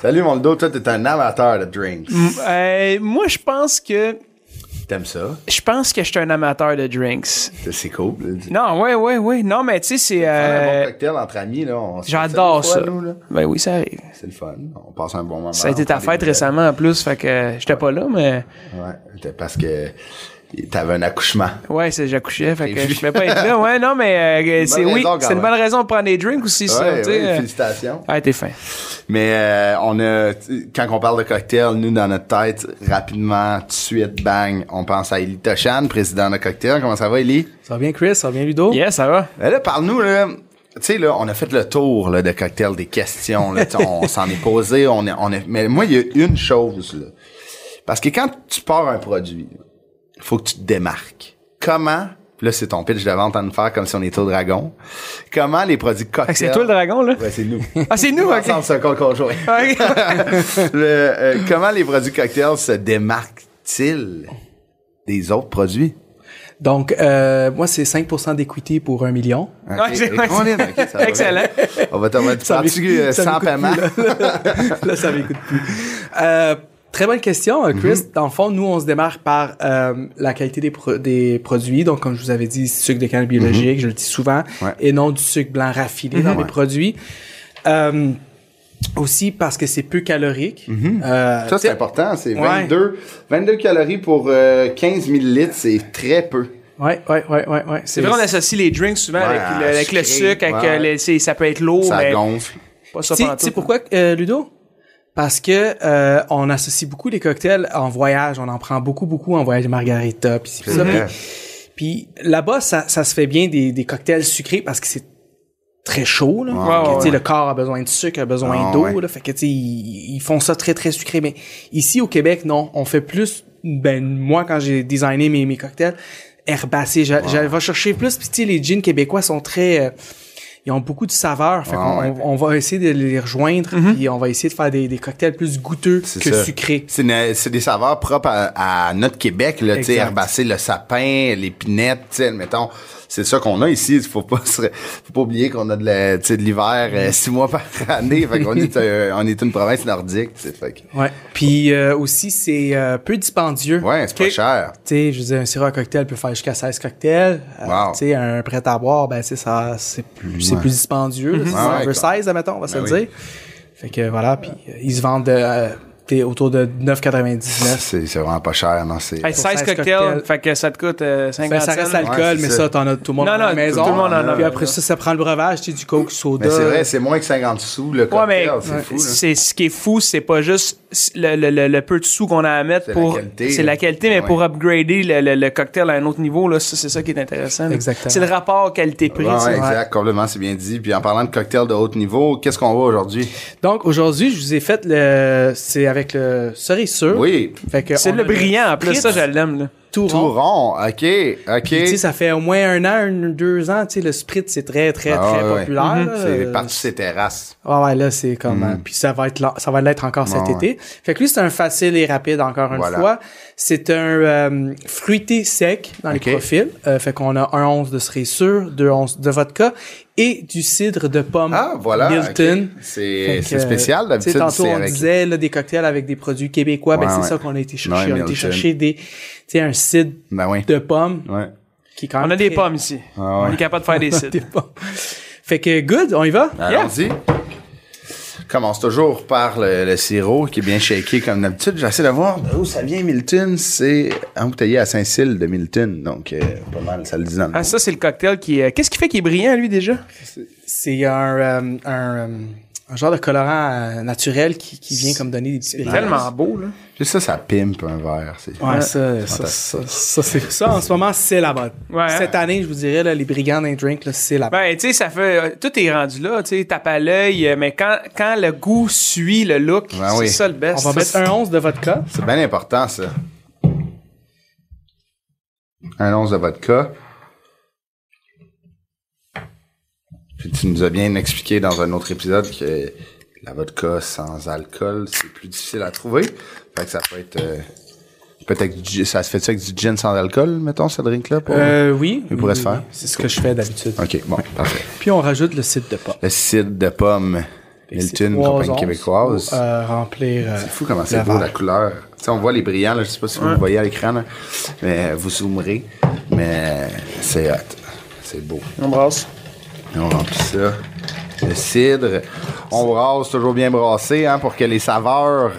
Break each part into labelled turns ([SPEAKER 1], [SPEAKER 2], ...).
[SPEAKER 1] Salut, mon dos, toi, t'es un amateur de drinks.
[SPEAKER 2] Euh, moi, je pense que.
[SPEAKER 1] T'aimes ça?
[SPEAKER 2] Je pense que je suis un amateur de drinks.
[SPEAKER 1] C'est- C'est cool. là.
[SPEAKER 2] Non, ouais, ouais, ouais. Non, mais tu sais, c'est.
[SPEAKER 1] Un
[SPEAKER 2] euh,
[SPEAKER 1] bon cocktail entre amis, là. on se fait
[SPEAKER 2] J'adore
[SPEAKER 1] une fois,
[SPEAKER 2] ça.
[SPEAKER 1] nous, là.
[SPEAKER 2] Ben oui, ça arrive.
[SPEAKER 1] C'est le fun. On passe un bon moment.
[SPEAKER 2] Ça a
[SPEAKER 1] Ah,
[SPEAKER 2] été
[SPEAKER 1] On
[SPEAKER 2] ta
[SPEAKER 1] prend des
[SPEAKER 2] fête
[SPEAKER 1] nouvelles.
[SPEAKER 2] récemment en plus, fait que j'étais pas là, mais
[SPEAKER 1] Ouais, c'était parce que t'avais un accouchement.
[SPEAKER 2] ouais, c'est j'accouchais, fait que
[SPEAKER 1] vu.
[SPEAKER 2] je pouvais pas être là. Ouais, non, mais euh, c'est
[SPEAKER 1] bonne
[SPEAKER 2] oui,
[SPEAKER 1] raison, quand
[SPEAKER 2] c'est une
[SPEAKER 1] même.
[SPEAKER 2] bonne raison de prendre des drinks aussi, ça.
[SPEAKER 1] Ouais,
[SPEAKER 2] tu sais,
[SPEAKER 1] ouais,
[SPEAKER 2] euh.
[SPEAKER 1] félicitations.
[SPEAKER 2] Ah, t'es fin.
[SPEAKER 1] Mais euh, on a tu- quand on parle de cocktail, nous dans notre tête, rapidement, tout de suite, bang, on pense à Eli Toshan, président de cocktail. Comment ça va, Eli?
[SPEAKER 3] Ça va bien, Chris? Ça va bien, Ludo?
[SPEAKER 2] Yeah, ça va.
[SPEAKER 1] Ben là, parle-nous là. Tu sais là, on a fait le tour là, de cocktail, des questions. Là, Tu sais, on s'en est posé. On est, on est. Mais moi, il y a une chose là, parce que quand tu pars un produit, il faut que tu te démarques. Comment puis Là, c'est ton pitch de vente à nous faire comme si on était au dragon. Comment les produits
[SPEAKER 2] Fait
[SPEAKER 1] cocktails
[SPEAKER 2] que c'est toi le dragon, là?
[SPEAKER 1] Ouais, c'est nous.
[SPEAKER 2] Ah, c'est nous, ok.
[SPEAKER 1] Ensemble, c'est un conjoint.
[SPEAKER 2] Ok.
[SPEAKER 1] Le, euh, comment les produits cocktails se démarquent-ils des autres produits?
[SPEAKER 3] Donc, euh, moi, c'est 5 d'equity pour un million.
[SPEAKER 1] Ok,
[SPEAKER 2] Ouais, c'est-
[SPEAKER 1] ok, on est- ok, ça va bien.
[SPEAKER 2] Excellent.
[SPEAKER 1] On va te mettre
[SPEAKER 3] Ça
[SPEAKER 1] parti, euh,
[SPEAKER 3] m'écoute- ça
[SPEAKER 1] sans
[SPEAKER 3] m'écoute
[SPEAKER 1] paiement.
[SPEAKER 3] plus, là. Là, ça m'écoute plus. Euh, très bonne question, euh, Chris.
[SPEAKER 1] Mm-hmm.
[SPEAKER 3] Dans le fond, nous, on se démarque par euh, la qualité des, pro- des produits. Donc, comme je vous avais dit, sucre de canne biologique, je le dis souvent,
[SPEAKER 1] Mm-hmm. Ouais. Mm-hmm.
[SPEAKER 3] et non du sucre blanc raffiné dans les produits. Euh, aussi parce que c'est peu calorique. Euh,
[SPEAKER 1] Mm-hmm. Ça, c'est important. C'est
[SPEAKER 3] Ouais.
[SPEAKER 1] 22, 22 calories pour euh, 15 millilitres. C'est très peu.
[SPEAKER 3] ouais, ouais, ouais, ouais, ouais.
[SPEAKER 2] C'est vrai, on associe les drinks souvent
[SPEAKER 1] Ouais,
[SPEAKER 2] avec, le, avec le
[SPEAKER 1] sucré,
[SPEAKER 2] sucre, avec
[SPEAKER 1] ouais.
[SPEAKER 2] euh, les- c'est- ça peut être
[SPEAKER 3] Oh,
[SPEAKER 2] lourd,
[SPEAKER 1] Ça
[SPEAKER 2] mais
[SPEAKER 1] gonfle.
[SPEAKER 2] pas ça
[SPEAKER 3] Tu sais-
[SPEAKER 2] pantoute. hein.
[SPEAKER 3] tu sais pourquoi, euh, Ludo? Parce que euh, on associe beaucoup les cocktails en voyage. On en prend beaucoup, beaucoup en voyage margarita. Puis, c'est ça.
[SPEAKER 1] vrai.
[SPEAKER 3] Puis- puis là-bas, ça, ça se fait bien des, des cocktails sucrés parce que c'est très chaud. Là. Fait que,
[SPEAKER 2] ouais,
[SPEAKER 3] tu sais,
[SPEAKER 2] ouais.
[SPEAKER 3] Le corps a besoin de sucre, a besoin
[SPEAKER 1] Ah,
[SPEAKER 3] d'eau.
[SPEAKER 1] ouais.
[SPEAKER 3] là. Fait que tu sais, ils, ils font ça très, très sucré. Mais ici, au Québec, non. On fait plus... Ben, moi, quand j'ai designé mes, mes cocktails, herbacés, j'a- j'allais va chercher plus. Puis tu sais, les jeans québécois sont très... euh, ils ont beaucoup de saveur. Fait
[SPEAKER 1] Ah,
[SPEAKER 3] qu'on-
[SPEAKER 1] ouais. Mm-hmm.
[SPEAKER 3] on- on va essayer de les rejoindre, puis on va essayer de faire des, des cocktails plus goûteux
[SPEAKER 1] C'est
[SPEAKER 3] que
[SPEAKER 1] ça.
[SPEAKER 3] sucrés.
[SPEAKER 1] C'est une- c'est des saveurs propres à, à notre Québec. Là, tu sais,
[SPEAKER 3] Exact.
[SPEAKER 1] herbacé, le sapin, l'épinette, tu sais, mettons. C'est ça qu'on a ici. Il faut pas se- faut pas oublier qu'on a de la- tu sais, de l'hiver euh, six mois par année. Fait qu'on est, euh, on est une province nordique. tu sais, Fait que,
[SPEAKER 3] Ouais. Puis euh, aussi, c'est euh, peu dispendieux.
[SPEAKER 1] ouais, c'est
[SPEAKER 2] Ok.
[SPEAKER 1] pas cher.
[SPEAKER 3] Tu sais, je veux dire, un sirop à cocktail peut faire jusqu'à 16 cocktails. Euh,
[SPEAKER 1] Wow.
[SPEAKER 3] Tu sais, un prêt à boire, ben, tu sais, ça, c'est plus, c'est plus dispendieux. là. Si
[SPEAKER 1] Mhm. Ouais,
[SPEAKER 3] on
[SPEAKER 1] ouais,
[SPEAKER 3] veut
[SPEAKER 1] comme-
[SPEAKER 3] 16, admettons, on va se
[SPEAKER 1] Ben
[SPEAKER 3] le
[SPEAKER 1] oui.
[SPEAKER 3] dire. Fait que voilà, puis euh, ils se vendent euh, t'es autour de 9,99.
[SPEAKER 1] C'est c'est vraiment pas cher. Non, c'est.
[SPEAKER 2] Hey, 16
[SPEAKER 3] 16
[SPEAKER 2] cocktails,
[SPEAKER 3] cocktails.
[SPEAKER 2] fait que ça te coûte euh, 50
[SPEAKER 3] Fait que Ben, ça reste
[SPEAKER 2] cents.
[SPEAKER 3] l'alcool,
[SPEAKER 1] Ouais, c'est
[SPEAKER 3] mais
[SPEAKER 1] ça.
[SPEAKER 3] ça, t'en as tout le monde
[SPEAKER 2] Non,
[SPEAKER 3] à la
[SPEAKER 2] non,
[SPEAKER 3] maison.
[SPEAKER 2] tout le monde en a.
[SPEAKER 3] Puis après ça, ça prend le breuvage, tu sais, du coke, soda.
[SPEAKER 1] Mais Ben, c'est vrai, c'est moins que 50 sous le
[SPEAKER 2] Ouais,
[SPEAKER 1] cocktail.
[SPEAKER 2] mais
[SPEAKER 1] c'est fou. là.
[SPEAKER 2] c'est ce qui est fou, c'est pas juste le, le- le- le peu de sous qu'on a à mettre
[SPEAKER 1] C'est
[SPEAKER 2] pour
[SPEAKER 1] la qualité,
[SPEAKER 2] c'est
[SPEAKER 1] là.
[SPEAKER 2] la qualité, mais
[SPEAKER 1] Ouais.
[SPEAKER 2] pour upgrader le, le- le cocktail à un autre niveau là, ça, c'est ça qui est intéressant. là.
[SPEAKER 3] Exactement.
[SPEAKER 2] C'est le rapport qualité-prix.
[SPEAKER 1] Ouais,
[SPEAKER 2] tu
[SPEAKER 1] ouais,
[SPEAKER 2] sais.
[SPEAKER 1] exact, complètement, c'est bien dit. Puis en parlant de cocktails de haut niveau, qu'est-ce qu'on voit aujourd'hui?
[SPEAKER 3] Donc aujourd'hui, je vous ai fait le c'est avec le cerise sur.
[SPEAKER 1] Oui,
[SPEAKER 3] Fait que
[SPEAKER 2] C'est
[SPEAKER 3] on
[SPEAKER 2] le
[SPEAKER 3] a
[SPEAKER 2] brillant en plus,
[SPEAKER 3] Fritz
[SPEAKER 2] ça je l'aime. là.
[SPEAKER 3] tout
[SPEAKER 1] tout
[SPEAKER 3] rond.
[SPEAKER 1] rond. OK, OK.
[SPEAKER 3] Puis, tu sais, ça fait au moins un an, un- deux ans, tu sais, le Spritz, c'est très, très,
[SPEAKER 1] Ah,
[SPEAKER 3] très
[SPEAKER 1] ouais, ouais.
[SPEAKER 3] populaire.
[SPEAKER 2] Mhm.
[SPEAKER 3] là.
[SPEAKER 1] C'est parti sur ces terrasses.
[SPEAKER 3] Ah ouais, là, c'est comme... euh, Puis ça va être là- ça va l'être encore cet
[SPEAKER 1] Hmm. Ouais,
[SPEAKER 3] été. Fait que lui, c'est un facile et rapide, encore une
[SPEAKER 1] Voilà.
[SPEAKER 3] fois. C'est un euh, fruité sec dans
[SPEAKER 1] Ok.
[SPEAKER 3] les profils. Euh, fait qu'on a un once de cerise sûre, deux onces de vodka et du cidre de pomme
[SPEAKER 1] Ah, voilà.
[SPEAKER 3] Milton.
[SPEAKER 1] ok. C'est
[SPEAKER 3] Mm. Fait que,
[SPEAKER 1] c'est spécial,
[SPEAKER 3] euh,
[SPEAKER 1] d'habitude.
[SPEAKER 3] tu sais, Tantôt,
[SPEAKER 1] c'est
[SPEAKER 3] on
[SPEAKER 1] avec-
[SPEAKER 3] disait là, des cocktails avec des produits québécois. ben,
[SPEAKER 1] Ouais,
[SPEAKER 3] c'est
[SPEAKER 1] ouais.
[SPEAKER 3] ça qu'on a été
[SPEAKER 1] Ouais,
[SPEAKER 3] chercher. on a
[SPEAKER 1] Milton.
[SPEAKER 3] été chercher des, tu sais, un cidre
[SPEAKER 1] Ben oui.
[SPEAKER 3] de pommes
[SPEAKER 1] Ouais.
[SPEAKER 3] qui est quand même
[SPEAKER 2] On a des
[SPEAKER 3] très-
[SPEAKER 2] pommes ici.
[SPEAKER 1] Ah ouais.
[SPEAKER 2] On est capable de faire des
[SPEAKER 3] des
[SPEAKER 2] sites.
[SPEAKER 3] pommes. Fait que, good, on y va?
[SPEAKER 1] Allons-y. Commence toujours par le, le sirop qui est bien shaké comme d'habitude. J'essaie de voir d'où ça vient, Milton. C'est embouteillé à Saint-Cyle de Milton. Donc, euh, pas mal, ça le dit dans le
[SPEAKER 2] Ah, ça c'est le cocktail qui est qu'est-ce qui fait qu'il est brillant lui déjà
[SPEAKER 3] C'est un, euh, un, euh, un genre de colorant euh, naturel qui, qui vient comme donner des petits brillages.
[SPEAKER 2] Tellement beau là.
[SPEAKER 1] Juste ça, ça pimpe un verre. c'est-
[SPEAKER 3] Ouais, ça, ça, ça, ça, c'est- ça, en ce moment, c'est la mode.
[SPEAKER 2] Ouais, hein?
[SPEAKER 3] Cette année, je vous dirais, là, les brigands d'un drink, là, c'est la mode.
[SPEAKER 2] Ben, tu sais, ça fait. euh, Tout est rendu là, tu sais, tape à l'œil, euh, mais quand, quand le goût suit le look,
[SPEAKER 1] Ben
[SPEAKER 2] c'est
[SPEAKER 1] oui.
[SPEAKER 2] ça le best.
[SPEAKER 3] on va mettre
[SPEAKER 2] Ça,
[SPEAKER 3] un once de vodka.
[SPEAKER 1] C'est bien important, ça. Un once de vodka. Puis tu nous as bien expliqué dans un autre épisode que la vodka sans alcool, c'est plus difficile à trouver. Fait que ça peut être... euh, Peut-être que du- ça se fait ça avec du gin sans alcool, mettons, ce drink-là? pour-
[SPEAKER 3] Euh, oui.
[SPEAKER 1] Il pourrait se faire.
[SPEAKER 3] C'est ce que je fais d'habitude.
[SPEAKER 1] OK, bon, parfait.
[SPEAKER 3] Puis on rajoute le cidre de pomme.
[SPEAKER 1] Le cidre de pomme. Milton, une compagnie québécoise.
[SPEAKER 3] Euh, remplir. euh,
[SPEAKER 1] C'est fou comment
[SPEAKER 3] le
[SPEAKER 1] c'est beau
[SPEAKER 3] verre.
[SPEAKER 1] la couleur. Tu sais, on voit les brillants, là, je sais pas si vous le voyez à l'écran, là, mais vous zoomerez. Mais c'est hot. C'est beau.
[SPEAKER 2] On brasse.
[SPEAKER 1] Et on remplit ça. Le cidre. On brasse, toujours bien brassé, hein, pour que les saveurs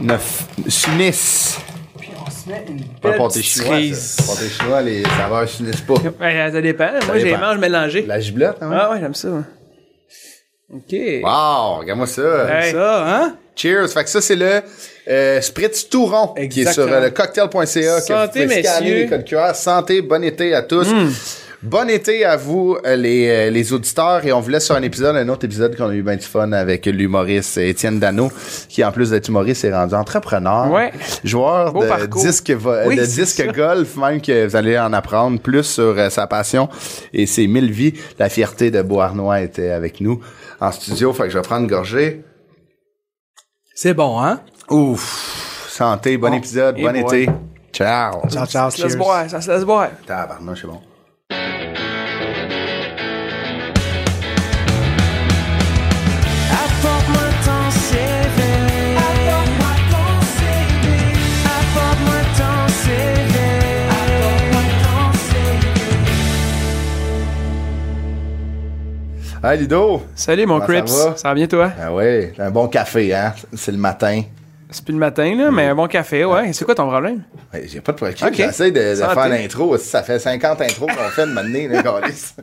[SPEAKER 1] ne f- s'unissent.
[SPEAKER 3] Puis on se met une
[SPEAKER 1] Pas le
[SPEAKER 3] belle
[SPEAKER 1] pâté
[SPEAKER 3] petite
[SPEAKER 1] chinois.
[SPEAKER 3] cerise.
[SPEAKER 1] ça. Le pâté chinois, les saveurs s'unissent pas.
[SPEAKER 2] Ouais, ça dépend. Moi,
[SPEAKER 1] dépend.
[SPEAKER 2] j'ai les mange mélangées.
[SPEAKER 1] La giblotte, hein?
[SPEAKER 2] Ah ouais, j'aime ça. ouais. OK.
[SPEAKER 1] Wow, regarde-moi ben, ça.
[SPEAKER 2] Hey.
[SPEAKER 3] Ça, hein?
[SPEAKER 1] Cheers. Fait que ça, c'est le euh, Spritz Touron qui est sur
[SPEAKER 3] Exactement.
[SPEAKER 1] euh, le cocktail.ca. que
[SPEAKER 2] Santé,
[SPEAKER 1] vous pouvez scanner
[SPEAKER 2] messieurs. Hmm.
[SPEAKER 1] les codes QR. Santé, bon été à tous. Bon été à vous, euh, les, euh, les auditeurs. Et on vous laisse sur un épisode, un autre épisode qu'on a eu bien du fun avec l'humoriste Étienne Dano, qui en plus d'être humoriste est rendu entrepreneur.
[SPEAKER 2] Ouais.
[SPEAKER 1] Joueur
[SPEAKER 2] Beau
[SPEAKER 1] de
[SPEAKER 2] parcours.
[SPEAKER 1] disque, vo-
[SPEAKER 2] Oui,
[SPEAKER 1] de
[SPEAKER 2] c'est
[SPEAKER 1] disque
[SPEAKER 2] ça.
[SPEAKER 1] golf, même que vous allez en apprendre plus sur euh, sa passion et ses mille vies. La fierté de Beauharnois était avec nous en studio. Fait que je vais prendre une gorgée.
[SPEAKER 3] C'est bon, hein?
[SPEAKER 1] Ouf. Santé, bon épisode,
[SPEAKER 2] Et
[SPEAKER 1] bon
[SPEAKER 2] moi.
[SPEAKER 1] été. Ciao.
[SPEAKER 3] Ciao,
[SPEAKER 2] ça
[SPEAKER 3] ciao,
[SPEAKER 2] se laisse
[SPEAKER 3] cheers.
[SPEAKER 2] boire, ça se laisse boire.
[SPEAKER 1] Tabarnouche, c'est bon.
[SPEAKER 4] Apporte-moi ton CV. Apporte-moi ton CV. Apporte-moi ton CV. Apporte-moi ton CV.
[SPEAKER 1] Hey, Ludo.
[SPEAKER 2] Salut, mon
[SPEAKER 1] Comment
[SPEAKER 2] Crips.
[SPEAKER 1] ça va?
[SPEAKER 2] Ça va bien, toi?
[SPEAKER 1] Ah ouais, un bon café, hein? C'est le matin.
[SPEAKER 2] C'est plus le matin, là, mais un bon café, ouais. C'est quoi ton problème?
[SPEAKER 1] Ouais, J'ai pas de problème.
[SPEAKER 2] Ok.
[SPEAKER 1] J'essaie de, de
[SPEAKER 2] Santé.
[SPEAKER 1] faire l'intro. Ça fait 50 intros qu'on fait de m'amener, les câlisses.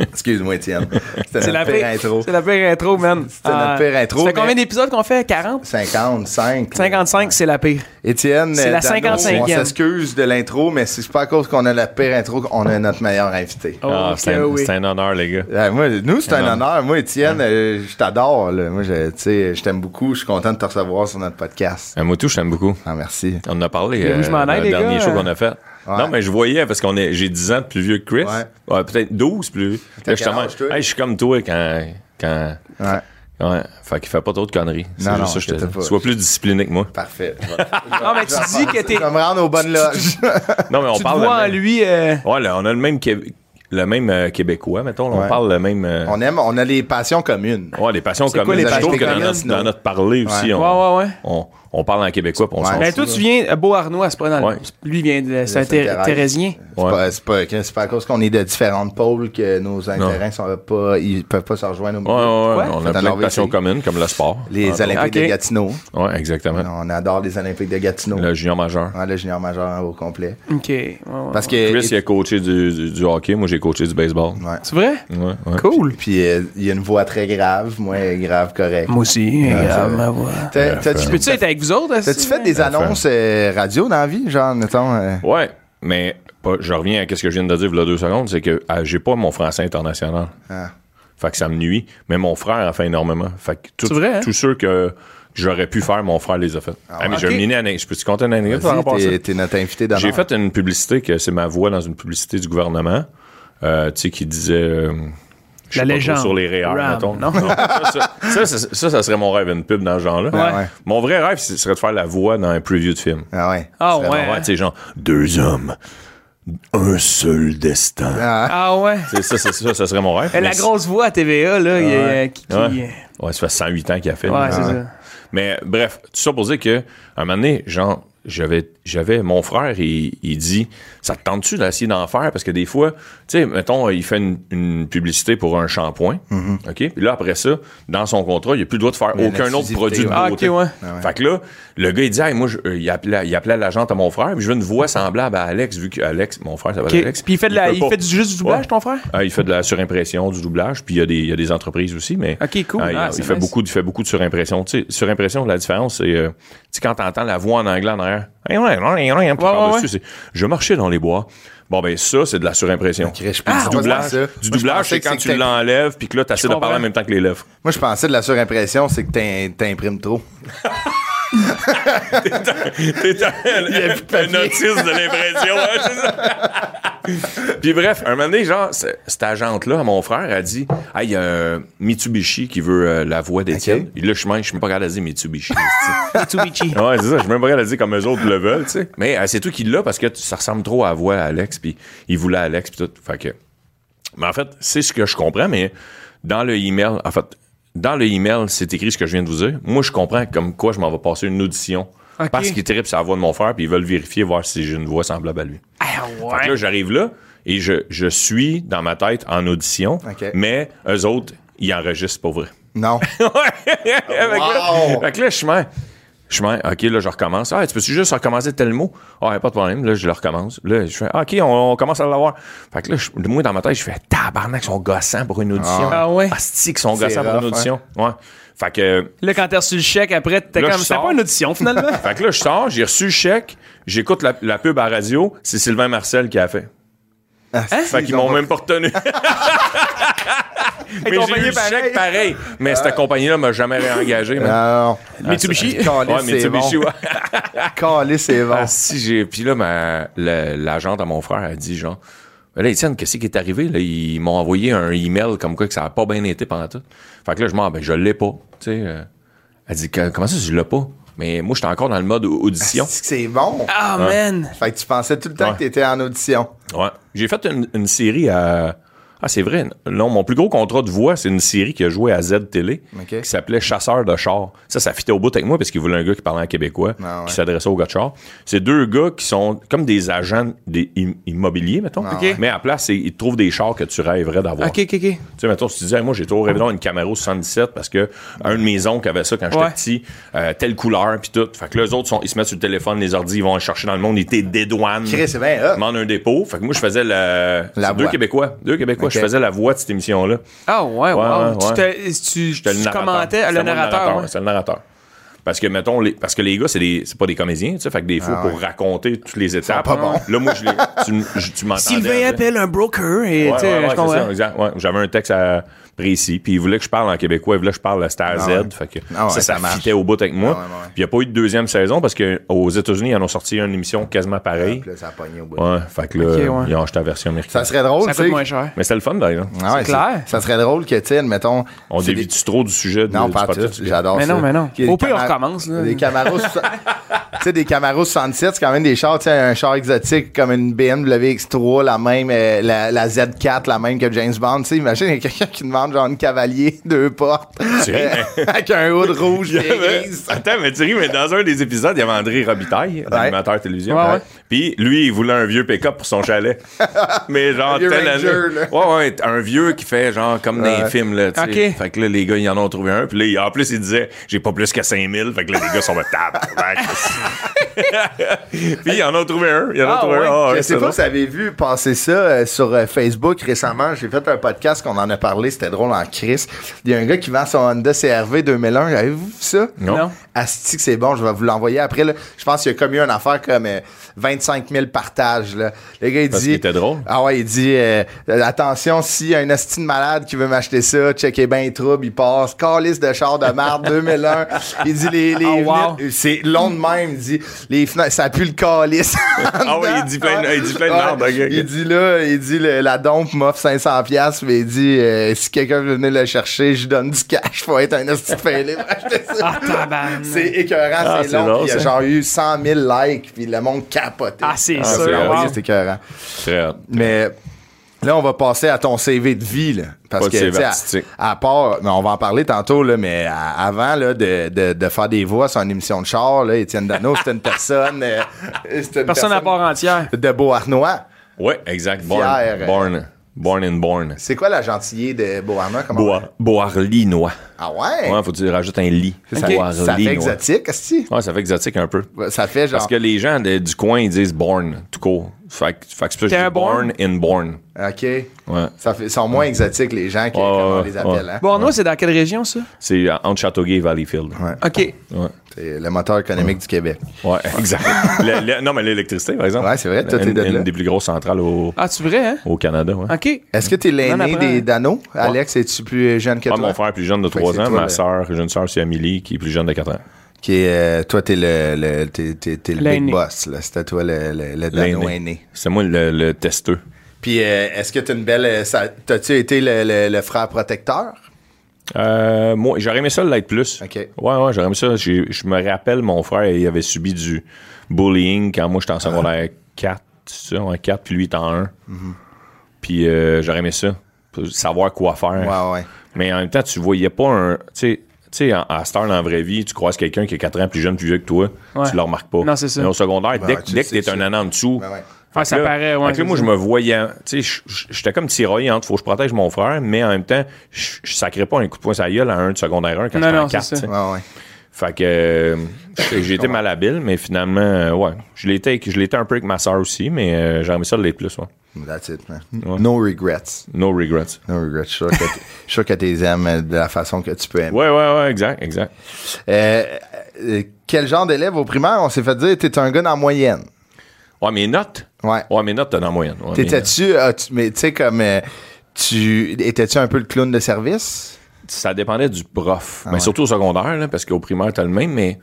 [SPEAKER 1] Excuse-moi, Étienne. C'était
[SPEAKER 2] C'est
[SPEAKER 1] notre
[SPEAKER 2] la
[SPEAKER 1] pire
[SPEAKER 2] pire
[SPEAKER 1] intro.
[SPEAKER 2] C'est la pire intro, man. Ah.
[SPEAKER 1] C'était notre pire intro,
[SPEAKER 2] Ça fait
[SPEAKER 1] mais-
[SPEAKER 2] combien d'épisodes qu'on fait? 40?
[SPEAKER 1] 55.
[SPEAKER 2] 55, c'est la pire.
[SPEAKER 1] Étienne,
[SPEAKER 2] C'est
[SPEAKER 1] euh,
[SPEAKER 2] la
[SPEAKER 1] Dano,
[SPEAKER 2] 55e.
[SPEAKER 1] on s'excuse de l'intro, mais c'est pas à cause qu'on a la pire intro qu'on a notre meilleur invité.
[SPEAKER 5] Ah,
[SPEAKER 2] Ok,
[SPEAKER 5] c'est un,
[SPEAKER 2] Oh, oui.
[SPEAKER 5] c'est un honneur, les gars.
[SPEAKER 1] Ouais, moi, nous, c'est un
[SPEAKER 5] non.
[SPEAKER 1] honneur. Moi, Étienne, euh, je t'adore. là. Moi, je, tu sais, je t'aime beaucoup. Je suis content de te recevoir sur notre podcast.
[SPEAKER 5] Un motou, je t'aime beaucoup.
[SPEAKER 1] Ah, merci.
[SPEAKER 5] On en a parlé
[SPEAKER 2] Mais où
[SPEAKER 5] euh,
[SPEAKER 2] je m'en aille,
[SPEAKER 5] dans
[SPEAKER 2] les
[SPEAKER 5] le dernier
[SPEAKER 2] gars,
[SPEAKER 5] show
[SPEAKER 2] euh?
[SPEAKER 5] qu'on a fait. Non, mais je voyais parce qu'on est j'ai 10 ans de plus vieux que Chris.
[SPEAKER 1] Ouais.
[SPEAKER 5] Ouais. peut-être 12 plus vieux.
[SPEAKER 1] T'as
[SPEAKER 5] Là,
[SPEAKER 1] quel
[SPEAKER 5] justement,
[SPEAKER 1] âge, toi?
[SPEAKER 5] hey, je suis comme toi quand quand
[SPEAKER 1] Ouais,
[SPEAKER 5] ouais, fait qu'il fait pas trop de conneries. C'est
[SPEAKER 1] Non,
[SPEAKER 5] juste
[SPEAKER 1] non,
[SPEAKER 5] ça que je te
[SPEAKER 1] t'étais pas-
[SPEAKER 5] dis. Sois plus discipliné que moi.
[SPEAKER 1] parfait.
[SPEAKER 2] Non, mais tu dis que t'es.
[SPEAKER 1] Je vais me rendre aux bonnes loges.
[SPEAKER 5] Non, mais on
[SPEAKER 2] Tu te
[SPEAKER 5] parle
[SPEAKER 2] vois en
[SPEAKER 5] le même-
[SPEAKER 2] lui. euh,
[SPEAKER 5] Ouais, là, on a le même Québé- le même euh, québécois, mettons, là,
[SPEAKER 1] Ouais.
[SPEAKER 5] on parle le même euh,
[SPEAKER 1] on aime, on a les passions communes.
[SPEAKER 5] Ouais, les passions
[SPEAKER 2] quoi, les
[SPEAKER 5] communes. Je
[SPEAKER 1] passions
[SPEAKER 5] trouve que dans
[SPEAKER 1] communes,
[SPEAKER 5] notre,
[SPEAKER 1] non?
[SPEAKER 5] dans notre parler aussi,
[SPEAKER 1] Ouais.
[SPEAKER 2] Ouais,
[SPEAKER 5] on,
[SPEAKER 2] ouais, ouais.
[SPEAKER 5] on, on parle en québécois puis on
[SPEAKER 1] Ouais.
[SPEAKER 5] s'en
[SPEAKER 2] Ben,
[SPEAKER 1] Ben,
[SPEAKER 5] fout.
[SPEAKER 2] toi, tu viens. Beauharnois, c'est pas dans le-
[SPEAKER 5] Ouais.
[SPEAKER 2] Lui vient de. C'est un Thé-
[SPEAKER 1] Saint-Thérèse.
[SPEAKER 2] Thérésien.
[SPEAKER 1] C'est
[SPEAKER 5] Ouais.
[SPEAKER 1] pas, c'est pas, que- c'est pas à cause qu'on est de différentes pôles que nos intérêts sont pas, ils peuvent pas se rejoindre au milieu.
[SPEAKER 5] Ouais, ouais, ouais,
[SPEAKER 2] Quoi?
[SPEAKER 5] on
[SPEAKER 1] Fait
[SPEAKER 5] a
[SPEAKER 1] dans
[SPEAKER 5] plein de
[SPEAKER 1] la
[SPEAKER 5] passions
[SPEAKER 1] VC.
[SPEAKER 5] communes comme le sport.
[SPEAKER 1] Les
[SPEAKER 5] Ouais,
[SPEAKER 1] Olympiques
[SPEAKER 2] ok.
[SPEAKER 1] de Gatineau.
[SPEAKER 5] Ouais, exactement.
[SPEAKER 1] On adore les Olympiques de Gatineau.
[SPEAKER 5] Le junior majeur.
[SPEAKER 1] Ouais, le junior majeur au complet.
[SPEAKER 2] Ok. ouais, ouais.
[SPEAKER 5] Ben,
[SPEAKER 1] Parce que.
[SPEAKER 5] Ah, Chris, il a coaché du, du- du hockey. Moi, j'ai coaché du baseball.
[SPEAKER 1] Ouais.
[SPEAKER 2] C'est vrai?
[SPEAKER 5] Ouais, ouais.
[SPEAKER 2] Cool.
[SPEAKER 1] Puis euh, il y a une voix très grave, moi grave correcte.
[SPEAKER 2] Moi aussi. regarde ma voix.
[SPEAKER 1] T'as- t'as-tu-
[SPEAKER 2] Je peux-tu être avec vous autres?
[SPEAKER 1] T'as-tu fait des annonces euh, radio dans la vie, genre, mettons? euh,
[SPEAKER 5] Ouais, mais pas- je reviens à ce que je viens de dire il y a deux secondes, c'est que ah, j'ai pas mon français international.
[SPEAKER 1] Ah.
[SPEAKER 5] Fait que ça me nuit. Mais mon frère en fait énormément. Fait que tout-
[SPEAKER 2] C'est vrai, hein?
[SPEAKER 5] tous ceux que j'aurais pu faire, mon frère les a fait. Ah, mais
[SPEAKER 2] ok.
[SPEAKER 5] j'ai une année. Je peux te compter une anecdote par
[SPEAKER 1] Vas-y,
[SPEAKER 5] rapport à ça?
[SPEAKER 1] t'es- t'es notre invité d'honneur.
[SPEAKER 5] J'ai fait une publicité que c'est ma voix dans une publicité du gouvernement, euh, tu sais, qui disait. euh, je
[SPEAKER 2] La
[SPEAKER 5] sais pas trop,
[SPEAKER 2] légende.
[SPEAKER 5] Sur les REER,
[SPEAKER 2] Ram,
[SPEAKER 5] mettons.
[SPEAKER 2] non?
[SPEAKER 5] ça, ça, ça- ça, ça serait mon rêve, une pub dans ce genre-là.
[SPEAKER 1] Ouais. ouais.
[SPEAKER 5] Mon vrai rêve, ce serait de faire la voix dans un preview de film.
[SPEAKER 1] Ah ouais.
[SPEAKER 2] Ah
[SPEAKER 5] Ouais, ouais,
[SPEAKER 2] ouais.
[SPEAKER 5] tu sais, genre, deux hommes, un seul destin.
[SPEAKER 1] Ah,
[SPEAKER 2] Ah ouais.
[SPEAKER 5] Tu sais, Ça, ça, ça, ça serait mon rêve.
[SPEAKER 2] Et La
[SPEAKER 5] Mais-
[SPEAKER 2] grosse voix à TVA, là, il y a- qui. qui-
[SPEAKER 5] Ouais. Ouais, ça fait 108 ans qu'il a fait.
[SPEAKER 2] Ouais, c'est ça.
[SPEAKER 5] Mais bref, tout ça pour dire que, à un moment donné, genre, j'avais, j'avais mon frère, il, il dit Ça te tente-tu d'essayer d'en faire Parce que des fois, tu sais, mettons, il fait une, une publicité pour un shampoing.
[SPEAKER 2] Mm-hmm.
[SPEAKER 5] OK Puis là, après ça, dans son contrat, il n'a plus le droit de faire
[SPEAKER 1] y a une
[SPEAKER 5] aucun autre
[SPEAKER 1] exclusivité,
[SPEAKER 5] produit de
[SPEAKER 1] ouais.
[SPEAKER 2] Ah,
[SPEAKER 5] beauté.
[SPEAKER 2] ok, ouais.
[SPEAKER 5] Fait que là, le gars, il dit Hey, Moi, je- euh, il appelait, il appelait l'agent à mon frère, puis je veux une voix semblable à Alex, vu que Alex, mon frère, ça va
[SPEAKER 2] Ok.
[SPEAKER 5] Alex.
[SPEAKER 2] Puis il fait, de la,
[SPEAKER 5] peut
[SPEAKER 2] il
[SPEAKER 5] pas.
[SPEAKER 2] fait du- juste du doublage,
[SPEAKER 5] Ouais.
[SPEAKER 2] ton frère?
[SPEAKER 5] Ah, il fait de la surimpression, du doublage, puis il y a des, il y a des entreprises aussi, mais
[SPEAKER 2] Ok, cool.
[SPEAKER 5] il,
[SPEAKER 2] Ah,
[SPEAKER 5] il
[SPEAKER 2] c'est
[SPEAKER 5] fait
[SPEAKER 2] nice.
[SPEAKER 5] beaucoup, il fait beaucoup de surimpression. Tu sais, surimpression, la différence, c'est euh, tu sais, quand t'entends la voix en anglais en arrière, Hey, ouais, ouais, ouais, ouais, puis
[SPEAKER 2] Ouais,
[SPEAKER 5] par-dessus,
[SPEAKER 2] ouais.
[SPEAKER 5] c'est je marchais dans les bois. Bon ben ça, c'est de la surimpression.
[SPEAKER 1] Chris, je pensais
[SPEAKER 5] du
[SPEAKER 1] pas
[SPEAKER 5] doublage,
[SPEAKER 1] ça. Moi,
[SPEAKER 5] du
[SPEAKER 1] je
[SPEAKER 5] doublage,
[SPEAKER 1] pensais
[SPEAKER 5] c'est
[SPEAKER 1] que
[SPEAKER 5] quand
[SPEAKER 1] c'est que
[SPEAKER 5] tu
[SPEAKER 1] t'as-
[SPEAKER 5] l'enlèves, puis que là, t'essaies de
[SPEAKER 2] comprends.
[SPEAKER 5] parler en même temps que les lèvres.
[SPEAKER 1] moi, je pensais de la surimpression, c'est que t'im- t'imprimes trop.
[SPEAKER 5] T'es un, un autiste de l'impression. hein, c'est ça. Puis bref, un moment donné, genre, c- cette agente-là, à mon frère, a dit Hey, il y a un Mitsubishi qui veut euh, la voix d'Étienne.
[SPEAKER 1] Ok.
[SPEAKER 5] Et là, je suis même- je suis même pas capable de dire Mitsubishi. c'est-tu.
[SPEAKER 2] Mitsubishi.
[SPEAKER 5] ouais, c'est ça, je suis même pas capable de dire comme eux autres le veulent, tu sais. Mais euh, c'est tout qui l'a parce que t- ça ressemble trop à la voix à Alex, puis il voulait Alex, puis tout. Fait que. Mais en fait, c'est ce que je comprends, mais dans le email, en fait, dans le email, c'est écrit ce que je viens de vous dire. Moi, je comprends comme quoi je m'en vais passer une audition.
[SPEAKER 2] Ok.
[SPEAKER 5] Parce qu'ils trippent sur la voix de mon frère, puis ils veulent vérifier, voir si j'ai une voix semblable à lui.
[SPEAKER 2] Ah
[SPEAKER 5] Fait que
[SPEAKER 2] ouais.
[SPEAKER 5] là, j'arrive là et je, je suis dans ma tête en audition,
[SPEAKER 1] Ok.
[SPEAKER 5] mais eux autres, ils enregistrent pour vrai.
[SPEAKER 1] Non.
[SPEAKER 5] fait, que
[SPEAKER 1] Wow!
[SPEAKER 5] là, fait que là, je suis même- je suis même, OK, là, je recommence. Ah, tu peux-tu juste recommencer tel mot? Ah, pas de problème. Là, je le recommence. Là, je fais, ah, OK, on, on commence à l'avoir. Fait que là, je- moi, dans ma tête, je fais, tabarnak, ils sont gossants pour une audition.
[SPEAKER 2] Ah ouais?
[SPEAKER 5] Asti, qu'ils sont
[SPEAKER 1] C'est
[SPEAKER 5] gossants pour
[SPEAKER 1] rough,
[SPEAKER 5] une audition. Ouais. Fait que,
[SPEAKER 2] Là, quand t'as reçu le chèque, après, t'étais
[SPEAKER 5] Là,
[SPEAKER 2] comme.
[SPEAKER 5] je
[SPEAKER 2] C'était
[SPEAKER 5] sors.
[SPEAKER 2] pas une audition, finalement.
[SPEAKER 5] fait que là, je sors, j'ai reçu le chèque, j'écoute la, la pub à la radio, c'est Sylvain Marcel qui a fait. Fait qu'ils m'ont même pas retenu. Mais
[SPEAKER 2] t'ont
[SPEAKER 5] j'ai eu
[SPEAKER 2] payé
[SPEAKER 5] le chèque pareil. Mais cette compagnie-là m'a jamais réengagé. man.
[SPEAKER 1] Non.
[SPEAKER 5] Mitsubishi.
[SPEAKER 1] Calais,
[SPEAKER 5] Ouais,
[SPEAKER 1] Ah. c'est
[SPEAKER 5] Mitsubishi,
[SPEAKER 1] bon.
[SPEAKER 5] ouais.
[SPEAKER 1] Calais, c'est bon.
[SPEAKER 5] Ah, si j'ai. Puis là, ma, la- l'agente à mon frère a dit genre. Là, Étienne, qu'est-ce qui est arrivé? Là, ils m'ont envoyé un email comme quoi que ça n'a pas bien été pendant tout. Fait que là, je m'en ben, je l'ai pas. Tu sais, euh. elle dit, Que- comment ça, je l'ai pas? Mais moi, j'étais encore dans le mode au- audition.
[SPEAKER 1] C'est que C'est bon.
[SPEAKER 2] Ah, man.
[SPEAKER 1] Fait que tu pensais tout le temps
[SPEAKER 5] Ouais.
[SPEAKER 1] que t'étais en audition.
[SPEAKER 5] Ouais. J'ai fait une, une série à. Ah, c'est vrai. Non, mon plus gros contrat de voix, c'est une série qui a joué à Z Télé
[SPEAKER 1] Ok.
[SPEAKER 5] qui s'appelait Chasseur de chars. Ça, ça fitait au bout avec moi parce qu'il voulait un gars qui parlait en québécois,
[SPEAKER 1] Ah ouais.
[SPEAKER 5] qui s'adressait aux gars de chars. C'est deux gars qui sont comme des agents des im- immobiliers, mettons.
[SPEAKER 1] Ah
[SPEAKER 2] ouais.
[SPEAKER 5] Mais à la place, c'est- ils te trouvent des chars que tu rêverais d'avoir.
[SPEAKER 2] Ok, ok, ok.
[SPEAKER 5] Tu sais, mettons, si tu disais, moi, j'ai toujours rêvé d'avoir une Camaro 77 parce que un de mes oncles avait ça quand j'étais
[SPEAKER 2] Ouais.
[SPEAKER 5] petit, euh, telle couleur, puis tout. Fait que là, eux autres, sont, ils se mettent sur le téléphone, les ordi, ils vont chercher dans le monde, ils étaient dédouanés
[SPEAKER 1] Chris, c'est bien hot.
[SPEAKER 5] demande un dépôt. Fait que moi, je faisais la,
[SPEAKER 1] La
[SPEAKER 5] c'est deux
[SPEAKER 1] voix.
[SPEAKER 5] Québécois. Deux Québécois.
[SPEAKER 1] Ok.
[SPEAKER 5] Je faisais la voix de cette émission-là.
[SPEAKER 2] Ah ouais,
[SPEAKER 5] Ouais,
[SPEAKER 2] wow.
[SPEAKER 5] ouais,
[SPEAKER 2] Tu,
[SPEAKER 5] ouais.
[SPEAKER 2] te- tu,
[SPEAKER 5] J'étais le
[SPEAKER 2] tu
[SPEAKER 5] narrateur.
[SPEAKER 2] commentais
[SPEAKER 5] C'était
[SPEAKER 2] le
[SPEAKER 5] moi
[SPEAKER 2] narrateur. ouais.
[SPEAKER 5] C'était le narrateur. Parce que, mettons, les, parce que les gars, c'est, des, c'est pas des comédiens, tu sais. Fait que des
[SPEAKER 1] Ah
[SPEAKER 5] fois, pour raconter toutes les étapes.
[SPEAKER 1] pas bons.
[SPEAKER 5] Là, moi, je les, tu, m- je- tu m'entendais.
[SPEAKER 2] Sylvain
[SPEAKER 5] là.
[SPEAKER 2] appelle un broker et
[SPEAKER 5] Ouais,
[SPEAKER 2] tu
[SPEAKER 5] ouais, ouais,
[SPEAKER 2] sais, je
[SPEAKER 5] c'est
[SPEAKER 2] comprends.
[SPEAKER 5] ça, exact. Ouais, j'avais un texte à- précis, puis il voulait que je parle en québécois, il voulait que je parle à Star Z,
[SPEAKER 1] ouais.
[SPEAKER 5] fait que
[SPEAKER 1] Ah ouais,
[SPEAKER 5] ça, ça,
[SPEAKER 1] ça marche.
[SPEAKER 5] fitait au bout avec moi.
[SPEAKER 1] Ah ouais, ouais.
[SPEAKER 5] Puis il n'y a pas eu de deuxième saison, parce qu'aux États-Unis, ils en ont sorti une émission quasiment pareille.
[SPEAKER 1] Puis là, ça a pogné au bout.
[SPEAKER 5] Ouais, fait que là,
[SPEAKER 2] Ok, ouais.
[SPEAKER 5] ils ont acheté la version américaine.
[SPEAKER 1] Ah, Ça serait drôle,
[SPEAKER 2] Ça
[SPEAKER 1] tu
[SPEAKER 2] coûte
[SPEAKER 1] sais.
[SPEAKER 2] moins cher.
[SPEAKER 5] Mais c'était le fun, d'ailleurs.
[SPEAKER 1] Ah ouais,
[SPEAKER 2] C'est clair.
[SPEAKER 1] Ça serait drôle que, tu sais, mettons.
[SPEAKER 5] On
[SPEAKER 1] c'est des-
[SPEAKER 5] dévie-tu trop du sujet de,
[SPEAKER 1] Non,
[SPEAKER 5] du
[SPEAKER 1] pas tout.
[SPEAKER 5] podcast?
[SPEAKER 1] J'adore
[SPEAKER 2] Mais
[SPEAKER 1] ça.
[SPEAKER 2] non, mais non.
[SPEAKER 1] Qu'il y ait
[SPEAKER 2] Au
[SPEAKER 1] des
[SPEAKER 2] pire, on
[SPEAKER 1] Camar-
[SPEAKER 2] recommence, là.
[SPEAKER 1] Des Camaros. tu sais, des Camaros 67, c'est quand même des chars, tu sais, un char exotique comme une BMW X3, la même, euh, la, la Z4, la même que James Bond. Tu sais, imagine, il y a quelqu'un qui demande genre une cavalier, deux portes, euh,
[SPEAKER 5] Tu ris, mais-
[SPEAKER 1] avec un hood rouge,
[SPEAKER 5] Il y
[SPEAKER 1] des
[SPEAKER 5] avait-
[SPEAKER 1] grises.
[SPEAKER 5] Attends, mais Thierry, mais dans un des épisodes, il y avait André Robitaille, l'animateur télévision.
[SPEAKER 2] Ouais, ouais.
[SPEAKER 5] Puis lui, il voulait un vieux pick-up pour son chalet. mais genre,
[SPEAKER 1] vieux
[SPEAKER 5] telle
[SPEAKER 1] Ranger,
[SPEAKER 5] année-
[SPEAKER 1] là.
[SPEAKER 5] Ouais, ouais, un vieux qui fait genre comme dans les films, là. tu sais.
[SPEAKER 2] Ok.
[SPEAKER 5] Fait que là, les gars, ils en ont trouvé un. Puis là, il- en plus, il disait, j'ai pas plus que 5000. Fait que là, les gars sont me Puis ils en ont trouvé un. Ils en ont
[SPEAKER 2] Ah,
[SPEAKER 5] trouvé
[SPEAKER 2] ouais.
[SPEAKER 5] un. Ah, ouais,
[SPEAKER 1] Je sais
[SPEAKER 5] c'est
[SPEAKER 1] pas
[SPEAKER 5] bon.
[SPEAKER 1] si vous avez vu passer ça euh, sur euh, Facebook récemment. J'ai fait un podcast qu'on en a parlé. C'était drôle en crise. Il y a un gars qui vend son Honda CRV 2001. Avez-vous vu ça?
[SPEAKER 5] Non.
[SPEAKER 2] Non.
[SPEAKER 1] Asti que c'est bon, je vais vous l'envoyer après. là. Je pense qu'il y a comme eu une affaire comme euh, 25 000 partages. Là. Le gars, il
[SPEAKER 5] Parce
[SPEAKER 1] dit...
[SPEAKER 5] qu'il était drôle.
[SPEAKER 1] Ah ouais, il dit, euh, attention, s'il y a un asti de malade qui veut m'acheter ça, checkez bien les troubles, il passe. Calice de char de marde 2001. Il dit, les... les
[SPEAKER 2] Oh,
[SPEAKER 1] fenêtres-
[SPEAKER 2] wow.
[SPEAKER 1] C'est long de même, il dit, les fenêtres, ça pue le calice.
[SPEAKER 5] Ah ouais, il dit plein de- il dit plein de
[SPEAKER 1] Ouais.
[SPEAKER 5] merde, ok, ok.
[SPEAKER 1] Il dit là, il dit le- la dompe m'offre 500 pièces, mais il dit euh, si quelqu'un veut venir le chercher, je donne du cash, faut être un esti fêlé pour acheter ça.
[SPEAKER 2] tabarnak.
[SPEAKER 1] c'est écœurant,
[SPEAKER 5] Ah,
[SPEAKER 1] c'est
[SPEAKER 5] c'est
[SPEAKER 1] long,
[SPEAKER 5] drôle,
[SPEAKER 1] puis il y a
[SPEAKER 5] ça.
[SPEAKER 1] genre eu 100 000 likes, puis le monde capotait.
[SPEAKER 2] Ah, c'est
[SPEAKER 5] c'est
[SPEAKER 2] sûr.
[SPEAKER 5] vrai,
[SPEAKER 2] wow.
[SPEAKER 1] oui, c'est écœurant.
[SPEAKER 5] Très hâte.
[SPEAKER 1] Mais là, on va passer à ton CV de vie, là. Parce
[SPEAKER 5] Pas de
[SPEAKER 1] que,
[SPEAKER 5] CV
[SPEAKER 1] tu sais, à-
[SPEAKER 5] artistique.
[SPEAKER 1] à, part, mais on va en parler tantôt, là, mais à- avant, là, de, de, de faire des voix sur une émission de char, là, Étienne Dano, c'était une personne, euh, c'était une
[SPEAKER 2] Personne à part entière.
[SPEAKER 1] de Beauharnois.
[SPEAKER 5] Ouais, exact. Born.
[SPEAKER 1] Fier.
[SPEAKER 5] Born. Born and born.
[SPEAKER 1] C'est quoi la gentillée de Beauharnois? Comment
[SPEAKER 5] Boar- Boarlinois.
[SPEAKER 1] Ah ouais?
[SPEAKER 5] Ouais, faut que tu rajoutes un lit.
[SPEAKER 1] Ça,
[SPEAKER 5] Boarlinois.
[SPEAKER 1] ça fait exotique, Ah. est
[SPEAKER 5] Ouais, ça fait exotique un peu.
[SPEAKER 1] Ça fait genre...
[SPEAKER 5] Parce que les gens de- du coin, ils disent born, tout court. Fait que fait que c'est pour ça que
[SPEAKER 2] T'es
[SPEAKER 5] je
[SPEAKER 2] un
[SPEAKER 5] dis born and born.
[SPEAKER 1] OK.
[SPEAKER 5] Ouais.
[SPEAKER 1] Ça fait, sont moins exotiques, les gens, que
[SPEAKER 5] Ouais,
[SPEAKER 1] comment on
[SPEAKER 5] ouais,
[SPEAKER 1] les
[SPEAKER 5] ouais.
[SPEAKER 1] appelle. Hein?
[SPEAKER 2] Borno, c'est dans quelle région, ça?
[SPEAKER 5] C'est euh, entre Châteauguay et Valleyfield.
[SPEAKER 2] OK.
[SPEAKER 5] Ouais.
[SPEAKER 1] C'est le moteur économique du Québec.
[SPEAKER 5] Ouais, exact. Le- le- non, mais l'électricité, par exemple.
[SPEAKER 1] Ouais, c'est vrai, toi, t'es
[SPEAKER 5] Une,
[SPEAKER 1] de
[SPEAKER 5] une
[SPEAKER 1] là.
[SPEAKER 5] des plus grosses centrales au,
[SPEAKER 2] Ah, tu vrai, hein?
[SPEAKER 5] au Canada.
[SPEAKER 1] Ah,
[SPEAKER 5] Ouais.
[SPEAKER 2] OK.
[SPEAKER 1] Est-ce que t'es
[SPEAKER 2] Non,
[SPEAKER 1] l'aîné
[SPEAKER 2] après-
[SPEAKER 1] des Dano? Alex, es-tu plus jeune que
[SPEAKER 5] Moi,
[SPEAKER 1] toi?
[SPEAKER 5] mon frère plus jeune de
[SPEAKER 1] Fait que
[SPEAKER 5] 3
[SPEAKER 1] c'est
[SPEAKER 5] ans,
[SPEAKER 1] toi, le-
[SPEAKER 5] ma soeur, j'ai une soeur, c'est Amélie, qui est plus jeune de 4 ans.
[SPEAKER 1] Qui est, euh, toi, t'es le, le, t'es, t'es- t'es le big
[SPEAKER 2] L'aîné.
[SPEAKER 1] boss. Là. C'était toi le, le, le Dano aîné.
[SPEAKER 5] C'est moi le, le testeux.
[SPEAKER 1] Puis, euh, est-ce que t'es une belle... euh, ça- t'as-tu été le, le- le frère protecteur?
[SPEAKER 5] Euh, moi, j'aurais aimé ça l'être plus.
[SPEAKER 1] Ok.
[SPEAKER 5] Ouais, ouais, j'aurais aimé ça. J'ai- Je me rappelle, mon frère, il avait subi du bullying quand moi, j'étais
[SPEAKER 1] Ah. Mhm.
[SPEAKER 5] en secondaire 4, c'est ça, en 4, puis lui, il était en 1. Puis euh, j'aurais aimé ça. savoir quoi faire.
[SPEAKER 1] Ouais, ouais.
[SPEAKER 5] Mais en même temps, tu voyais pas un. Tu sais, tu sais, en- à cette heure, dans la vraie vie, tu croises quelqu'un qui est 4 ans plus jeune, plus vieux que toi,
[SPEAKER 2] Ouais.
[SPEAKER 5] tu le remarques pas.
[SPEAKER 2] Non, c'est ça.
[SPEAKER 5] Mais au secondaire, dès,
[SPEAKER 1] ouais, tu
[SPEAKER 5] dès
[SPEAKER 1] sais
[SPEAKER 5] que t'es
[SPEAKER 1] ça.
[SPEAKER 5] un an en dessous,
[SPEAKER 1] Ben ouais.
[SPEAKER 5] fait que
[SPEAKER 2] ça
[SPEAKER 5] là-
[SPEAKER 2] paraît, ouais,
[SPEAKER 5] fait que là, moi,
[SPEAKER 2] c'est
[SPEAKER 5] je me voyais. Tu sais, je- je- j'étais comme tiraillé entre faut que je protège mon frère, mais en même temps, je je sacrais pas un coup de poing sur la gueule à un de secondaire 1 quand
[SPEAKER 2] Non,
[SPEAKER 5] j'étais
[SPEAKER 2] non,
[SPEAKER 5] en
[SPEAKER 2] c'est
[SPEAKER 5] 4.
[SPEAKER 2] ça.
[SPEAKER 1] Ouais, ouais.
[SPEAKER 5] Fait que euh, j'ai- j'ai été malhabile, mais finalement, euh, ouais. Je l'étais avec- je l'étais un peu avec ma soeur aussi, mais euh, j'aurais aimé ça l'être plus, ouais.
[SPEAKER 1] That's it, man. No regrets.
[SPEAKER 5] No regrets.
[SPEAKER 1] No regrets. Je suis sûr que t'es- je suis sûr que t'es aimes euh, de la façon que tu peux aimer.
[SPEAKER 5] Ouais, ouais, ouais, exact, exact.
[SPEAKER 1] Euh, euh, quel genre d'élève au primaire, on s'est fait dire, t'es un gars dans la moyenne.
[SPEAKER 5] Ouais, mes notes.
[SPEAKER 1] Ouais.
[SPEAKER 5] Ouais, mes notes, t'es dans la moyenne. Ouais, mes-
[SPEAKER 1] T'étais-tu, ah, tu- mais tu sais, comme, euh, tu, étais-tu un peu le clown de service?
[SPEAKER 5] ça dépendait du prof.
[SPEAKER 1] Ah
[SPEAKER 5] mais surtout au secondaire, là, parce qu'au primaire, t'as le même, mais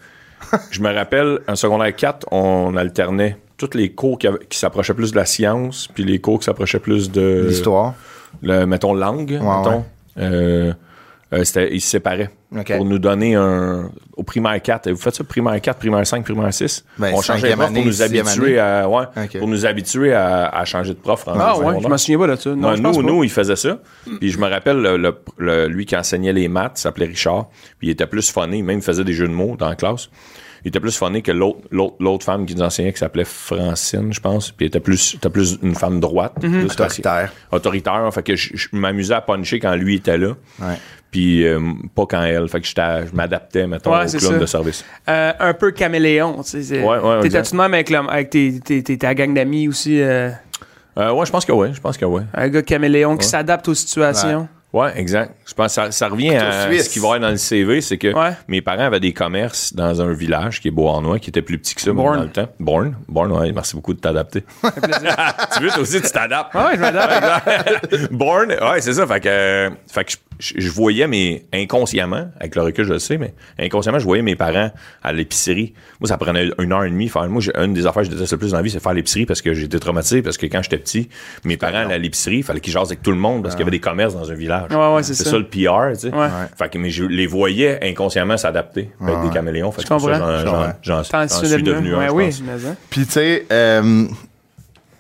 [SPEAKER 5] je me rappelle, en secondaire 4, on alternait tous les cours qui, avaient- qui s'approchaient plus de la science, puis les cours qui s'approchaient plus de...
[SPEAKER 1] L'histoire?
[SPEAKER 5] le- mettons, langue, mettons.
[SPEAKER 1] ouais.
[SPEAKER 5] Euh, euh, c'était- ils se séparaient
[SPEAKER 1] Ok.
[SPEAKER 5] pour nous donner un... Au primaire 4, vous faites ça, primaire 4, primaire 5, primaire 6?
[SPEAKER 1] Ben,
[SPEAKER 5] on changeait de
[SPEAKER 1] cinquième
[SPEAKER 5] prof
[SPEAKER 1] année,
[SPEAKER 5] pour nous
[SPEAKER 1] sixième
[SPEAKER 5] habituer à... Ouais,
[SPEAKER 1] Ok.
[SPEAKER 5] pour nous habituer à, à changer de prof. rendu
[SPEAKER 2] Ah
[SPEAKER 5] au
[SPEAKER 2] ouais, je
[SPEAKER 5] secondaire.
[SPEAKER 2] m'en souviens pas de ça. Non,
[SPEAKER 5] Ouais,
[SPEAKER 2] je pense
[SPEAKER 5] nous,
[SPEAKER 2] pas. Mm.
[SPEAKER 5] nous, il faisait ça. Puis je me rappelle, le- le- le- lui qui enseignait les maths, il s'appelait Richard. Puis il était plus funny. Même, il faisait des jeux de mots dans la classe. Il était plus funny que l'autre, l'autre, l'autre femme qui nous enseignait, qui s'appelait Francine, je pense. Puis il était plus, était plus une femme droite.
[SPEAKER 2] Mm-hmm.
[SPEAKER 5] plus
[SPEAKER 1] Autoritaire.
[SPEAKER 5] faci- Autoritaire. Fait que je, je m'amusais à puncher quand lui était là.
[SPEAKER 1] Ouais.
[SPEAKER 5] Puis euh, pas quand elle. Fait que j'étais à- je m'adaptais, mettons,
[SPEAKER 2] Ouais,
[SPEAKER 5] au
[SPEAKER 2] c'est
[SPEAKER 5] clown
[SPEAKER 2] ça.
[SPEAKER 5] de service.
[SPEAKER 2] Euh, un peu caméléon. tu sais, c'est-
[SPEAKER 5] Ouais, ouais,
[SPEAKER 2] T'étais
[SPEAKER 5] exact.
[SPEAKER 2] tout de même avec, le- avec tes, tes, tes- ta gang d'amis aussi. euh,
[SPEAKER 5] Euh, ouais, je pense que ouais. Je pense que ouais.
[SPEAKER 2] un gars caméléon qui s'adapte aux situations.
[SPEAKER 5] Ouais, exact. Je pense que ça, ça revient à
[SPEAKER 1] suisse.
[SPEAKER 5] ce qui va être dans le CV, c'est que
[SPEAKER 2] Ouais.
[SPEAKER 5] mes parents avaient des commerces dans un village qui est Beauharnois, qui était plus petit que ça mais
[SPEAKER 2] Bourne.
[SPEAKER 5] dans le temps. Born. Born, ouais, merci beaucoup de t'adapter. tu veux, toi aussi, tu t'adaptes.
[SPEAKER 2] Ah ouais, je m'adapte.
[SPEAKER 5] Born, ouais, c'est ça. Fait que, euh, fait que je, je- je voyais, mais inconsciemment, avec le recul, je le sais, mais inconsciemment, je voyais mes parents à l'épicerie. Moi, ça prenait une heure et demie. Faire. Moi, j'ai- une des affaires que je déteste le plus dans la vie, c'est faire l'épicerie parce que j'étais traumatisé, parce que quand j'étais petit, mes parents allaient à l'épicerie, il fallait qu'ils jasent avec tout le monde parce qu'il y avait des commerces dans un village.
[SPEAKER 2] Ouais, ouais, c'est ça.
[SPEAKER 5] le PR, tu sais.
[SPEAKER 2] Ouais.
[SPEAKER 5] Fait que, mais je les voyais inconsciemment s'adapter avec des caméléons. Fait que
[SPEAKER 2] Je
[SPEAKER 5] pour ça,
[SPEAKER 2] comprends.
[SPEAKER 5] j'en-
[SPEAKER 1] Je
[SPEAKER 5] j'en-
[SPEAKER 1] comprends.
[SPEAKER 5] J'en
[SPEAKER 2] T'en
[SPEAKER 5] j'en suis devenu un,
[SPEAKER 2] Ouais,
[SPEAKER 5] Ah, je
[SPEAKER 2] oui,
[SPEAKER 5] pense.
[SPEAKER 2] mais, hein.
[SPEAKER 1] Puis, tu sais, euh,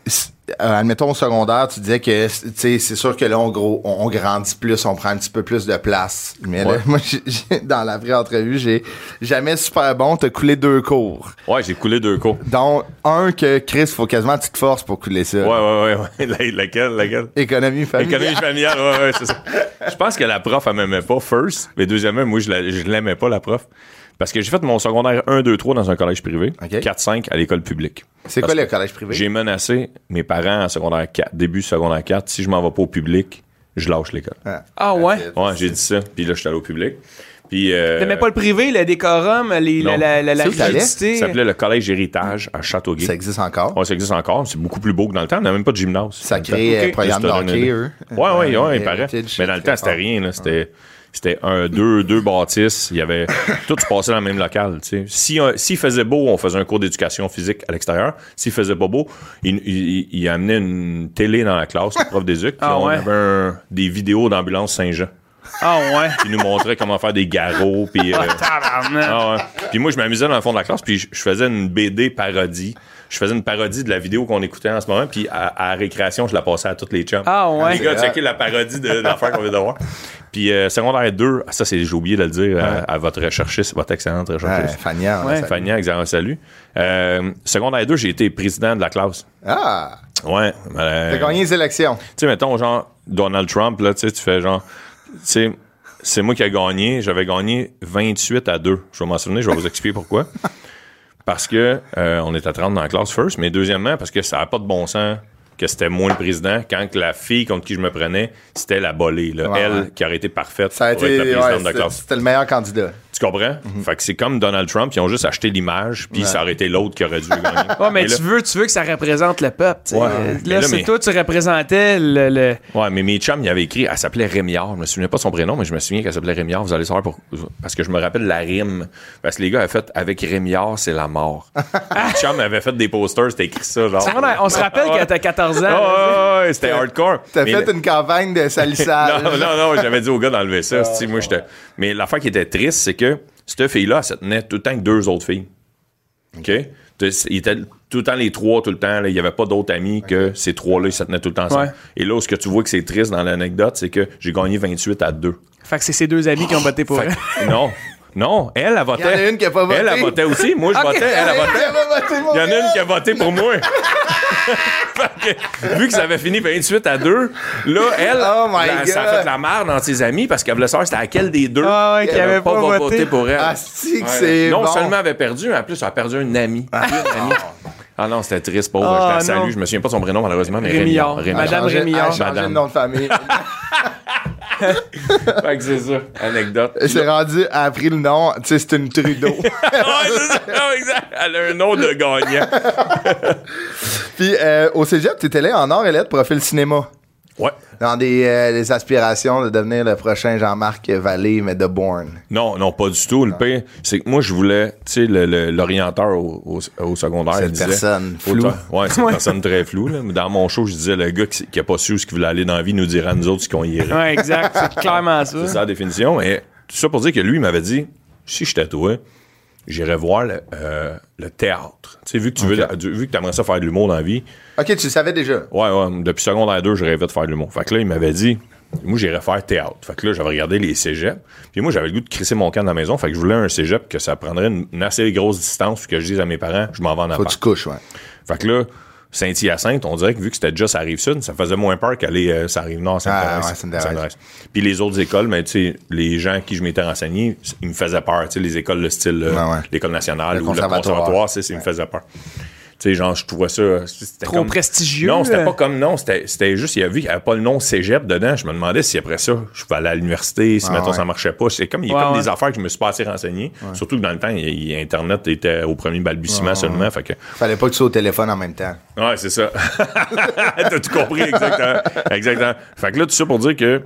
[SPEAKER 1] s- euh, admettons au secondaire, tu disais que, tu sais, c'est sûr que là, on, gros, on, on grandit plus, on prend un petit peu plus de place. Mais là,
[SPEAKER 5] Ouais.
[SPEAKER 1] moi, j'ai- j'ai- dans la vraie entrevue, j'ai jamais super bon, t'as coulé deux cours.
[SPEAKER 5] Ouais, j'ai coulé deux cours.
[SPEAKER 1] Dont un que, Chris, faut quasiment que tu te forces pour couler ça.
[SPEAKER 5] Ouais, ouais, ouais. ouais. La- laquelle, laquelle?
[SPEAKER 1] Économie familiale.
[SPEAKER 5] Économie familiale, ouais, ouais, c'est ça. Je pense que la prof, elle m'aimait pas, first. Mais deuxièmement, moi, je la- je l'aimais pas, la prof. Parce que j'ai fait mon secondaire 1, 2, 3 dans un collège privé.
[SPEAKER 1] Ok.
[SPEAKER 5] 4, 5 à l'école publique.
[SPEAKER 1] C'est quoi
[SPEAKER 5] Parce
[SPEAKER 1] le
[SPEAKER 5] que
[SPEAKER 1] collège privé?
[SPEAKER 5] J'ai menacé mes parents en secondaire 4, début secondaire 4. Si je m'en vais pas au public, je lâche l'école.
[SPEAKER 2] Ah ouais?
[SPEAKER 5] Ouais, j'ai dit ça. Puis là, je suis allé au public. Puis. euh,
[SPEAKER 2] T'aimais pas le privé, le décorum, les, la,
[SPEAKER 5] non.
[SPEAKER 2] la, la, la
[SPEAKER 1] C'est où que t'allais?
[SPEAKER 2] rigidité?
[SPEAKER 5] Ça s'appelait le collège héritage à Châteauguay.
[SPEAKER 1] Ça existe encore.
[SPEAKER 5] Ouais, Ah, ça existe encore. C'est beaucoup plus beau que dans le temps. On n'a même pas de gymnase.
[SPEAKER 1] Ça
[SPEAKER 5] Dans le temps.
[SPEAKER 1] crée euh,
[SPEAKER 5] Ok.
[SPEAKER 1] programme
[SPEAKER 5] Juste te donner
[SPEAKER 1] d'hockey,
[SPEAKER 5] une-
[SPEAKER 1] eux.
[SPEAKER 5] Ouais, ouais,
[SPEAKER 1] Euh,
[SPEAKER 5] ouais, il paraît.
[SPEAKER 1] Heritage,
[SPEAKER 5] Mais dans le temps, c'était
[SPEAKER 1] très
[SPEAKER 5] rien, là. C'était. C'était un, deux, deux bâtisses. Il y avait. Tout se passait dans le même local, tu sais. Si, euh, S'il faisait beau, on faisait un cours d'éducation physique à l'extérieur. S'il faisait pas beau, il, il- il amenait une télé dans la classe, le prof d'éduc. puis
[SPEAKER 2] Ah
[SPEAKER 5] on
[SPEAKER 2] ouais.
[SPEAKER 5] avait un- des vidéos d'ambulance Saint-Jean.
[SPEAKER 2] Ah ouais?
[SPEAKER 5] qui nous montrait comment faire des garrots, puis. euh,
[SPEAKER 2] Tabarnak.
[SPEAKER 5] ah ouais. Puis moi, je m'amusais dans le fond de la classe, puis je, je faisais une BD parodie. Je faisais une parodie de la vidéo qu'on écoutait en ce moment, puis à, à la récréation, je la passais à toutes les chums.
[SPEAKER 2] Ah ouais?
[SPEAKER 5] Les gars, checkez la parodie de l'affaire qu'on vient de voir. Puis euh, secondaire 2, ah, ça, c'est, j'ai oublié de le dire à, à votre recherchiste, votre excellente
[SPEAKER 1] Ouais,
[SPEAKER 5] recherchiste.
[SPEAKER 1] Fania, on a
[SPEAKER 2] Ouais.
[SPEAKER 1] ça.
[SPEAKER 5] Fania, exactement, salut. Euh, secondaire 2, j'ai été président de la classe.
[SPEAKER 1] Ah!
[SPEAKER 5] Ouais. euh,
[SPEAKER 1] T'as gagné les élections.
[SPEAKER 5] tu sais, mettons, genre, Donald Trump, là, tu sais, tu fais genre, tu sais, c'est moi qui ai gagné, j'avais gagné 28 à 2. Je vais m'en souvenir, je vais vous expliquer pourquoi. Parce que, euh, on était à 30 dans la classe first, mais deuxièmement, parce que ça n'a pas de bon sens que c'était moi le président quand que la fille contre qui je me prenais, c'était la bolée, là.
[SPEAKER 1] Ouais,
[SPEAKER 5] elle
[SPEAKER 1] ouais.
[SPEAKER 5] qui aurait été parfaite
[SPEAKER 1] Ça a
[SPEAKER 5] pour
[SPEAKER 1] été.
[SPEAKER 5] être la
[SPEAKER 1] ouais,
[SPEAKER 5] présidente de la
[SPEAKER 1] c'était- Mhm.
[SPEAKER 5] classe.
[SPEAKER 1] c'était le meilleur candidat.
[SPEAKER 5] Tu comprends? Fait que c'est comme Donald Trump, ils ont juste acheté l'image, puis ça aurait été l'autre qui aurait dû gagner.
[SPEAKER 2] Ouais, mais
[SPEAKER 5] Et là-
[SPEAKER 2] tu veux, tu veux que ça représente le peuple. tu sais.
[SPEAKER 5] Ouais.
[SPEAKER 2] Euh,
[SPEAKER 5] Mais
[SPEAKER 2] Là,
[SPEAKER 5] là,
[SPEAKER 2] c'est
[SPEAKER 5] mais- Ah,
[SPEAKER 2] toi, tu représentais le. le-
[SPEAKER 5] Ouais, mais mes chums, il avait écrit, elle s'appelait Rémiard. Je me souviens pas de son prénom, mais je me souviens qu'elle s'appelait Rémiard. Vous allez savoir pour... parce que je me rappelle la rime. Parce que les gars avaient fait avec Rémiard, c'est la mort. mes chums avaient fait des posters, c'était écrit ça, genre.
[SPEAKER 2] On, a- on se rappelle
[SPEAKER 5] Ouais. Oh.
[SPEAKER 2] quand t'as 14 ans.
[SPEAKER 5] Ouais,
[SPEAKER 2] là,
[SPEAKER 5] ouais, ouais, c'était hardcore.
[SPEAKER 1] T'as
[SPEAKER 5] Mais
[SPEAKER 1] fait
[SPEAKER 5] le-
[SPEAKER 1] une campagne de salissage.
[SPEAKER 5] non, non, non, j'avais dit au gars d'enlever ça.
[SPEAKER 1] Ah,
[SPEAKER 5] si, moi, j'étais- Mais l'affaire qui était triste, c'est que cette fille-là, elle se tenait tout le temps avec deux autres filles. OK? T'as- c'est- Ils étaient tout le temps les trois, tout le temps. là. Il n'y avait pas d'autres amis que ces trois-là, ils se tenaient tout le temps ensemble.
[SPEAKER 2] Ouais.
[SPEAKER 5] Et là, où ce que tu vois que c'est triste dans l'anecdote, c'est que j'ai gagné 28 à 2.
[SPEAKER 2] Fait que c'est ces deux amis qui ont voté pour elle.
[SPEAKER 5] non. Non, elle, elle votait.
[SPEAKER 1] Il y en a une qui a pas voté.
[SPEAKER 5] Elle, elle votait aussi. Moi, je votais. Elle, elle votait. Il y en a une qui a voté pour moi. Fait que, vu que ça avait fini 28 à 2, là, elle,
[SPEAKER 1] Oh my
[SPEAKER 5] la- ça
[SPEAKER 1] God.
[SPEAKER 5] a fait la merde dans ses amis parce qu'elle voulait savoir c'était à quel des deux
[SPEAKER 2] Ah ouais, qui
[SPEAKER 5] elle
[SPEAKER 2] avait
[SPEAKER 5] avait
[SPEAKER 2] pas voté.
[SPEAKER 5] pour elle.
[SPEAKER 1] Asti que c'est
[SPEAKER 5] non
[SPEAKER 1] bon.
[SPEAKER 5] seulement avait perdu, mais en plus, elle a perdu un ami. Une amie. Ah non, c'était triste, pauvre.
[SPEAKER 2] Ah,
[SPEAKER 5] je la
[SPEAKER 2] non.
[SPEAKER 5] salue. Je me souviens pas de son prénom, malheureusement, mais
[SPEAKER 2] Rémillard.
[SPEAKER 5] Rémillard.
[SPEAKER 2] Madame
[SPEAKER 1] Changer-
[SPEAKER 2] Rémillard.
[SPEAKER 1] ah, changer
[SPEAKER 5] Madame.
[SPEAKER 1] de nom de famille.
[SPEAKER 5] Fait que c'est ça. Anecdote.
[SPEAKER 1] Elle s'est rendue, elle a pris le nom. Tu sais, c'est une Trudeau.
[SPEAKER 5] Ah, c'est ça. Ah, exact. Elle a un nom de gagnant.
[SPEAKER 1] Puis euh, au cégep, t'étais là en or et lettres, profil cinéma.
[SPEAKER 5] Ouais.
[SPEAKER 1] Dans des, euh, des aspirations de devenir le prochain Jean-Marc Vallée, mais de Bourne.
[SPEAKER 5] Non, non, pas du tout. Le pire, c'est que moi, je voulais, tu sais, le- le- l'orienteur au, au- au secondaire.
[SPEAKER 1] Cette
[SPEAKER 5] il disait-
[SPEAKER 1] personne
[SPEAKER 5] Faut-
[SPEAKER 1] floue.
[SPEAKER 5] Ouais, cette personne très floue. Là. Mais Dans mon show, je disais, le gars qui, qui a pas su où ce qu'il voulait aller dans la vie nous dira à nous autres ce qu'on y irait.
[SPEAKER 2] Ouais, exact. C'est clairement ça.
[SPEAKER 5] C'est ça la définition. Et tout ça pour dire que lui, il m'avait dit, si je tatouais, j'irais voir le, euh, le théâtre. Tu sais, vu que tu veux, du- vu que t'aimerais ça faire de l'humour dans la vie,
[SPEAKER 1] Ok, tu le savais déjà.
[SPEAKER 5] Ouais, ouais. Depuis secondaire 2, je rêvais de faire de l'humour. Fait que là, il m'avait dit, moi, j'irais faire théâtre. Fait que là, j'avais regardé les cégeps. Puis moi, j'avais le goût de crisser mon camp dans la maison. Fait que je voulais un cégep que ça prendrait une, une assez grosse distance pour que je dise à mes parents, je m'en vais en
[SPEAKER 1] Faut que tu
[SPEAKER 5] appart.
[SPEAKER 1] couches, ouais.
[SPEAKER 5] Fait que là, Saint-Hyacinthe, on dirait que vu que c'était déjà ça arrive sud, ça faisait moins peur qu'aller euh, ça arrive nord, ça
[SPEAKER 1] Ah, ouais,
[SPEAKER 5] me
[SPEAKER 1] Sainte-Thérèse.
[SPEAKER 5] Puis les autres écoles, mais tu sais, les gens à qui je m'étais renseigné, ils me faisaient peur. Tu sais, les écoles de style euh,
[SPEAKER 1] Ouais, ouais.
[SPEAKER 5] l'école nationale
[SPEAKER 1] Le
[SPEAKER 5] ou
[SPEAKER 1] conservatoire.
[SPEAKER 5] le conservatoire, c'est, ils me faisaient peur. Tu sais, genre, je trouvais ça. euh, c'était
[SPEAKER 2] Trop
[SPEAKER 5] comme-
[SPEAKER 2] prestigieux. euh.
[SPEAKER 5] Non, c'était pas comme non. C'était, c'était juste, il y a vu qu'il n'y avait pas le nom cégep dedans. Je me demandais si après ça, je pouvais aller à l'université, si
[SPEAKER 1] Ah,
[SPEAKER 5] mettons
[SPEAKER 1] ouais.
[SPEAKER 5] ça marchait pas. C'est comme, il y a
[SPEAKER 2] Ouais,
[SPEAKER 5] comme
[SPEAKER 2] ouais.
[SPEAKER 5] des affaires que je me suis pas assez renseigné. Surtout que dans le temps, il- il- Internet était au premier balbutiement seulement. Fait que,
[SPEAKER 1] Fallait pas que tu sois au téléphone en même temps.
[SPEAKER 5] Ouais, c'est ça. T'as tout compris, exactement. exactement. Fait que là, tout ça pour dire que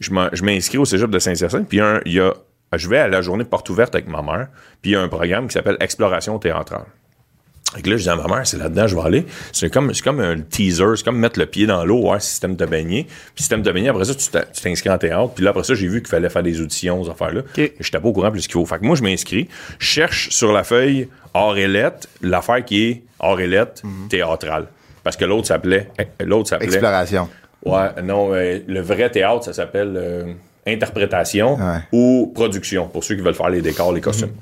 [SPEAKER 5] je m'en- je m'inscris au cégep de Saint-Hyacinthe, puis un- il y a, je vais à la journée porte ouverte avec ma mère, puis il y a un programme qui s'appelle Exploration théâtrale. Fait que là, je dis à ma mère, c'est là-dedans, que je vais aller. C'est comme, c'est comme un teaser, c'est comme mettre le pied dans l'eau, ouais, système de baigner. Puis système de baigner, après ça, tu t'a- tu t'inscris en théâtre. Puis là, après ça, j'ai vu qu'il fallait faire des auditions, ces affaires-là.
[SPEAKER 2] Ok.
[SPEAKER 5] Je n'étais pas au courant plus qu'il faut. Fait que moi, je m'inscris, je cherche sur la feuille hors et lettre, l'affaire qui est hors et lettre théâtrale. Parce que l'autre s'appelait. eh, L'autre s'appelait.
[SPEAKER 1] Exploration.
[SPEAKER 5] Ouais, non, euh, le vrai théâtre, ça s'appelle euh, interprétation
[SPEAKER 1] Ouais. Mhm.
[SPEAKER 5] ou production, pour ceux qui veulent faire les décors, les costumes.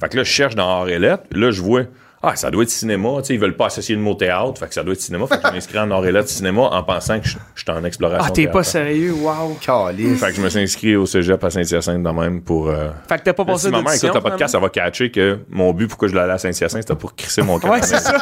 [SPEAKER 5] Fait que là, je cherche dans Art et Lettres, là, je vois, ah, ça doit être cinéma, tu sais, ils veulent pas associer le mot théâtre, fait que ça doit être cinéma, fait que je m'inscris en Art et Lettres cinéma en pensant que je je suis en exploration.
[SPEAKER 2] Ah, t'es pas
[SPEAKER 5] théâtrale.
[SPEAKER 2] sérieux, wow.
[SPEAKER 1] Calice.
[SPEAKER 5] Fait que je me suis inscrit au cégep à Saint-Hyacinthe dans même pour. euh,
[SPEAKER 2] Fait que t'as pas passé
[SPEAKER 5] si maman
[SPEAKER 2] d'audition,
[SPEAKER 5] écoute le podcast,
[SPEAKER 2] finalement?
[SPEAKER 5] elle va catcher que mon but pourquoi je l'allais à Saint-Hyacinthe, c'était pour crisser mon cœur.
[SPEAKER 2] Ouais, c'est ça.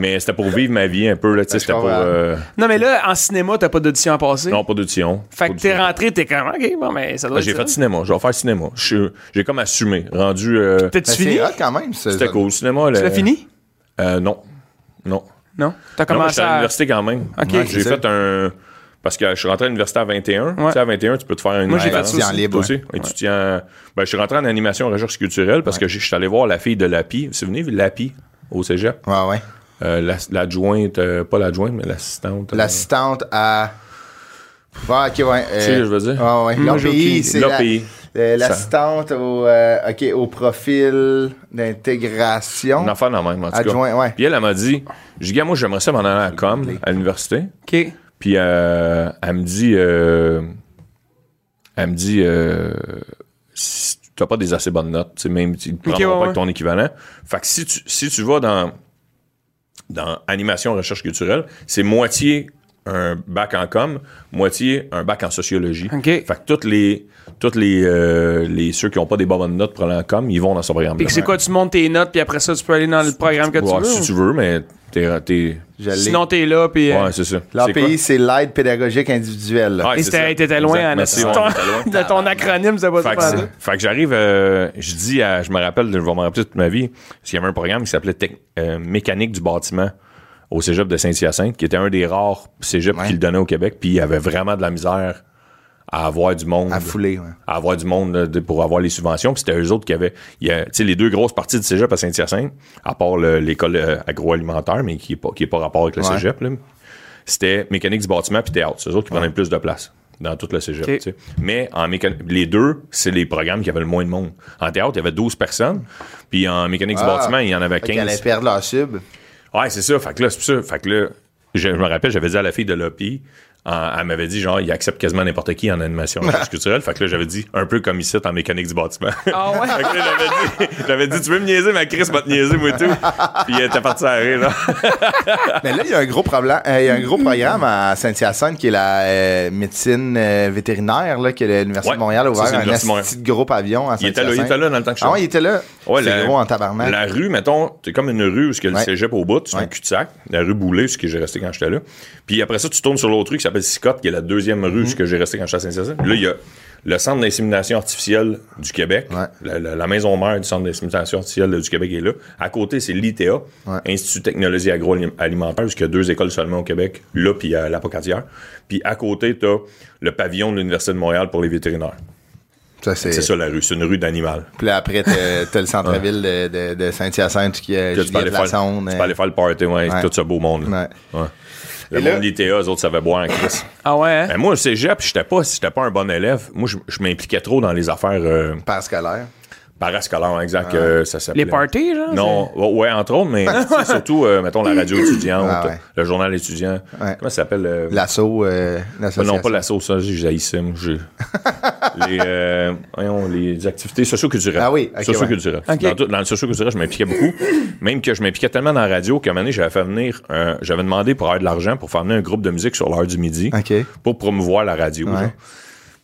[SPEAKER 5] Mais c'était pour vivre ma vie un peu, là, tu sais, c'était pour.
[SPEAKER 1] comprends.
[SPEAKER 5] euh,
[SPEAKER 2] Non, mais là, en cinéma, t'as pas d'audition à passer.
[SPEAKER 5] non, pas d'audition.
[SPEAKER 2] Fait
[SPEAKER 5] pas
[SPEAKER 2] que t'es
[SPEAKER 5] d'audition.
[SPEAKER 2] rentré, t'es comme, OK, bon, mais ça doit
[SPEAKER 5] Ah,
[SPEAKER 2] être
[SPEAKER 5] J'ai
[SPEAKER 2] ça.
[SPEAKER 5] fait cinéma. Je vais faire cinéma. Je suis- J'ai comme assumé. Rendu. euh,
[SPEAKER 2] T'as-tu
[SPEAKER 1] Mais
[SPEAKER 2] fini?
[SPEAKER 1] C'est hot quand même. ce-
[SPEAKER 5] C'était cool. Cinéma.
[SPEAKER 2] Tu l'as fini?
[SPEAKER 5] Euh, non. Non.
[SPEAKER 2] Non? T'as
[SPEAKER 5] Non, mais
[SPEAKER 2] commencé
[SPEAKER 5] j'étais à
[SPEAKER 2] à...
[SPEAKER 5] l'université quand même.
[SPEAKER 2] Ok.
[SPEAKER 5] Ouais, J'ai
[SPEAKER 1] C'est
[SPEAKER 5] fait un. Parce que je suis rentré à l'université à 21.
[SPEAKER 2] Ouais.
[SPEAKER 5] Tu sais, à 21, tu peux te faire une.
[SPEAKER 2] Moi, j'ai fait
[SPEAKER 5] balance.
[SPEAKER 2] ça aussi.
[SPEAKER 5] Toi
[SPEAKER 1] Libre,
[SPEAKER 5] aussi. Étudiant- Ben, je suis rentré en animation recherche culturelle parce que j'ai- je suis allé voir la fille de Lapi. Vous vous souvenez, Lapi, au cégep?
[SPEAKER 1] Ouais, ouais.
[SPEAKER 5] Euh, la- L'adjointe, euh, pas l'adjointe, mais l'assistante. euh,
[SPEAKER 1] L'assistante à. Ouais, ok, ouais. euh,
[SPEAKER 5] Tu sais, je veux dire. Mm.
[SPEAKER 1] Ouais, ouais.
[SPEAKER 2] Moi, j'ai aucune idée.
[SPEAKER 1] L'OPI, c'est. la-
[SPEAKER 5] L'OPI.
[SPEAKER 1] euh, L'assistante au, euh, ok, au profil d'intégration.
[SPEAKER 5] Une affaire dans la même, en tout
[SPEAKER 1] Adjoint,
[SPEAKER 5] cas.
[SPEAKER 1] ouais.
[SPEAKER 5] Puis elle, elle m'a dit, je dis, gars, moi, j'aimerais ça m'en aller à la com, à l'université.
[SPEAKER 2] OK.
[SPEAKER 5] Puis euh, elle me dit, euh, elle me dit, euh, si tu n'as pas des assez bonnes notes, tu sais, même tu ne prendras
[SPEAKER 2] ouais,
[SPEAKER 5] pas
[SPEAKER 2] ouais.
[SPEAKER 5] avec ton équivalent. Fait que si tu, si tu vas dans, dans animation, recherche culturelle, c'est moitié un bac en com, moitié un bac en sociologie.
[SPEAKER 2] OK.
[SPEAKER 5] Fait que toutes les, toutes les, euh, les ceux qui n'ont pas des bonnes notes pour aller en com, ils vont dans ce programme.
[SPEAKER 2] Puis que c'est quoi, tu montes tes notes, puis après ça, tu peux aller dans le programme que tu veux?
[SPEAKER 5] Si tu veux, mais t'es, t'es-
[SPEAKER 1] Je l'ai.
[SPEAKER 2] Sinon, t'es là, puis... euh,
[SPEAKER 5] ouais, c'est ça. C'est quoi?
[SPEAKER 1] L'OPI, c'est l'aide pédagogique individuelle.
[SPEAKER 5] Ouais,
[SPEAKER 2] et
[SPEAKER 5] c'est ça.
[SPEAKER 2] c'était- t'étais loin,
[SPEAKER 5] Exact.
[SPEAKER 2] Anna.
[SPEAKER 5] Merci, ouais, on était loin.
[SPEAKER 2] de ton acronyme, ça va
[SPEAKER 5] Fait
[SPEAKER 2] pas
[SPEAKER 5] que,
[SPEAKER 2] ça.
[SPEAKER 5] c'est- fait que j'arrive, euh, je dis à, je me rappelle, je vais m'en rappeler toute ma vie, parce qu'il y avait un programme qui s'appelait Tec- euh, Mécanique du bâtiment au cégep de Saint-Hyacinthe, qui était un des rares cégeps
[SPEAKER 1] Ouais.
[SPEAKER 5] qui le donnait au Québec, puis il y avait vraiment de la misère à avoir du monde.
[SPEAKER 1] À fouler, ouais.
[SPEAKER 5] À avoir du monde là, de- pour avoir les subventions, puis c'était eux autres qui avaient, il y a, tu sais, les deux grosses parties du cégep à Saint-Hyacinthe, à part le- l'école euh, agroalimentaire, mais qui n'est pas, qui est pas rapport avec le
[SPEAKER 1] Ouais.
[SPEAKER 5] cégep, là, c'était Mécanique du bâtiment puis Théâtre. C'est eux autres qui prenaient le plus de place. dans toute la cégep.
[SPEAKER 2] Ok.
[SPEAKER 5] tu sais. Mais en mécan- les deux, c'est les programmes qui avaient le moins de monde. En théâtre, il y avait 12 personnes, puis en mécanique du
[SPEAKER 1] Ah.
[SPEAKER 5] bâtiment, il y en avait
[SPEAKER 1] Fait qu'ils
[SPEAKER 5] 15.
[SPEAKER 1] allaient perdre leur sub.
[SPEAKER 5] Ouais, c'est ça. Fait que là, c'est pour ça. Fait que là, je, je me rappelle, j'avais dit à la fille de Lopi, euh, elle m'avait dit, genre, il accepte quasiment n'importe qui en animation en recherche culturelle. Fait que là, j'avais dit, un peu comme ici, en mécanique du bâtiment.
[SPEAKER 2] Ah ouais?
[SPEAKER 5] fait que là, j'avais dit, j'avais dit, tu veux me niaiser, ma Chris va te niaiser, moi et tout. Puis elle était partie à rire, là.
[SPEAKER 1] Mais là, il y a un gros problème. euh, il y a un gros programme à Saint-Hyacinthe qui est la euh, médecine euh, vétérinaire là, que l'Université
[SPEAKER 5] Ouais,
[SPEAKER 1] de Montréal a
[SPEAKER 5] ça,
[SPEAKER 1] ouvert
[SPEAKER 5] c'est
[SPEAKER 1] un
[SPEAKER 5] l'Université de Montréal.
[SPEAKER 1] petit gros pavillon à
[SPEAKER 5] Il était
[SPEAKER 1] Saint-Hyacinthe.
[SPEAKER 5] là, il était là dans le temps que je
[SPEAKER 1] Ah
[SPEAKER 5] suis
[SPEAKER 1] ouais, il était là.
[SPEAKER 5] Ouais,
[SPEAKER 1] c'est
[SPEAKER 5] la-
[SPEAKER 1] gros en tabarnak.
[SPEAKER 5] La rue, mettons, c'est comme une rue où il y a le
[SPEAKER 1] Ouais.
[SPEAKER 5] cégep au bout, c'est un
[SPEAKER 1] Ouais.
[SPEAKER 5] cul-de-sac. La rue Boulay, ce que j'ai resté quand j'étais là. Puis après ça, tu tournes sur l'autre rue qui s'appelle Sicotte, qui est la deuxième
[SPEAKER 1] Mhm.
[SPEAKER 5] rue, ce que j'ai resté quand j'étais à Saint-Hyacinthe. Puis Là, il y a le Centre d'insémination artificielle du Québec.
[SPEAKER 1] Ouais.
[SPEAKER 5] La, la- la maison mère du Centre d'insémination artificielle du Québec est là. À côté, c'est l'ITA,
[SPEAKER 1] Ouais.
[SPEAKER 5] Institut de technologie agroalimentaire, puisqu'il y a deux écoles seulement au Québec, là, puis à l'Apocatière. Puis à côté, tu as le pavillon de l'Université de Montréal pour les vétérinaires.
[SPEAKER 1] Ça, c'est...
[SPEAKER 5] C'est ça, la rue. C'est une rue d'animal.
[SPEAKER 1] Puis là, après, t'as t'as le centre-ville de, de- de Saint-Hyacinthe qui est
[SPEAKER 5] Que tu, peux aller
[SPEAKER 1] Juliette
[SPEAKER 5] faire,
[SPEAKER 1] Lassonde.
[SPEAKER 5] tu peux aller faire le party,
[SPEAKER 1] euh,
[SPEAKER 5] ouais,
[SPEAKER 1] Ouais.
[SPEAKER 5] tout ce beau monde. là. Ouais. Le
[SPEAKER 1] Et
[SPEAKER 5] monde
[SPEAKER 1] là-
[SPEAKER 5] de l'ITA, eux autres savaient boire en crise.
[SPEAKER 2] Ah ouais, hein?
[SPEAKER 5] Ben, moi, au cégep, j'étais pas, j'étais pas un bon élève. Moi, je, je m'impliquais trop dans les affaires euh,
[SPEAKER 1] Par scolaire.
[SPEAKER 5] parascolaires, exact, euh, ça s'appelait.
[SPEAKER 2] Les parties, genre?
[SPEAKER 5] Non, ouais, ouais, entre autres, mais c'est surtout, euh, mettons, la radio étudiante,
[SPEAKER 1] Ah ouais.
[SPEAKER 5] le journal étudiant.
[SPEAKER 1] Ouais.
[SPEAKER 5] Comment ça s'appelle? euh,
[SPEAKER 1] L'assaut, euh,
[SPEAKER 5] ben non,
[SPEAKER 1] l'association.
[SPEAKER 5] pas la sauce, ça, j'ai haïssé, moi, j'ai- les, euh, voyons, les activités socio-culturelles.
[SPEAKER 1] Ah oui, ok,
[SPEAKER 5] Socio-culturelles.
[SPEAKER 2] ouais. Ok.
[SPEAKER 5] Dans, tout- dans le socio-culturel, je m'impliquais beaucoup. Même que je m'impliquais tellement dans la radio qu'à un moment donné, j'avais fait venir, un- j'avais demandé pour avoir de l'argent pour faire venir un groupe de musique sur l'heure du midi.
[SPEAKER 1] Ok.
[SPEAKER 5] Pour promouvoir la radio,
[SPEAKER 1] Ouais.
[SPEAKER 5] genre.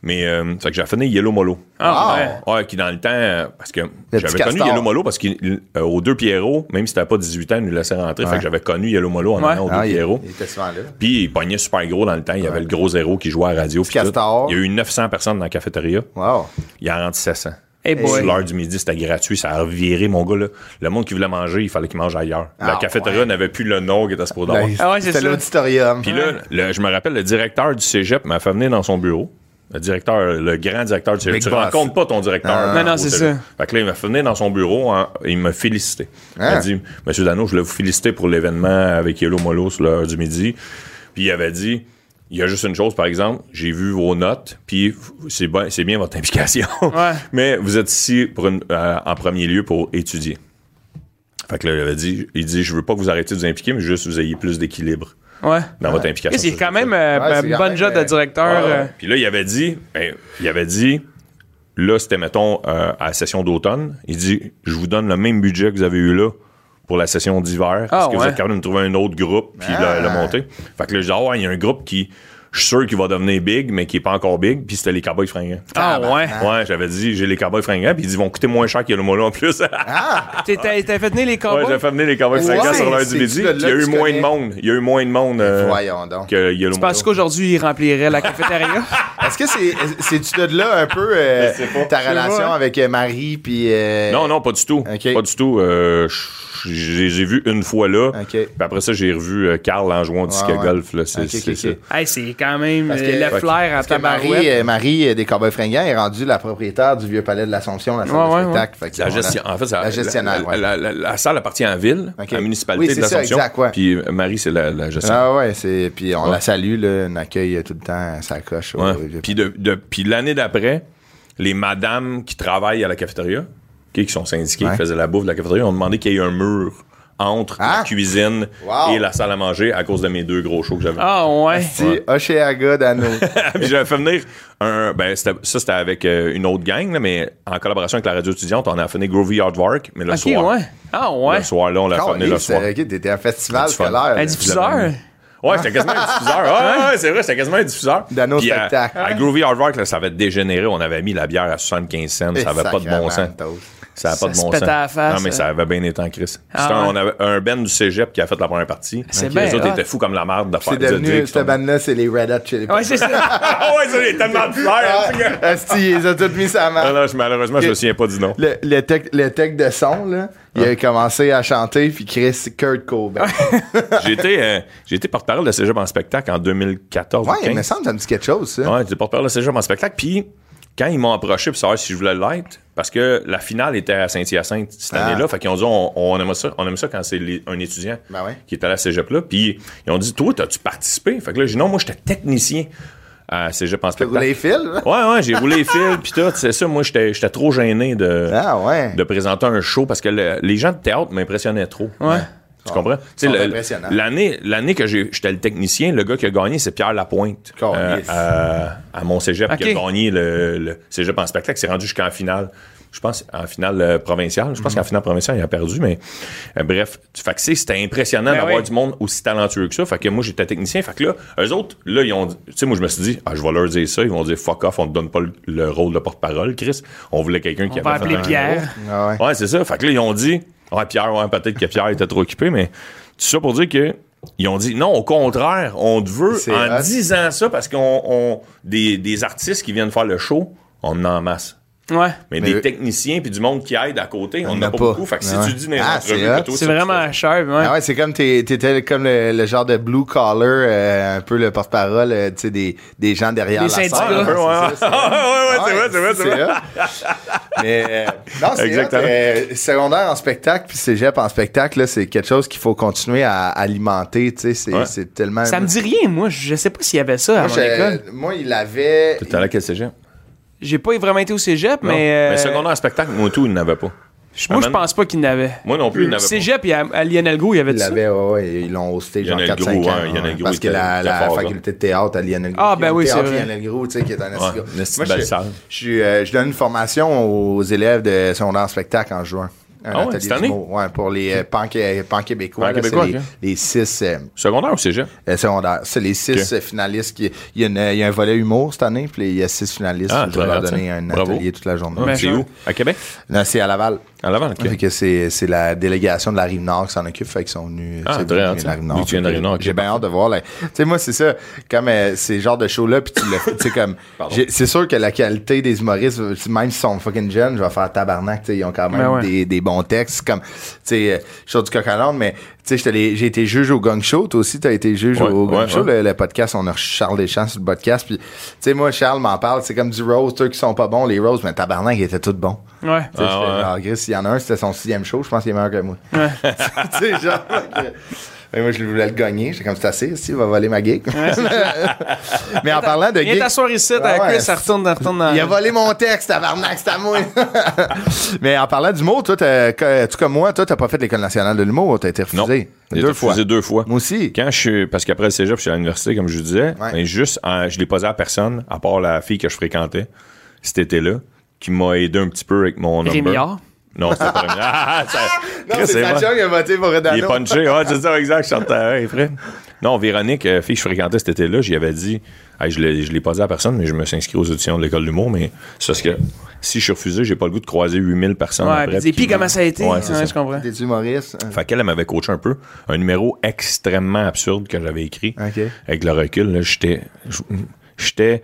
[SPEAKER 5] Mais, euh, fait que j'avais fait venir Yellow Molo.
[SPEAKER 2] Ah,
[SPEAKER 1] Ah.
[SPEAKER 2] ouais.
[SPEAKER 5] Ouais, qui dans le temps, euh, parce que j'avais
[SPEAKER 1] petit
[SPEAKER 5] connu
[SPEAKER 1] castor.
[SPEAKER 5] Yellow Molo parce qu'aux deux Pierrot, même si t'avais pas 18 ans, ils nous laissaient rentrer. Fait que j'avais connu Yellow Molo en
[SPEAKER 2] Ouais.
[SPEAKER 5] allant aux deux
[SPEAKER 1] Ah, il,
[SPEAKER 5] Pierrot.
[SPEAKER 1] il était souvent là.
[SPEAKER 5] Puis il pognait super gros dans le temps. Il y avait le gros zéro qui jouait à la radio. puis tout.
[SPEAKER 1] castor.
[SPEAKER 5] Il y a eu 900 personnes dans la cafétéria.
[SPEAKER 1] Wow.
[SPEAKER 5] Il y en a rendu 700.
[SPEAKER 2] Hey boy.
[SPEAKER 5] Sur l'heure du midi, c'était gratuit. Ça a viré, mon gars. Là. Le monde qui voulait manger, il fallait qu'il mange ailleurs. la
[SPEAKER 1] Ah,
[SPEAKER 5] cafétéria
[SPEAKER 1] ouais. Ben,
[SPEAKER 5] n'avait plus le nom qu'il était supposé avoir.
[SPEAKER 2] Ah ouais, c'est
[SPEAKER 1] C'était
[SPEAKER 2] ça. hein?
[SPEAKER 1] l'auditorium.
[SPEAKER 5] Puis là, le- je me rappelle, le directeur du cégep m'a fait venir dans son bureau. Le directeur, le grand directeur du cégep.
[SPEAKER 1] Big
[SPEAKER 5] tu
[SPEAKER 1] boss.
[SPEAKER 5] rencontres pas ton directeur.
[SPEAKER 1] Ah.
[SPEAKER 2] Non, non,
[SPEAKER 5] au
[SPEAKER 2] c'est
[SPEAKER 5] cégep.
[SPEAKER 2] ça.
[SPEAKER 5] Fait que là, il m'a fait venir dans son bureau hein, et il m'a félicité. Il
[SPEAKER 1] Ah.
[SPEAKER 5] m'a
[SPEAKER 2] Hein?
[SPEAKER 5] dit, Monsieur Dano, je voulais vous féliciter pour l'événement avec Yellow Molo sur l'heure du midi. Puis il avait dit, il y a juste une chose, par exemple, j'ai vu vos notes, puis c'est ben- c'est bien votre implication.
[SPEAKER 2] Ouais.
[SPEAKER 5] Mais vous êtes ici pour une- euh, en premier lieu pour étudier. Fait que là, il avait dit, il dit, je veux pas que vous arrêtiez de vous impliquer, mais juste que vous ayez plus d'équilibre
[SPEAKER 2] Ouais.
[SPEAKER 5] dans votre implication.
[SPEAKER 2] C'est quand
[SPEAKER 5] sociale.
[SPEAKER 2] même euh,
[SPEAKER 1] Ouais,
[SPEAKER 2] un
[SPEAKER 1] c'est quand
[SPEAKER 2] bon
[SPEAKER 1] même,
[SPEAKER 2] job de
[SPEAKER 1] euh,
[SPEAKER 2] directeur.
[SPEAKER 5] Ah Ouais, ouais.
[SPEAKER 2] euh,
[SPEAKER 5] Puis là, il avait dit, ben, il avait dit, là, c'était, mettons, euh, à la session d'automne, il dit, je vous donne le même budget que vous avez eu là pour la session d'hiver, parce que vous
[SPEAKER 2] Ah ouais.
[SPEAKER 5] êtes capable de me trouver un autre groupe, puis
[SPEAKER 1] Ah.
[SPEAKER 5] le, le monter. Fait que là, je dis, ah ouais, il y a un groupe qui, je suis sûr qu'il va devenir big, mais qui est pas encore big, puis c'était les Cowboys fringants.
[SPEAKER 2] Ah
[SPEAKER 1] ben,
[SPEAKER 2] ouais.
[SPEAKER 5] Ouais, j'avais dit, j'ai les Cowboys fringants, puis ils disent, ils vont coûter moins cher qu'il y a le mollo en plus.
[SPEAKER 2] T'es- T'as t'as fait venir les
[SPEAKER 5] ouais,
[SPEAKER 2] combats?
[SPEAKER 5] j'ai fait venir les Cowboys fringants
[SPEAKER 1] Ah Ouais,
[SPEAKER 5] sur l'heure
[SPEAKER 1] c'est
[SPEAKER 5] du midi,
[SPEAKER 1] celui-là
[SPEAKER 5] puis il y a
[SPEAKER 1] que
[SPEAKER 5] eu
[SPEAKER 1] tu
[SPEAKER 5] moins de
[SPEAKER 1] connais. Ben,
[SPEAKER 5] monde. Il y a eu moins de monde euh,
[SPEAKER 1] Voyons donc.
[SPEAKER 5] que Yellow
[SPEAKER 2] tu penses qu'aujourd'hui, ils rempliraient la cafétéria?
[SPEAKER 1] Est-ce que c'est, c'est-tu de là un peu euh,
[SPEAKER 5] Je sais pas.
[SPEAKER 1] ta
[SPEAKER 5] Je sais
[SPEAKER 1] relation
[SPEAKER 2] pas.
[SPEAKER 1] avec euh, Marie puis euh,
[SPEAKER 5] Non, non, pas du tout.
[SPEAKER 1] Ok.
[SPEAKER 5] Pas du tout. Euh, je- j'ai j'ai vu une fois là.
[SPEAKER 1] Ok.
[SPEAKER 5] Puis après ça, j'ai revu euh, Carl en jouant au disque
[SPEAKER 1] Ouais, ouais.
[SPEAKER 5] golf. Là, c'est,
[SPEAKER 1] Ok, ok,
[SPEAKER 5] c'est
[SPEAKER 1] ok.
[SPEAKER 5] ça.
[SPEAKER 2] hey, c'est quand même
[SPEAKER 1] Parce que-
[SPEAKER 2] euh, le
[SPEAKER 1] Ouais.
[SPEAKER 2] flair à
[SPEAKER 1] Parce que Marie,
[SPEAKER 2] tabarouette.
[SPEAKER 1] euh, Marie euh, des Cowboys Fringants est rendue la propriétaire du vieux palais de l'Assomption, la salle
[SPEAKER 2] Ouais, ouais,
[SPEAKER 1] de spectacle. Fait que
[SPEAKER 5] La
[SPEAKER 1] on a-
[SPEAKER 5] gestion, en fait, ça-
[SPEAKER 1] la gestionnaire,
[SPEAKER 5] la,
[SPEAKER 1] ouais.
[SPEAKER 5] la- la- la salle appartient à la ville,
[SPEAKER 1] Ok.
[SPEAKER 5] à la municipalité
[SPEAKER 1] Oui,
[SPEAKER 5] de
[SPEAKER 1] c'est ça,
[SPEAKER 5] l'Assomption.
[SPEAKER 1] exact, ouais.
[SPEAKER 5] Puis euh, Marie, c'est la, la gestionnaire.
[SPEAKER 1] Ah ouais, c'est puis on
[SPEAKER 5] Ouais.
[SPEAKER 1] la salue là, on accueille tout le temps sa coche. au-
[SPEAKER 5] Ouais.
[SPEAKER 1] au vieux
[SPEAKER 5] Puis, de, de- puis l'année d'après, les madames qui travaillent à la cafétéria, ok, qui sont syndiquées,
[SPEAKER 1] Ouais.
[SPEAKER 5] qui faisaient la bouffe de la cafétéria, ont demandé qu'il y ait un mur entre la
[SPEAKER 1] Ah!
[SPEAKER 5] cuisine
[SPEAKER 1] Wow!
[SPEAKER 5] et la salle à manger à cause de mes deux gros shows que j'avais.
[SPEAKER 2] Ah ouais.
[SPEAKER 1] palais. Petit Oceaga Dano.
[SPEAKER 5] Puis j'avais fait venir un. Ben, c'était- ça, c'était avec euh, une autre gang, là, mais en collaboration avec la radio étudiante, on a fait venir Groovy Hardwork, mais le
[SPEAKER 2] Ok,
[SPEAKER 5] soir.
[SPEAKER 2] ouais. Ah ouais.
[SPEAKER 5] Le soir, là, on l'a fait venir le
[SPEAKER 1] Caliste,
[SPEAKER 5] soir.
[SPEAKER 1] euh, ok, T'étais à un festival
[SPEAKER 5] C'est du fun.
[SPEAKER 1] scolaire. là.
[SPEAKER 2] Un diffuseur? Ah.
[SPEAKER 5] Ouais, c'était quasiment un diffuseur. Ouais, ouais, c'est vrai, c'était quasiment un diffuseur.
[SPEAKER 1] Dano
[SPEAKER 5] Puis à,
[SPEAKER 1] spectacle.
[SPEAKER 5] à Groovy Hardwork, là, ça avait dégénéré. On avait mis la bière à 75 cents.
[SPEAKER 1] Et
[SPEAKER 5] Ça avait pas de bon sens.
[SPEAKER 1] sacramentos.
[SPEAKER 5] Ça n'a pas
[SPEAKER 2] Ça
[SPEAKER 5] de
[SPEAKER 2] se
[SPEAKER 5] bon
[SPEAKER 2] pétait
[SPEAKER 5] sens.
[SPEAKER 2] à la face,
[SPEAKER 5] non, mais ça
[SPEAKER 2] hein.
[SPEAKER 5] avait bien été en crise.
[SPEAKER 2] Ah
[SPEAKER 5] C'était un-
[SPEAKER 2] ouais.
[SPEAKER 5] On avait un band du cégep qui a fait la première partie.
[SPEAKER 2] C'est
[SPEAKER 5] Puis
[SPEAKER 2] bien
[SPEAKER 5] Les autres
[SPEAKER 2] hot.
[SPEAKER 5] étaient fous comme la merde de faire
[SPEAKER 1] C'est
[SPEAKER 5] de dire
[SPEAKER 1] devenu
[SPEAKER 5] qu'ils sont-
[SPEAKER 1] cette bande là, c'est les Red Hot Chili
[SPEAKER 2] Ouais, c'est ça.
[SPEAKER 5] Ah ouais, ça, il est tellement de flair. hein,
[SPEAKER 1] Peppers. Asti, ils ont tout mis sa
[SPEAKER 5] Ah
[SPEAKER 1] main.
[SPEAKER 5] non, je- malheureusement, je me souviens pas du nom.
[SPEAKER 1] Le, le, tech, le tech de son, là, il a commencé à chanter puis Chris Kurt Cobain.
[SPEAKER 5] J'ai été, euh, j'ai été porte-parole de Cégep en spectacle en 2014.
[SPEAKER 1] Ouais, il me
[SPEAKER 5] 15.
[SPEAKER 1] semble que ça me dit quelque chose, ça.
[SPEAKER 5] Ouais, j'étais porte-parole de Cégep en spectacle. Puis, quand ils m'ont approché pour savoir si je voulais l'être, parce que la finale était à Saint-Hyacinthe cette
[SPEAKER 1] Ah.
[SPEAKER 5] année-là, fait qu'ils ont dit on, on aime ça, on aime ça quand c'est les- un étudiant
[SPEAKER 1] Ben ouais.
[SPEAKER 5] qui est à la Cégep-là. Puis, ils ont dit Toi, t'as-tu participé Fait que là, j'ai dit Non, moi, j'étais technicien. à Cégep en
[SPEAKER 1] T'as
[SPEAKER 5] spectacle.
[SPEAKER 1] roulé les fils? hein?
[SPEAKER 5] Ouais, ouais, j'ai roulé les fils, puis tout. C'est ça, moi, j'étais j'étais trop gêné de,
[SPEAKER 1] Ah ouais.
[SPEAKER 5] de présenter un show parce que le- les gens de théâtre m'impressionnaient trop. Ouais. Tu comprends? Tu sais,
[SPEAKER 1] Ah. sont
[SPEAKER 5] le-
[SPEAKER 1] impressionnants.
[SPEAKER 5] l'année, l'année que j'ai- j'étais le technicien, le gars qui a gagné, c'est Pierre Lapointe. euh,
[SPEAKER 1] Calisse.
[SPEAKER 5] à, à mon cégep, qui a
[SPEAKER 2] Ok.
[SPEAKER 5] gagné le, le cégep en spectacle, qui s'est rendu jusqu'en finale. Je pense en finale euh, provinciale. Je pense
[SPEAKER 2] Mhm.
[SPEAKER 5] qu'en finale provinciale, il a perdu, mais euh, bref. tu- Fait que c'est- c'était impressionnant
[SPEAKER 2] Ben
[SPEAKER 5] d'avoir
[SPEAKER 2] oui.
[SPEAKER 5] du monde aussi talentueux que ça. Fait que moi, j'étais technicien. Fait que là, eux autres, là, ils ont dit- Tu sais, moi, je me suis dit, ah, je vais leur dire ça. Ils vont dire, fuck off, on te donne pas le, le rôle de porte-parole, Chris. On voulait quelqu'un qui
[SPEAKER 2] On va
[SPEAKER 5] avait fait
[SPEAKER 2] appeler
[SPEAKER 5] un-
[SPEAKER 2] Pierre.
[SPEAKER 1] Ah ouais.
[SPEAKER 5] Ouais, c'est ça. Fait que là, ils ont dit, ouais, Pierre, ouais, peut-être que Pierre était trop occupé, mais c'est ça pour dire que. Ils ont dit non, au contraire, on te veut
[SPEAKER 1] C'est
[SPEAKER 5] en
[SPEAKER 1] hot.
[SPEAKER 5] disant ça parce qu'on on- des, des artistes qui viennent faire le show, on en a en masse.
[SPEAKER 2] Ouais.
[SPEAKER 5] Mais,
[SPEAKER 1] Mais-
[SPEAKER 5] des techniciens puis du monde qui aide à côté, on
[SPEAKER 1] en
[SPEAKER 5] n'a
[SPEAKER 1] a
[SPEAKER 5] pas,
[SPEAKER 1] pas.
[SPEAKER 5] beaucoup. Fait que si
[SPEAKER 1] Ah
[SPEAKER 5] tu
[SPEAKER 1] ouais.
[SPEAKER 5] dis dans les
[SPEAKER 1] Ah, c'est
[SPEAKER 5] entrevues
[SPEAKER 1] hot.
[SPEAKER 5] que toi,
[SPEAKER 2] C'est
[SPEAKER 5] tu-
[SPEAKER 2] vraiment cher, ouais.
[SPEAKER 1] Ah ouais, c'est comme t'es- t'étais comme le, le genre de blue collar, euh, un peu le porte-parole, euh, tu sais, des, des gens derrière
[SPEAKER 2] Des
[SPEAKER 1] la scène.
[SPEAKER 2] syndicats.
[SPEAKER 5] Ouais, un peu, ouais.
[SPEAKER 1] c'est ça, Ah,
[SPEAKER 5] Ouais, ouais, ouais, c'est vrai, c'est vrai, c'est vrai.
[SPEAKER 1] hot. Mais euh, non, c'est
[SPEAKER 5] Exactement.
[SPEAKER 1] hot, euh, secondaire en spectacle puis cégep en spectacle, là, c'est quelque chose qu'il faut continuer à alimenter, tu sais, c'est
[SPEAKER 5] Ouais.
[SPEAKER 1] c'est tellement
[SPEAKER 2] Ça me dit rien, moi. Je sais pas s'il y avait ça
[SPEAKER 1] moi,
[SPEAKER 2] à mon
[SPEAKER 1] je-
[SPEAKER 2] école.
[SPEAKER 1] moi, il avait
[SPEAKER 5] T'étais allé à quel cégep?
[SPEAKER 2] J'ai pas vraiment été au cégep,
[SPEAKER 5] Non.
[SPEAKER 2] mais. euh,
[SPEAKER 5] Mais secondaire en spectacle, moi tout, il n'avait pas.
[SPEAKER 2] je- Moi, je
[SPEAKER 5] Amène-
[SPEAKER 2] pense pas qu'il n'avait.
[SPEAKER 5] Moi non plus, il n'avait pas.
[SPEAKER 2] Cégep, et à, à Lionel Gros, il y avait
[SPEAKER 1] Il
[SPEAKER 2] de ça.
[SPEAKER 1] l'avait, ouais, ouais, ils l'ont hosté genre
[SPEAKER 5] Lionel
[SPEAKER 1] 4-5 ans.
[SPEAKER 5] Gros, ouais, Lionel
[SPEAKER 1] ouais,
[SPEAKER 5] Gros
[SPEAKER 1] parce que
[SPEAKER 5] était-
[SPEAKER 1] la,
[SPEAKER 5] était
[SPEAKER 1] la
[SPEAKER 5] fort,
[SPEAKER 1] faculté de théâtre à Lionel Gros.
[SPEAKER 2] Ah,
[SPEAKER 1] qui
[SPEAKER 2] ben
[SPEAKER 1] a le
[SPEAKER 2] oui, c'est
[SPEAKER 1] théâtre
[SPEAKER 2] vrai.
[SPEAKER 1] Lionel Gros, tu sais, qui est un
[SPEAKER 5] Ouais,
[SPEAKER 1] assis-
[SPEAKER 5] une petite
[SPEAKER 1] Moi,
[SPEAKER 5] belle
[SPEAKER 1] je-
[SPEAKER 5] salle.
[SPEAKER 1] Je, suis, euh, je donne une formation aux élèves de secondaire en spectacle en juin. Un
[SPEAKER 5] Ah ouais,
[SPEAKER 1] atelier
[SPEAKER 5] cette année?
[SPEAKER 1] d'humour, ouais, pour les euh, pan québécois.
[SPEAKER 5] Pan-Québécois,
[SPEAKER 1] les,
[SPEAKER 5] ok.
[SPEAKER 1] les six euh,
[SPEAKER 5] Secondaire ou cégep?
[SPEAKER 1] euh, secondaires. C'est les six
[SPEAKER 5] Ok.
[SPEAKER 1] euh, finalistes. qui- Il y, a une- il y a un volet humour cette année, puis il y a six finalistes.
[SPEAKER 5] Ah,
[SPEAKER 1] je vais leur
[SPEAKER 5] très bien,
[SPEAKER 1] donner
[SPEAKER 5] ça.
[SPEAKER 1] un
[SPEAKER 5] Bravo.
[SPEAKER 1] atelier toute la journée.
[SPEAKER 2] Mais
[SPEAKER 5] c'est
[SPEAKER 2] genre-
[SPEAKER 5] où? À Québec?
[SPEAKER 1] Là, c'est à Laval.
[SPEAKER 5] À l'avant, ok.
[SPEAKER 1] Fait que c'est, c'est la délégation de la Rive-Nord qui s'en occupe, fait qu'ils sont venus.
[SPEAKER 5] Ah,
[SPEAKER 1] c'est
[SPEAKER 5] très
[SPEAKER 1] venu
[SPEAKER 5] hot,
[SPEAKER 1] de
[SPEAKER 5] ça.
[SPEAKER 1] la Rive-Nord.
[SPEAKER 5] Oui, tu viens de la Rive-Nord, ok.
[SPEAKER 1] J'ai bien hâte de voir. là. Tu sais, moi, c'est ça. Comme euh, ces genres de shows-là, puis tu le fais, tu sais, comme.
[SPEAKER 5] Pardon.
[SPEAKER 1] j'ai- C'est sûr que la qualité des humoristes, euh, même s'ils sont fucking jeunes, je vais faire tabarnak, tu sais, ils ont quand même
[SPEAKER 2] Ben ouais.
[SPEAKER 1] des, des bons textes. Comme, tu sais, euh, je suis du coq à l'âne, mais, tu sais, j'étais les- j'ai été juge au Gong Show. Toi aussi, t'as été juge
[SPEAKER 5] Ouais,
[SPEAKER 1] au Gong
[SPEAKER 5] ouais,
[SPEAKER 1] Show,
[SPEAKER 5] ouais.
[SPEAKER 1] le, le podcast. On a Charles Deschamps sur le podcast. Puis, tu sais, moi, Charles m'en parle. C'est comme du rose, ceux qui sont pas bons, les roses, mais tabarnak, ils étaient tous bons.
[SPEAKER 2] Ouais.
[SPEAKER 1] Tu sais,
[SPEAKER 5] Ah,
[SPEAKER 1] j'étais
[SPEAKER 5] ouais.
[SPEAKER 1] genre, Chris, il y en a un, c'était son sixième show, je pense qu'il est meilleur que moi. tu sais, genre. fait que- mais moi, je voulais le gagner. J'étais comme, c'est assez, si, il va voler ma gig. mais en parlant de
[SPEAKER 2] Viens
[SPEAKER 1] gig.
[SPEAKER 2] t'asseoir ici,
[SPEAKER 1] Ah
[SPEAKER 2] à
[SPEAKER 1] ouais,
[SPEAKER 2] Chris, elle retourne, elle retourne dans.
[SPEAKER 1] Il a volé mon texte, tabarnak, c'est à moi. mais en parlant d'humour, toi, t'as- que- tu comme moi, toi, t'as pas fait l'École nationale de l'humour, t'as été
[SPEAKER 5] Non.
[SPEAKER 1] refusé.
[SPEAKER 5] Il a
[SPEAKER 1] deux
[SPEAKER 5] été
[SPEAKER 1] fois.
[SPEAKER 5] refusé deux fois.
[SPEAKER 1] Moi aussi.
[SPEAKER 5] Quand je suis, parce qu'après le cégep, je suis à l'université, comme je vous disais,
[SPEAKER 1] Ouais.
[SPEAKER 5] mais juste, euh, je l'ai posé à personne, à part la fille que je fréquentais cet été-là, qui m'a aidé un petit peu avec mon number.
[SPEAKER 2] Rémillard?
[SPEAKER 5] Non, c'était pas Rémi. Ah, ça-
[SPEAKER 1] Non,
[SPEAKER 5] Chris,
[SPEAKER 1] c'est
[SPEAKER 5] c'est
[SPEAKER 1] Sacha
[SPEAKER 5] moi.
[SPEAKER 1] qui a voté pour Redano.
[SPEAKER 5] Il est punché, ouais, c'est ça, exact, je sortais, ouais, frère. Non, Véronique, euh, fille que je fréquentais cet été-là, j'y avais dit, Hey, je l'ai je l'ai pas dit à personne, mais je me suis inscrit aux auditions de l'école d'humour, mais c'est parce que si je suis refusé, j'ai pas le goût de croiser 8000 personnes.
[SPEAKER 2] Ouais,
[SPEAKER 5] après,
[SPEAKER 2] puis dis,
[SPEAKER 5] qui
[SPEAKER 2] puis
[SPEAKER 5] vont-
[SPEAKER 2] comment ça a été?
[SPEAKER 5] Ouais, c'est
[SPEAKER 2] Ouais,
[SPEAKER 5] ça.
[SPEAKER 2] je comprends.
[SPEAKER 1] T'es-tu humoriste?
[SPEAKER 5] Fait qu'elle elle m'avait coaché un peu. Un numéro extrêmement absurde que j'avais écrit.
[SPEAKER 1] Ok.
[SPEAKER 5] Avec le recul, là, j'étais. J'étais.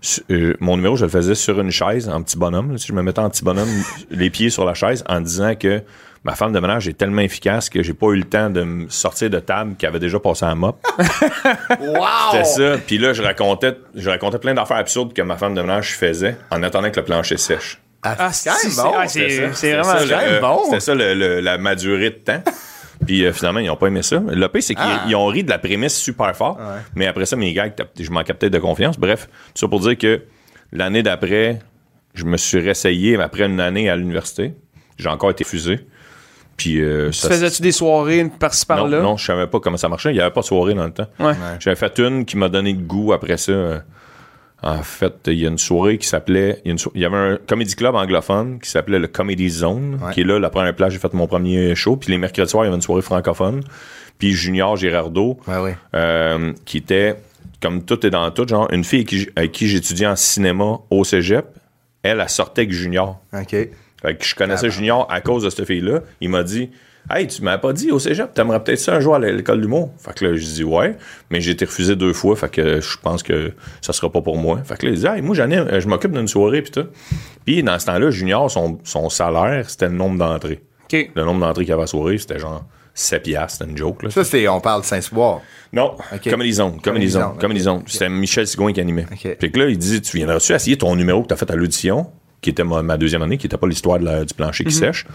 [SPEAKER 5] su- euh, mon numéro, je le faisais sur une chaise, en petit bonhomme. là. Si je me mettais en petit bonhomme, les pieds sur la chaise, en disant que ma femme de ménage est tellement efficace que j'ai pas eu le temps de me sortir de table qui avait déjà passé en mop.
[SPEAKER 1] Wow!
[SPEAKER 5] C'était ça. Puis là, je racontais, je racontais plein d'affaires absurdes que ma femme de ménage faisait en attendant que le plancher sèche.
[SPEAKER 1] Ah, c'est quand même
[SPEAKER 2] c'est-
[SPEAKER 1] bon.
[SPEAKER 2] ah,
[SPEAKER 5] C'est
[SPEAKER 2] c'est
[SPEAKER 5] ça.
[SPEAKER 2] c'est
[SPEAKER 5] C'était
[SPEAKER 2] vraiment.
[SPEAKER 5] ça,
[SPEAKER 1] quand
[SPEAKER 5] le- euh,
[SPEAKER 1] même bon.
[SPEAKER 5] C'était ça le- le- la ma durée de temps. Puis euh, finalement, ils n'ont pas aimé ça. Le pire, c'est qu'ils
[SPEAKER 1] Ah.
[SPEAKER 5] ils ont ri de la prémisse super fort. Mais après ça, mes gars, je manquais peut-être de confiance. Bref, tout ça pour dire que l'année d'après, je me suis réessayé mais après une année à l'université. J'ai encore été fusé. Puis euh,
[SPEAKER 2] Tu
[SPEAKER 5] ça
[SPEAKER 2] faisais-tu des soirées par-ci
[SPEAKER 5] non,
[SPEAKER 2] par-là?
[SPEAKER 5] non, je savais pas comment ça marchait. Il n'y avait pas de soirée dans le temps.
[SPEAKER 2] Ouais.
[SPEAKER 5] J'avais fait une qui m'a donné le goût après ça. euh, En fait, il y a une soirée qui s'appelait. Il y, a une so- il y avait un comédie club anglophone qui s'appelait le Comedy Zone,
[SPEAKER 1] Ouais.
[SPEAKER 5] qui est là, la première place, j'ai fait mon premier show. Puis les mercredis soirs, il y avait une soirée francophone. Puis Junior Girardeau,
[SPEAKER 1] Ouais, ouais.
[SPEAKER 5] euh, qui était, comme tout est dans tout, genre, une fille qui- avec qui j'étudiais en cinéma au cégep, elle, elle sortait avec Junior.
[SPEAKER 1] OK.
[SPEAKER 5] Fait que je connaissais Junior à cause de cette fille-là. Il m'a dit Hey, tu m'as pas dit au cégep, t'aimerais peut-être ça un jour à l'école d'humour. Fait que là, je dis Ouais, mais j'ai été refusé deux fois, fait que je pense que ça sera pas pour moi. Fait que là, il dit Hey, moi, j'en ai, euh, je m'occupe d'une soirée, pis tout. Puis dans ce temps-là, Junior, son, son salaire, c'était le nombre d'entrées.
[SPEAKER 2] OK.
[SPEAKER 5] Le nombre d'entrées qu'il y avait à la soirée, c'était genre 7 piastres, c'était une joke, là.
[SPEAKER 1] Ça, c'est, on parle de Saint-Soir.
[SPEAKER 5] Non,
[SPEAKER 1] Ok.
[SPEAKER 5] Comedy Zone, Comedy
[SPEAKER 1] Comedy
[SPEAKER 5] Zone,
[SPEAKER 1] Zone,
[SPEAKER 5] Comedy
[SPEAKER 1] ok.
[SPEAKER 5] Zone. C'était Michel Sigouin qui animait.
[SPEAKER 1] Ok.
[SPEAKER 5] Puis que là, il dit Tu viendras-tu essayer ton numéro que t'as fait à l'audition qui était ma, ma deuxième année, qui n'était pas l'histoire de la- du plancher qui sèche,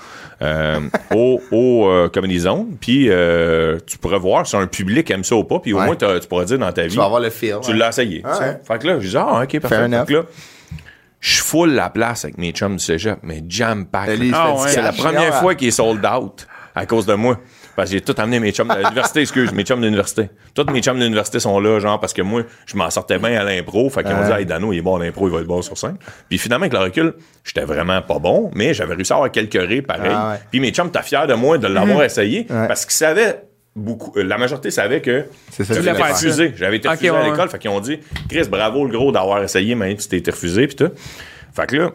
[SPEAKER 5] euh, au, au euh, Comedy Zone. Puis euh, tu pourrais voir si un public aime ça ou pas. Puis au
[SPEAKER 1] Ouais.
[SPEAKER 5] moins, t'as- tu pourrais dire dans ta vie.
[SPEAKER 1] Tu vas avoir le feel.
[SPEAKER 5] Tu
[SPEAKER 1] ouais.
[SPEAKER 5] l'as essayé. tu sais.
[SPEAKER 1] ouais.
[SPEAKER 5] Fait que là, je dis, ah, ok, parfait.
[SPEAKER 1] Fair
[SPEAKER 5] Fait que là, je foule la place avec mes chums du cégep, mais jam pack.
[SPEAKER 1] Ellie,
[SPEAKER 5] Ah,
[SPEAKER 1] je te
[SPEAKER 5] ouais,
[SPEAKER 1] dis,
[SPEAKER 5] c'est la
[SPEAKER 1] cash,
[SPEAKER 5] première
[SPEAKER 1] là.
[SPEAKER 5] fois qu'il est sold out à cause de moi. Parce que j'ai tout amené mes chums de l'université, excuse, mes chums de l'université. Tous mes chums de l'université sont là, genre, parce que moi, je m'en sortais bien à l'impro. Fait qu'ils m'ont dit, hey, Dano, il est bon à l'impro, il va être bon sur scène. Puis finalement, avec le recul, j'étais vraiment pas bon, mais j'avais réussi à avoir quelques rires pareil.
[SPEAKER 1] Ah, ouais. Mmh.
[SPEAKER 5] Puis mes chums étaient fiers de moi de l'avoir essayé,
[SPEAKER 1] Ouais.
[SPEAKER 5] parce qu'ils savaient beaucoup, euh, la majorité savait que
[SPEAKER 1] C'est ça,
[SPEAKER 5] j'avais
[SPEAKER 1] tu voulais
[SPEAKER 5] été
[SPEAKER 1] faire ça.
[SPEAKER 5] refusé. J'avais été
[SPEAKER 2] Ok,
[SPEAKER 5] refusé
[SPEAKER 2] ouais,
[SPEAKER 5] à
[SPEAKER 2] ouais.
[SPEAKER 5] l'école. Fait qu'ils ont dit, Chris, bravo le gros d'avoir essayé, même si t'es été refusé, pis tout. Fait que là,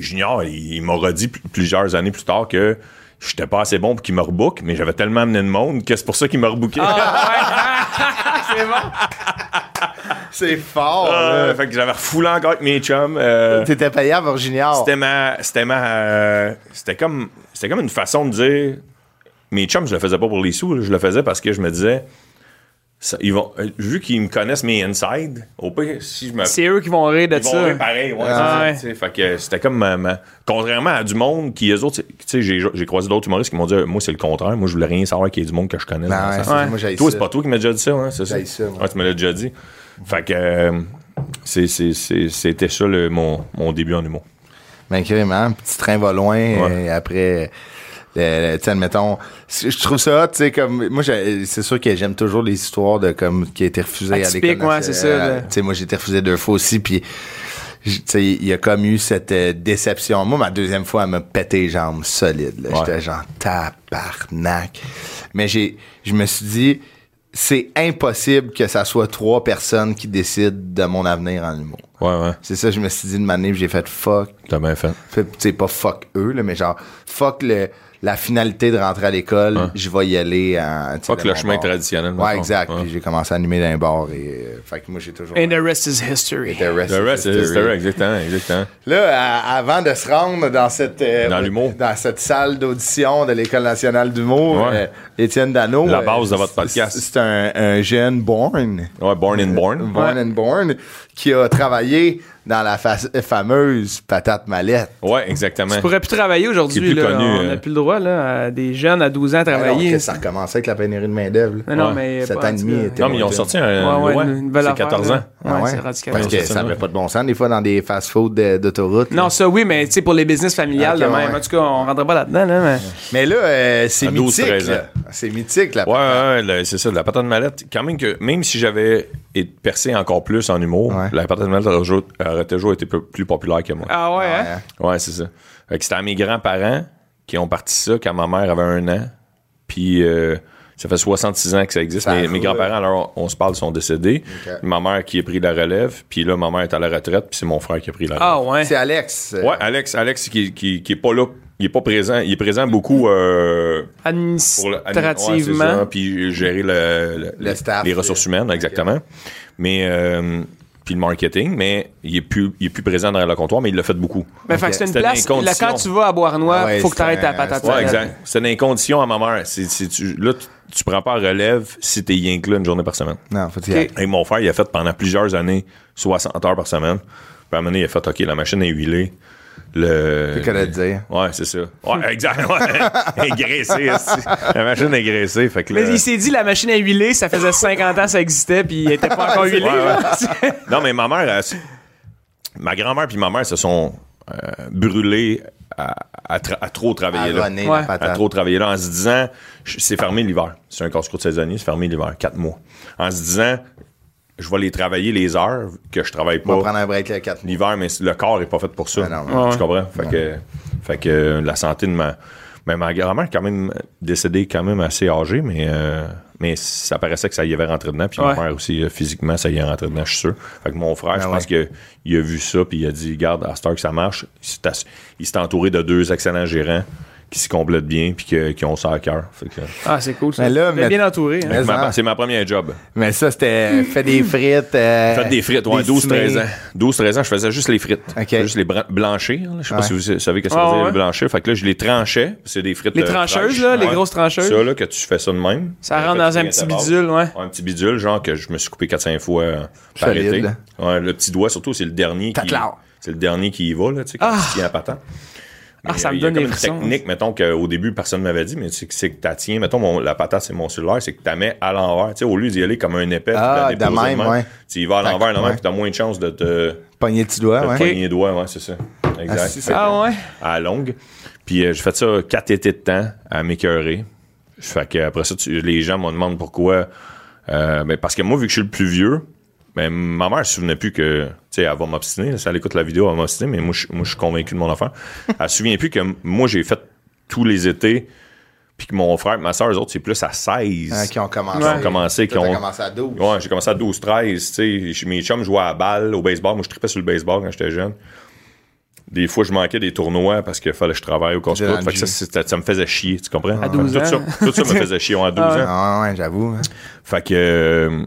[SPEAKER 5] Junior, il, il m'a redit pl- plusieurs années plus tard que j'étais pas assez bon pour qu'il me rebook, mais j'avais tellement amené de monde que c'est pour ça qu'il m'a rebooké.
[SPEAKER 2] Ah!
[SPEAKER 1] C'est fort.
[SPEAKER 5] Euh,
[SPEAKER 1] là.
[SPEAKER 5] fait que j'avais refoulé encore avec mes chums. euh,
[SPEAKER 1] T'étais payé à Virginia.
[SPEAKER 2] Oh.
[SPEAKER 5] c'était ma. C'était ma. euh, c'était comme. C'était comme une façon de dire. Mes chums, je le faisais pas pour les sous, là, je le faisais parce que je me disais. ça- ils vont, euh, vu qu'ils me connaissent mes inside, au pire, si je me
[SPEAKER 2] C'est eux qui vont rire de
[SPEAKER 5] Ils vont
[SPEAKER 2] ça.
[SPEAKER 5] rire ben, pareil, ouais.
[SPEAKER 2] Ah
[SPEAKER 5] c'est ça, tu sais. Fait que c'était comme. ma- ma- contrairement à du monde qui, eux autres, tu sais, j'ai j'ai croisé d'autres humoristes qui m'ont dit, moi, c'est le contraire. Moi, je voulais rien savoir qu'il y ait du monde que je connais. dans
[SPEAKER 1] ouais,
[SPEAKER 5] la
[SPEAKER 1] c'est
[SPEAKER 5] salle.
[SPEAKER 1] ça, moi, j'ai
[SPEAKER 5] Toi,
[SPEAKER 1] ça.
[SPEAKER 5] c'est pas toi qui m'as déjà dit ça, hein, c'est ça?
[SPEAKER 1] J'ai ça, moi.
[SPEAKER 5] Ah, tu me l'as déjà dit. Fait que. euh, c'est- c'est- c'est- c'était ça, le- mon, mon début en humour.
[SPEAKER 1] Ben, carrément. Petit train va loin. euh, et après, le- le- tu sais, admettons, c- je trouve ça, hot, tu sais, comme, moi, j'ai- c'est sûr que j'aime toujours les histoires de, comme, qui a été refusé à
[SPEAKER 2] Atypique,
[SPEAKER 1] l'école.
[SPEAKER 2] ouais, c'est ça,
[SPEAKER 1] nationale.
[SPEAKER 2] le-
[SPEAKER 1] Tu sais, moi, j'ai été refusé deux fois aussi, puis j- tu sais, il y a comme eu cette euh, déception. Moi, ma deuxième fois, elle m'a pété les jambes solides. là.
[SPEAKER 5] Ouais.
[SPEAKER 1] J'étais genre tabarnak. Mais j'ai, je me suis dit, c'est impossible que ça soit trois personnes qui décident de mon avenir en humour.
[SPEAKER 5] Ouais, ouais.
[SPEAKER 1] C'est ça, je me suis dit de m'année, j'ai fait fuck.
[SPEAKER 5] T'as bien fait.
[SPEAKER 1] Fait- tu sais, pas fuck eux, là, mais genre, fuck le, la finalité de rentrer à l'école, je vais y aller en. tu sais,
[SPEAKER 5] Fuck
[SPEAKER 1] de
[SPEAKER 5] le
[SPEAKER 1] mon
[SPEAKER 5] chemin
[SPEAKER 1] bord.
[SPEAKER 5] traditionnel, dans le
[SPEAKER 1] Ouais,
[SPEAKER 5] fond.
[SPEAKER 1] exact.
[SPEAKER 5] Ouais.
[SPEAKER 1] Puis j'ai commencé à animer dans un bar et. euh, fait que moi, j'ai toujours.
[SPEAKER 2] And the rest is history.
[SPEAKER 1] The rest
[SPEAKER 5] Le
[SPEAKER 1] is
[SPEAKER 5] reste, c'est
[SPEAKER 1] history.
[SPEAKER 5] history, exactement, exactement.
[SPEAKER 1] Là, à- avant de se rendre dans cette. euh,
[SPEAKER 5] Dans l'humour.
[SPEAKER 1] Dans cette salle d'audition de l'École nationale d'humour,
[SPEAKER 5] Ouais.
[SPEAKER 1] euh, Étienne Dano.
[SPEAKER 5] La
[SPEAKER 1] euh,
[SPEAKER 5] base de votre
[SPEAKER 1] c'est-
[SPEAKER 5] podcast.
[SPEAKER 1] C'est un, un jeune born.
[SPEAKER 5] Ouais, born and born.
[SPEAKER 1] Born and born, qui a travaillé dans la fa- fameuse patate mallette.
[SPEAKER 5] Ouais, exactement.
[SPEAKER 2] Tu pourrais plus travailler
[SPEAKER 5] Qui
[SPEAKER 2] aujourd'hui.
[SPEAKER 5] est plus
[SPEAKER 2] là.
[SPEAKER 5] connu,
[SPEAKER 2] On n'a
[SPEAKER 5] euh, Ben
[SPEAKER 2] plus le droit là, à des jeunes à 12 ans à
[SPEAKER 1] Alors
[SPEAKER 2] travailler.
[SPEAKER 1] que ça recommençait avec la pénurie de main-d'œuvre. là.
[SPEAKER 2] Non, non,
[SPEAKER 5] Ouais.
[SPEAKER 2] mais. euh,
[SPEAKER 1] Sept
[SPEAKER 2] pas-
[SPEAKER 1] ans et demi
[SPEAKER 2] en tout cas,
[SPEAKER 1] était-
[SPEAKER 5] Non, mais ils ont sorti
[SPEAKER 2] Ouais,
[SPEAKER 5] un. Euh, Ouais,
[SPEAKER 2] ouais, une nouvelle
[SPEAKER 5] c'est
[SPEAKER 2] affaire,
[SPEAKER 5] 14
[SPEAKER 2] là.
[SPEAKER 5] ans.
[SPEAKER 2] Ouais,
[SPEAKER 1] Ah ouais?
[SPEAKER 2] c'est radical.
[SPEAKER 1] Parce que
[SPEAKER 5] Ouais, c'est
[SPEAKER 1] ça
[SPEAKER 5] ça,
[SPEAKER 1] n'avait
[SPEAKER 5] ouais.
[SPEAKER 1] pas de bon sens, des fois, dans des fast-food de- d'autoroute. là.
[SPEAKER 2] Non, ça oui, mais tu sais, pour les business familiales,
[SPEAKER 1] Ok,
[SPEAKER 2] de même.
[SPEAKER 1] ouais.
[SPEAKER 2] En tout cas, on rentre pas là-dedans, là, mais.
[SPEAKER 1] Mais là, euh, c'est
[SPEAKER 5] À 12,
[SPEAKER 1] mythique.
[SPEAKER 5] 13 ans.
[SPEAKER 1] là. C'est mythique, là.
[SPEAKER 5] Ouais, ouais, le- c'est ça, de la patate mallette. Quand même que, même si j'avais été percé encore plus en humour,
[SPEAKER 1] Ouais.
[SPEAKER 5] la patate mallette aurait, toujours- aurait toujours été peu- plus populaire que moi.
[SPEAKER 2] Ah ouais,
[SPEAKER 1] Ouais,
[SPEAKER 2] hein?
[SPEAKER 1] hein.
[SPEAKER 5] Ouais, c'est ça. Fait que c'était à mes grands-parents qui ont parti ça quand ma mère avait un an. Puis euh, ça fait 66 ans que ça existe.
[SPEAKER 1] Ça
[SPEAKER 5] mes
[SPEAKER 1] roule.
[SPEAKER 5] mes grands-parents, alors on, on se parle, sont décédés.
[SPEAKER 1] Ok.
[SPEAKER 5] Ma mère qui a pris la relève. Puis là, ma mère est à la retraite. Puis c'est mon frère qui a pris la relève.
[SPEAKER 2] Ah ouais.
[SPEAKER 1] C'est Alex. euh,
[SPEAKER 5] Ouais, Alex, Alex qui, qui, qui est pas là. Il est pas présent. Il est présent beaucoup euh, pour le- ouais, c'est
[SPEAKER 2] Administrativement.
[SPEAKER 5] ça, puis gérer le, le-
[SPEAKER 1] Le staff,
[SPEAKER 5] les
[SPEAKER 1] euh,
[SPEAKER 5] ressources humaines, exactement. Mais euh, puis le marketing, mais il est plus, il est plus présent dans le comptoir, mais il l'a fait beaucoup.
[SPEAKER 2] Mais fait que c'est une
[SPEAKER 5] C'était
[SPEAKER 2] place.
[SPEAKER 5] dans les
[SPEAKER 2] Là, quand tu
[SPEAKER 5] conditions.
[SPEAKER 2] vas à Bois-Noir,
[SPEAKER 1] Ah ouais,
[SPEAKER 2] faut que tu arrêtes
[SPEAKER 1] c'est un-
[SPEAKER 2] la patate.
[SPEAKER 1] c'est un-
[SPEAKER 5] Ouais,
[SPEAKER 2] salade.
[SPEAKER 5] exact. C'est une incondition à ma mère. C'est- c'est- tu- là, tu, tu prends pas la relève si t'es rien que là une journée par semaine.
[SPEAKER 1] Non, faut dire.
[SPEAKER 2] Ok.
[SPEAKER 5] Et mon frère, il a fait pendant plusieurs années 60 heures par semaine. Puis à un moment donné, il a fait OK, la machine est huilée. Le.
[SPEAKER 1] que le dire.
[SPEAKER 5] Ouais, c'est ça. Ouais, exact. Ouais. Engraissé, esti. La machine est graissée. Fait que
[SPEAKER 2] Mais
[SPEAKER 5] là-
[SPEAKER 2] il s'est dit, la machine à huiler, ça faisait 50 ans ça existait, puis il était pas encore huilé.
[SPEAKER 5] Ouais,
[SPEAKER 2] là.
[SPEAKER 5] ouais. non, mais ma mère, elle- ma grand-mère puis ma mère se sont euh, brûlées à, à tra- à trop travailler là.
[SPEAKER 1] Arronné, la
[SPEAKER 2] Ouais.
[SPEAKER 5] À
[SPEAKER 1] patate.
[SPEAKER 5] trop travailler là en se disant, je- c'est fermé l'hiver. C'est un casse-croûte saisonnier, c'est fermé l'hiver, quatre mois. En se disant, je vais les travailler les heures que je travaille
[SPEAKER 1] On va
[SPEAKER 5] pas
[SPEAKER 1] prendre un break, là, 4 minutes.
[SPEAKER 5] l'hiver, mais le corps est pas fait pour ça.
[SPEAKER 1] Ben non,
[SPEAKER 5] tu
[SPEAKER 1] ben non.
[SPEAKER 5] comprends? Fait, que, fait que euh, la santé de ma. Mais ma grand-mère est quand même décédée, quand même assez âgée, mais, euh, mais ça paraissait que ça y avait rentré dedans. Puis
[SPEAKER 2] Ouais.
[SPEAKER 5] ma mère aussi, euh, physiquement, ça y est rentré dedans, je suis sûr. Fait que mon frère, je
[SPEAKER 1] Ben
[SPEAKER 5] pense qu'il a vu ça, puis il a dit Garde, à cette heure que ça marche, c'est ass- il s'est entouré de deux excellents gérants qui se complètent bien, puis que- qui ont ça à cœur. Fait que-
[SPEAKER 2] Ah, c'est cool. Ça.
[SPEAKER 1] Mais là,
[SPEAKER 2] T'es
[SPEAKER 1] mais-
[SPEAKER 2] bien entouré. hein.
[SPEAKER 1] Mais-
[SPEAKER 5] Ma- C'est ma première job.
[SPEAKER 1] Mais ça,
[SPEAKER 2] Hmm.
[SPEAKER 1] c'était euh, fait des frites. euh,
[SPEAKER 5] Faites des frites, ouais,
[SPEAKER 1] des
[SPEAKER 5] 12-13
[SPEAKER 1] cimets.
[SPEAKER 5] ans. 12-13 ans, je faisais juste les frites.
[SPEAKER 1] Ok.
[SPEAKER 5] Juste les bran- blanchir. là. Je sais pas
[SPEAKER 1] Ouais.
[SPEAKER 5] si vous savez que ça
[SPEAKER 2] Ah,
[SPEAKER 5] veut dire,
[SPEAKER 2] ouais.
[SPEAKER 5] les blanchir. Fait que là, je les tranchais. C'est des frites.
[SPEAKER 2] Les
[SPEAKER 5] euh,
[SPEAKER 2] trancheuses,
[SPEAKER 5] fraîches.
[SPEAKER 2] là, les grosses trancheuses.
[SPEAKER 5] Ça, là, que tu fais ça de même.
[SPEAKER 2] Ça
[SPEAKER 5] Fait
[SPEAKER 2] rentre
[SPEAKER 5] que
[SPEAKER 2] dans
[SPEAKER 5] tu
[SPEAKER 2] un
[SPEAKER 5] mets
[SPEAKER 2] petit
[SPEAKER 5] ta base.
[SPEAKER 2] bidule, ouais.
[SPEAKER 5] Un petit bidule, genre que je me suis coupé 4-5 fois euh, par
[SPEAKER 1] Solide,
[SPEAKER 5] été.
[SPEAKER 1] là.
[SPEAKER 5] Ouais, le petit doigt, surtout, c'est le dernier.
[SPEAKER 1] T'as
[SPEAKER 5] qui-
[SPEAKER 1] clair.
[SPEAKER 5] C'est le dernier qui y va, là, tu sais, quand
[SPEAKER 2] Ah!
[SPEAKER 5] tu tiens à patent.
[SPEAKER 2] Ah,
[SPEAKER 5] Mais,
[SPEAKER 2] ça
[SPEAKER 5] euh,
[SPEAKER 2] me
[SPEAKER 5] il y a
[SPEAKER 2] donne
[SPEAKER 5] comme
[SPEAKER 2] des
[SPEAKER 5] une
[SPEAKER 2] frissons.
[SPEAKER 5] technique, mettons, qu'au début, personne ne m'avait dit, mais c'est que- c'est que tu tiens, mettons, mon- la patate, c'est mon cellulaire, c'est que tu la mets à l'envers. Tu sais, au lieu d'y aller comme un épais, puis
[SPEAKER 1] Ah,
[SPEAKER 5] la déposer
[SPEAKER 1] de même, ouais.
[SPEAKER 5] Tu y vas à l'envers, là
[SPEAKER 1] Ouais.
[SPEAKER 5] puis tu as moins de chances de te
[SPEAKER 1] Pogner le petit doigt, ouais.
[SPEAKER 5] pogner les doigts, ouais, c'est ça. Exact.
[SPEAKER 1] Ah, si,
[SPEAKER 5] Fait que-
[SPEAKER 2] Ah ouais?
[SPEAKER 5] à la longue. Puis euh, j'ai fait ça quatre étés de temps à m'écœurer. Fait que après ça, tu- les gens me demandent pourquoi. Euh, ben, parce que moi, vu que je suis le plus vieux, ben, ma mère ne se souvenait plus que. Tu sais, elle va m'obstiner. là. Si elle écoute la vidéo, elle va m'obstiner, mais moi, je moi, je suis convaincu de mon affaire. elle se souvient plus que m- moi, j'ai fait tous les étés. Puis que mon frère, ma soeur, eux autres, c'est plus à 16.
[SPEAKER 1] Hein, qui ont commencé.
[SPEAKER 5] Qui ont commencé, qui
[SPEAKER 1] Toi, t'as
[SPEAKER 5] ont-
[SPEAKER 1] commencé à 12.
[SPEAKER 5] Ouais, j'ai commencé à 12, 13. Tu sais, J- mes chums jouaient à la balle, au baseball. Moi, je tripais sur le baseball quand j'étais jeune. Des fois, je manquais des tournois parce qu'il fallait que je travaille au
[SPEAKER 1] Dans
[SPEAKER 5] constructeur.
[SPEAKER 1] le
[SPEAKER 5] Fait que ça,
[SPEAKER 1] gym.
[SPEAKER 5] c'était- ça me faisait chier, tu comprends? Fait que
[SPEAKER 2] 12
[SPEAKER 5] tout,
[SPEAKER 2] ans.
[SPEAKER 5] ça, tout ça me faisait chier ouais, à 12 ans.
[SPEAKER 1] Ah, ouais, j'avoue. hein.
[SPEAKER 5] Fait que. euh,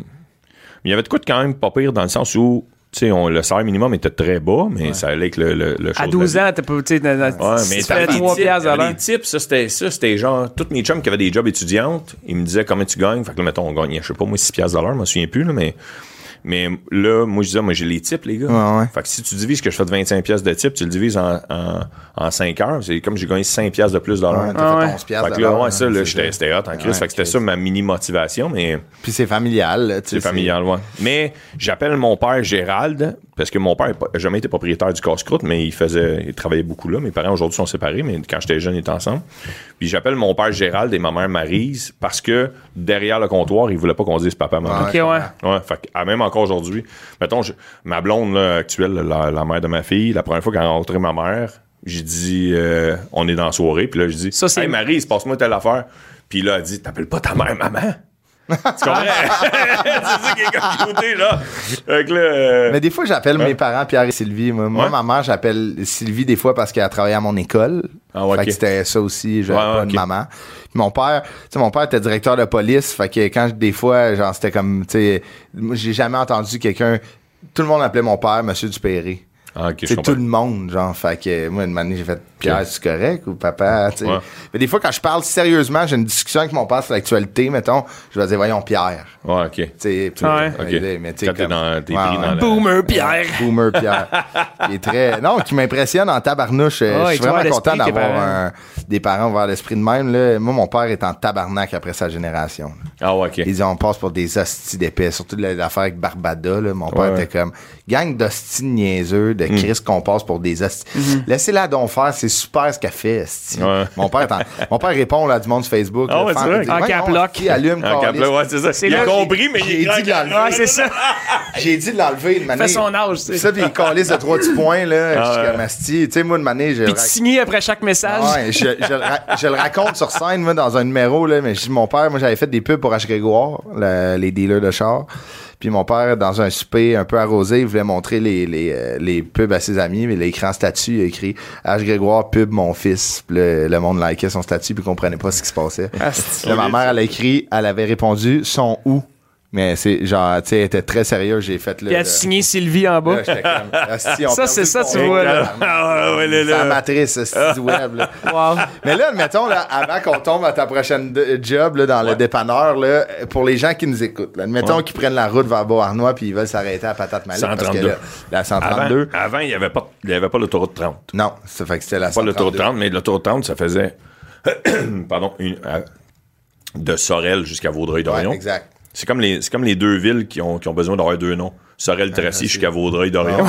[SPEAKER 5] Il y avait de quoi de quand même pas pire dans le sens où, tu sais, on- le salaire minimum était très bas, mais ça allait avec le, le, le chose
[SPEAKER 2] À
[SPEAKER 5] de
[SPEAKER 2] 12
[SPEAKER 5] la vie.
[SPEAKER 2] ans, t'as pas, tu sais, dans- dans-
[SPEAKER 5] Ouais,
[SPEAKER 2] tu
[SPEAKER 5] mais
[SPEAKER 2] tu fais
[SPEAKER 5] t'avais des
[SPEAKER 2] 3
[SPEAKER 5] tips,
[SPEAKER 2] piastres à
[SPEAKER 5] t'avais
[SPEAKER 2] l'heure.
[SPEAKER 5] des tips, ça c'était ça, c'était genre toutes mes chums qui avaient des jobs étudiantes, ils me disaient comment tu gagnes, fait que là mettons on gagnait je sais pas moi 6 pièces l'heure, je me souviens plus là mais mais là moi je disais moi j'ai les tips les gars.
[SPEAKER 1] Ouais, ouais.
[SPEAKER 5] Fait que si tu divises que je fais de 25 pièces de tips, tu le divises en, en, 5 heures, c'est comme j'ai gagné 5 pièces de plus
[SPEAKER 1] Ah Ouais,
[SPEAKER 5] l'heure.
[SPEAKER 1] t'as
[SPEAKER 2] Ah, ouais.
[SPEAKER 1] fait 11 piastres
[SPEAKER 5] Fait que
[SPEAKER 1] de
[SPEAKER 5] là,
[SPEAKER 1] l'heure,
[SPEAKER 5] ouais, ça,
[SPEAKER 1] hein,
[SPEAKER 5] là,
[SPEAKER 1] c'est
[SPEAKER 5] j'étais
[SPEAKER 1] ça.
[SPEAKER 5] c'était hot en crise.
[SPEAKER 1] Ouais,
[SPEAKER 5] fait que c'était
[SPEAKER 1] Chris.
[SPEAKER 5] ça ma mini motivation, mais
[SPEAKER 1] Puis c'est familial, là, tu sais,
[SPEAKER 5] c'est familial, ouais. Mais j'appelle mon père Gérald, parce que mon père n'a jamais été propriétaire du casse-croûte, mais il faisait, il travaillait beaucoup là. Mes parents aujourd'hui sont séparés, mais quand j'étais jeune, ils étaient ensemble. Puis j'appelle mon père Gérald et ma mère Marise, parce que derrière le comptoir, ils voulaient pas qu'on dise papa, maman.
[SPEAKER 2] Ah, Ok, ouais.
[SPEAKER 5] Ouais, fait que, à même encore aujourd'hui, mettons, je- ma blonde là, actuelle, la, la mère de ma fille, la première fois qu'elle a rencontré ma mère, j'ai dit, euh, on est dans la soirée, puis là, je dis,
[SPEAKER 2] Ça, c'est-
[SPEAKER 5] hey Marie, passe-moi telle affaire. Puis là, elle dit, t'appelles pas ta mère maman? tu comprends? c'est ça qui est comme côté, là. Fait que là, euh,
[SPEAKER 1] Mais des fois, j'appelle mes parents, Pierre et Sylvie. Moi, moi,
[SPEAKER 5] Ouais.
[SPEAKER 1] ma mère, j'appelle Sylvie des fois parce qu'elle travaillait à mon école.
[SPEAKER 5] Ah ouais,
[SPEAKER 1] fait
[SPEAKER 5] ok.
[SPEAKER 1] que c'était ça aussi, j'avais
[SPEAKER 5] Ouais, ouais,
[SPEAKER 1] pas
[SPEAKER 5] ok.
[SPEAKER 1] une maman. Puis mon père, tu sais, mon père était directeur de police. Fait que quand, je- des fois, genre, c'était comme, tu sais, moi, j'ai jamais entendu quelqu'un, tout le monde appelait mon père Monsieur Dupéré.
[SPEAKER 5] ah, ok, je
[SPEAKER 1] C'est
[SPEAKER 5] comprends.
[SPEAKER 1] tout le monde, genre. Fait que moi, une année, j'ai fait Pierre,
[SPEAKER 5] Ok.
[SPEAKER 1] c'est correct ou papa, tu sais.
[SPEAKER 5] Ouais.
[SPEAKER 1] Mais des fois, quand je parle sérieusement, j'ai une discussion avec mon père sur l'actualité, mettons, je vais dire, voyons, Pierre.
[SPEAKER 5] Ouais, ok.
[SPEAKER 1] Tu sais, puis-
[SPEAKER 2] Ah Ouais.
[SPEAKER 5] Ok.
[SPEAKER 1] mais tu sais,
[SPEAKER 5] Quand t'es
[SPEAKER 1] comme-
[SPEAKER 5] dans- t'es
[SPEAKER 1] Ouais,
[SPEAKER 5] pris
[SPEAKER 1] ouais.
[SPEAKER 5] dans la-
[SPEAKER 2] Boomer Pierre.
[SPEAKER 1] Boomer Pierre. qui est très. Non, qui m'impressionne en tabarnouche. Euh,
[SPEAKER 2] Ouais,
[SPEAKER 1] je
[SPEAKER 2] il
[SPEAKER 1] suis
[SPEAKER 2] est ouvert à
[SPEAKER 1] vraiment
[SPEAKER 2] l'esprit,
[SPEAKER 1] content
[SPEAKER 2] tes
[SPEAKER 1] d'avoir
[SPEAKER 2] parents.
[SPEAKER 1] un- des parents vers l'esprit de même. Là. Moi, mon père est en tabarnak après sa génération.
[SPEAKER 5] Ah, ouais, ok.
[SPEAKER 1] Ils disent, on passe pour des hosties d'épais. Surtout la- l'affaire avec Barbada, là. Mon
[SPEAKER 5] Ouais,
[SPEAKER 1] père
[SPEAKER 5] ouais. Hmm.
[SPEAKER 1] était comme, gang d'hosties niaiseux, de Chris qu'on passe pour des hosties.
[SPEAKER 2] Mhm.
[SPEAKER 1] Laissez-la donc faire, c'est super ce qu'elle fait, hostie.
[SPEAKER 5] Ouais.
[SPEAKER 1] Mon père, est en- mon père répond, là, du monde sur Facebook.
[SPEAKER 5] Ah
[SPEAKER 1] là,
[SPEAKER 5] ouais,
[SPEAKER 1] fan-
[SPEAKER 5] c'est vrai.
[SPEAKER 1] dit,
[SPEAKER 5] En
[SPEAKER 1] Voyons,
[SPEAKER 2] cap lock.
[SPEAKER 1] hostie, allume,
[SPEAKER 5] Ah,
[SPEAKER 1] câlisse.
[SPEAKER 5] ouais, c'est ça. Il
[SPEAKER 2] là
[SPEAKER 5] a
[SPEAKER 2] que
[SPEAKER 5] compris, mais il
[SPEAKER 1] j'ai
[SPEAKER 5] est
[SPEAKER 1] dit de la-
[SPEAKER 5] craquant.
[SPEAKER 2] Ouais, c'est ça.
[SPEAKER 1] J'ai dit de l'enlever une manière.
[SPEAKER 2] Fais son âge, tu sais.
[SPEAKER 1] Ça, puis il calisse de trois petits points, là. je suis comme, asti. Tu sais, moi, une manière, j'ai.
[SPEAKER 2] Puis tu signes après chaque message.
[SPEAKER 1] Ouais, je, je le ra- je le raconte sur scène, moi, dans un numéro, là, mais je dis, mon père, moi, j'avais fait des pubs pour H. Grégoire, le- les dealers de chars. Puis mon père, dans un souper un peu arrosé, il voulait montrer les, les, euh, les pubs à ses amis, mais l'écran statut, il a écrit H. Grégoire, pub mon fils. Puis le, le monde likait son statut, puis comprenait pas ce qui se passait.
[SPEAKER 2] Ah,
[SPEAKER 1] Là, ma mère, elle a écrit, elle avait répondu, son où? Mais c'est genre, tu sais, elle était très sérieux, j'ai fait là.
[SPEAKER 2] Puis elle a
[SPEAKER 1] le-
[SPEAKER 2] signé Sylvie en bas.
[SPEAKER 1] Là, j'étais comme, Asti, on
[SPEAKER 2] Ça,
[SPEAKER 1] perd
[SPEAKER 2] c'est
[SPEAKER 1] tout
[SPEAKER 2] ça,
[SPEAKER 1] son
[SPEAKER 2] tu
[SPEAKER 1] temps.
[SPEAKER 2] vois,
[SPEAKER 5] là. Ah, ouais, ouais, là,
[SPEAKER 1] C'est la
[SPEAKER 5] là.
[SPEAKER 1] matrice, asti, du web. là.
[SPEAKER 2] Wow.
[SPEAKER 1] Mais là, admettons, là, avant qu'on tombe à ta prochaine de- job là, dans le dépanneur, là, pour les gens qui nous écoutent, là, admettons qu'ils prennent la route vers Beauharnois puis ils veulent s'arrêter à Patate Malais. Parce que
[SPEAKER 5] 132.
[SPEAKER 1] là, la 132.
[SPEAKER 5] Avant, avant, il n'y avait pas, il y avait pas l'autoroute 30.
[SPEAKER 1] Non, ça fait que c'était la
[SPEAKER 5] pas
[SPEAKER 1] 132.
[SPEAKER 5] l'autoroute 30, mais l'autoroute 30, ça faisait, pardon, une- à- de Sorel jusqu'à Vaudreuil-Dorion.
[SPEAKER 1] Ouais, exact.
[SPEAKER 5] C'est comme, les, c'est comme les deux villes qui ont, qui ont besoin d'avoir deux noms.
[SPEAKER 1] Ah,
[SPEAKER 5] Sorel-Tracy jusqu'à Vaudreuil-Dorion.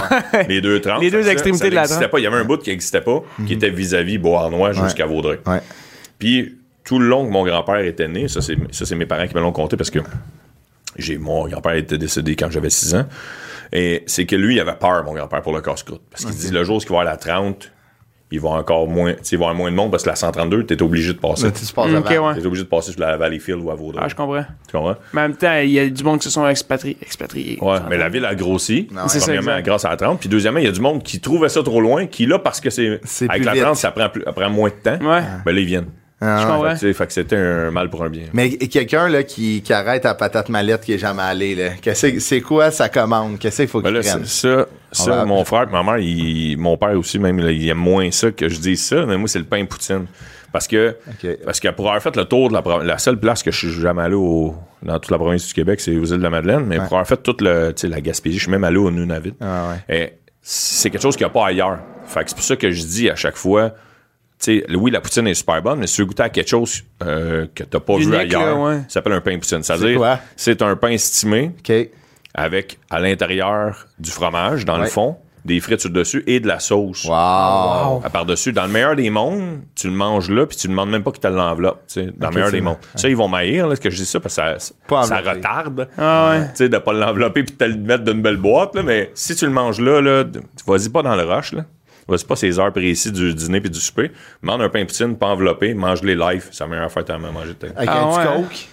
[SPEAKER 5] Les deux 30.
[SPEAKER 2] Les
[SPEAKER 5] ça
[SPEAKER 2] deux
[SPEAKER 5] faisait-
[SPEAKER 2] extrémités
[SPEAKER 5] ça
[SPEAKER 2] de la
[SPEAKER 5] n'existait
[SPEAKER 2] 30.
[SPEAKER 5] pas. Il y avait un bout qui n'existait pas, qui était vis-à-vis Beauharnois jusqu'à Vaudreuil.
[SPEAKER 1] Mhm. Ouais.
[SPEAKER 5] Puis tout le long que mon grand-père était né, ça c'est, ça, c'est mes parents qui me l'ont compté parce que j'ai, mon grand-père était décédé quand j'avais 6 ans. Et c'est que lui, il avait peur, mon grand-père, pour le casse-croûte. Parce qu'il dit le jour où il va à la 30, il va encore moins, tu sais, il va y avoir moins de monde parce que la 132, t'es obligé de passer.
[SPEAKER 1] Ça, tu te passes
[SPEAKER 2] Mm,
[SPEAKER 1] avant.
[SPEAKER 2] ok, ouais.
[SPEAKER 5] T'es obligé de passer sur la Valleyfield ou à Vaudreuil.
[SPEAKER 2] Ah, je comprends.
[SPEAKER 5] Tu comprends?
[SPEAKER 2] Mais en même temps, il y a du monde qui se sont expatri- expatriés.
[SPEAKER 5] Ouais, mais la ville a grossi.
[SPEAKER 1] C'est
[SPEAKER 2] ça,
[SPEAKER 5] premièrement,
[SPEAKER 2] exact.
[SPEAKER 5] grâce à la 30. Puis deuxièmement, il y a du monde qui trouvait ça trop loin, qui là, parce que c'est.
[SPEAKER 1] C'est
[SPEAKER 5] Avec
[SPEAKER 1] plus
[SPEAKER 5] la
[SPEAKER 1] vite.
[SPEAKER 5] 30, ça prend, plus- ça prend moins de temps.
[SPEAKER 2] Ouais.
[SPEAKER 5] Ben là, ils viennent.
[SPEAKER 1] Ah, ouais.
[SPEAKER 2] Je
[SPEAKER 5] Fait que,
[SPEAKER 2] comprends.
[SPEAKER 5] tu sais, fait que c'était un mal pour un bien.
[SPEAKER 1] Mais quelqu'un là, qui, qui arrête à Patate Mallette qui est jamais allé, là, qu'est-ce que- c'est quoi sa commande? Qu'est-ce qu'il faut
[SPEAKER 5] Ben
[SPEAKER 1] qu'il
[SPEAKER 5] là,
[SPEAKER 1] prenne?
[SPEAKER 5] c'est- ça, ça
[SPEAKER 1] va-
[SPEAKER 5] mon frère, et ma mère, il- mon père aussi, même, là, il aime moins ça que je dise ça, mais moi, c'est le pain poutine. Parce que,
[SPEAKER 1] Ok.
[SPEAKER 5] parce que pour avoir fait le tour de la, pro- la seule place que je suis jamais allé au- dans toute la province du Québec, c'est aux îles de la Madeleine, mais pour avoir fait toute le, tu sais, la Gaspésie, je suis même allé au Nunavut.
[SPEAKER 1] Ah
[SPEAKER 5] Et c'est quelque chose qu'il n'y a pas ailleurs. Fait que c'est pour ça que je dis à chaque fois, tu sais, oui, la poutine est super bonne, mais si tu veux goûter à quelque chose euh, que tu n'as pas vu
[SPEAKER 2] Unique, là,
[SPEAKER 5] ailleurs,
[SPEAKER 2] ouais.
[SPEAKER 5] ça s'appelle un pain poutine.
[SPEAKER 1] C'est
[SPEAKER 5] C'est-à-dire,
[SPEAKER 1] quoi?
[SPEAKER 5] c'est un pain estimé
[SPEAKER 1] OK.
[SPEAKER 5] avec à l'intérieur du fromage, dans le
[SPEAKER 1] Ouais.
[SPEAKER 5] fond, des frites sur le dessus et de la sauce.
[SPEAKER 2] Ah,
[SPEAKER 1] Wow.
[SPEAKER 5] À par-dessus. Dans le meilleur des mondes, tu le manges là, puis tu ne demandes même pas qu'ils te l'enveloppent. tu sais, Dans
[SPEAKER 1] Ok,
[SPEAKER 5] le meilleur
[SPEAKER 1] c'est vrai.
[SPEAKER 5] des mondes. Ça, ils vont maïr, là, ce que je dis ça, parce que ça,
[SPEAKER 1] Pas
[SPEAKER 5] ça
[SPEAKER 1] enveloppé.
[SPEAKER 5] retarde
[SPEAKER 2] Ah ouais.
[SPEAKER 5] tu sais, de pas l'envelopper puis de te le mettre d'une belle boîte. Là, mais si tu le manges là, là d- vas-y pas dans le rush. Là. Vas-y pas ces heures précises du dîner puis du souper. Demande un pain poutine, pas enveloppé, mange-les live. C'est la meilleure fête à manger de ta vie.
[SPEAKER 1] Avec
[SPEAKER 2] Ah
[SPEAKER 1] un
[SPEAKER 2] ouais, hein?
[SPEAKER 1] petit coke.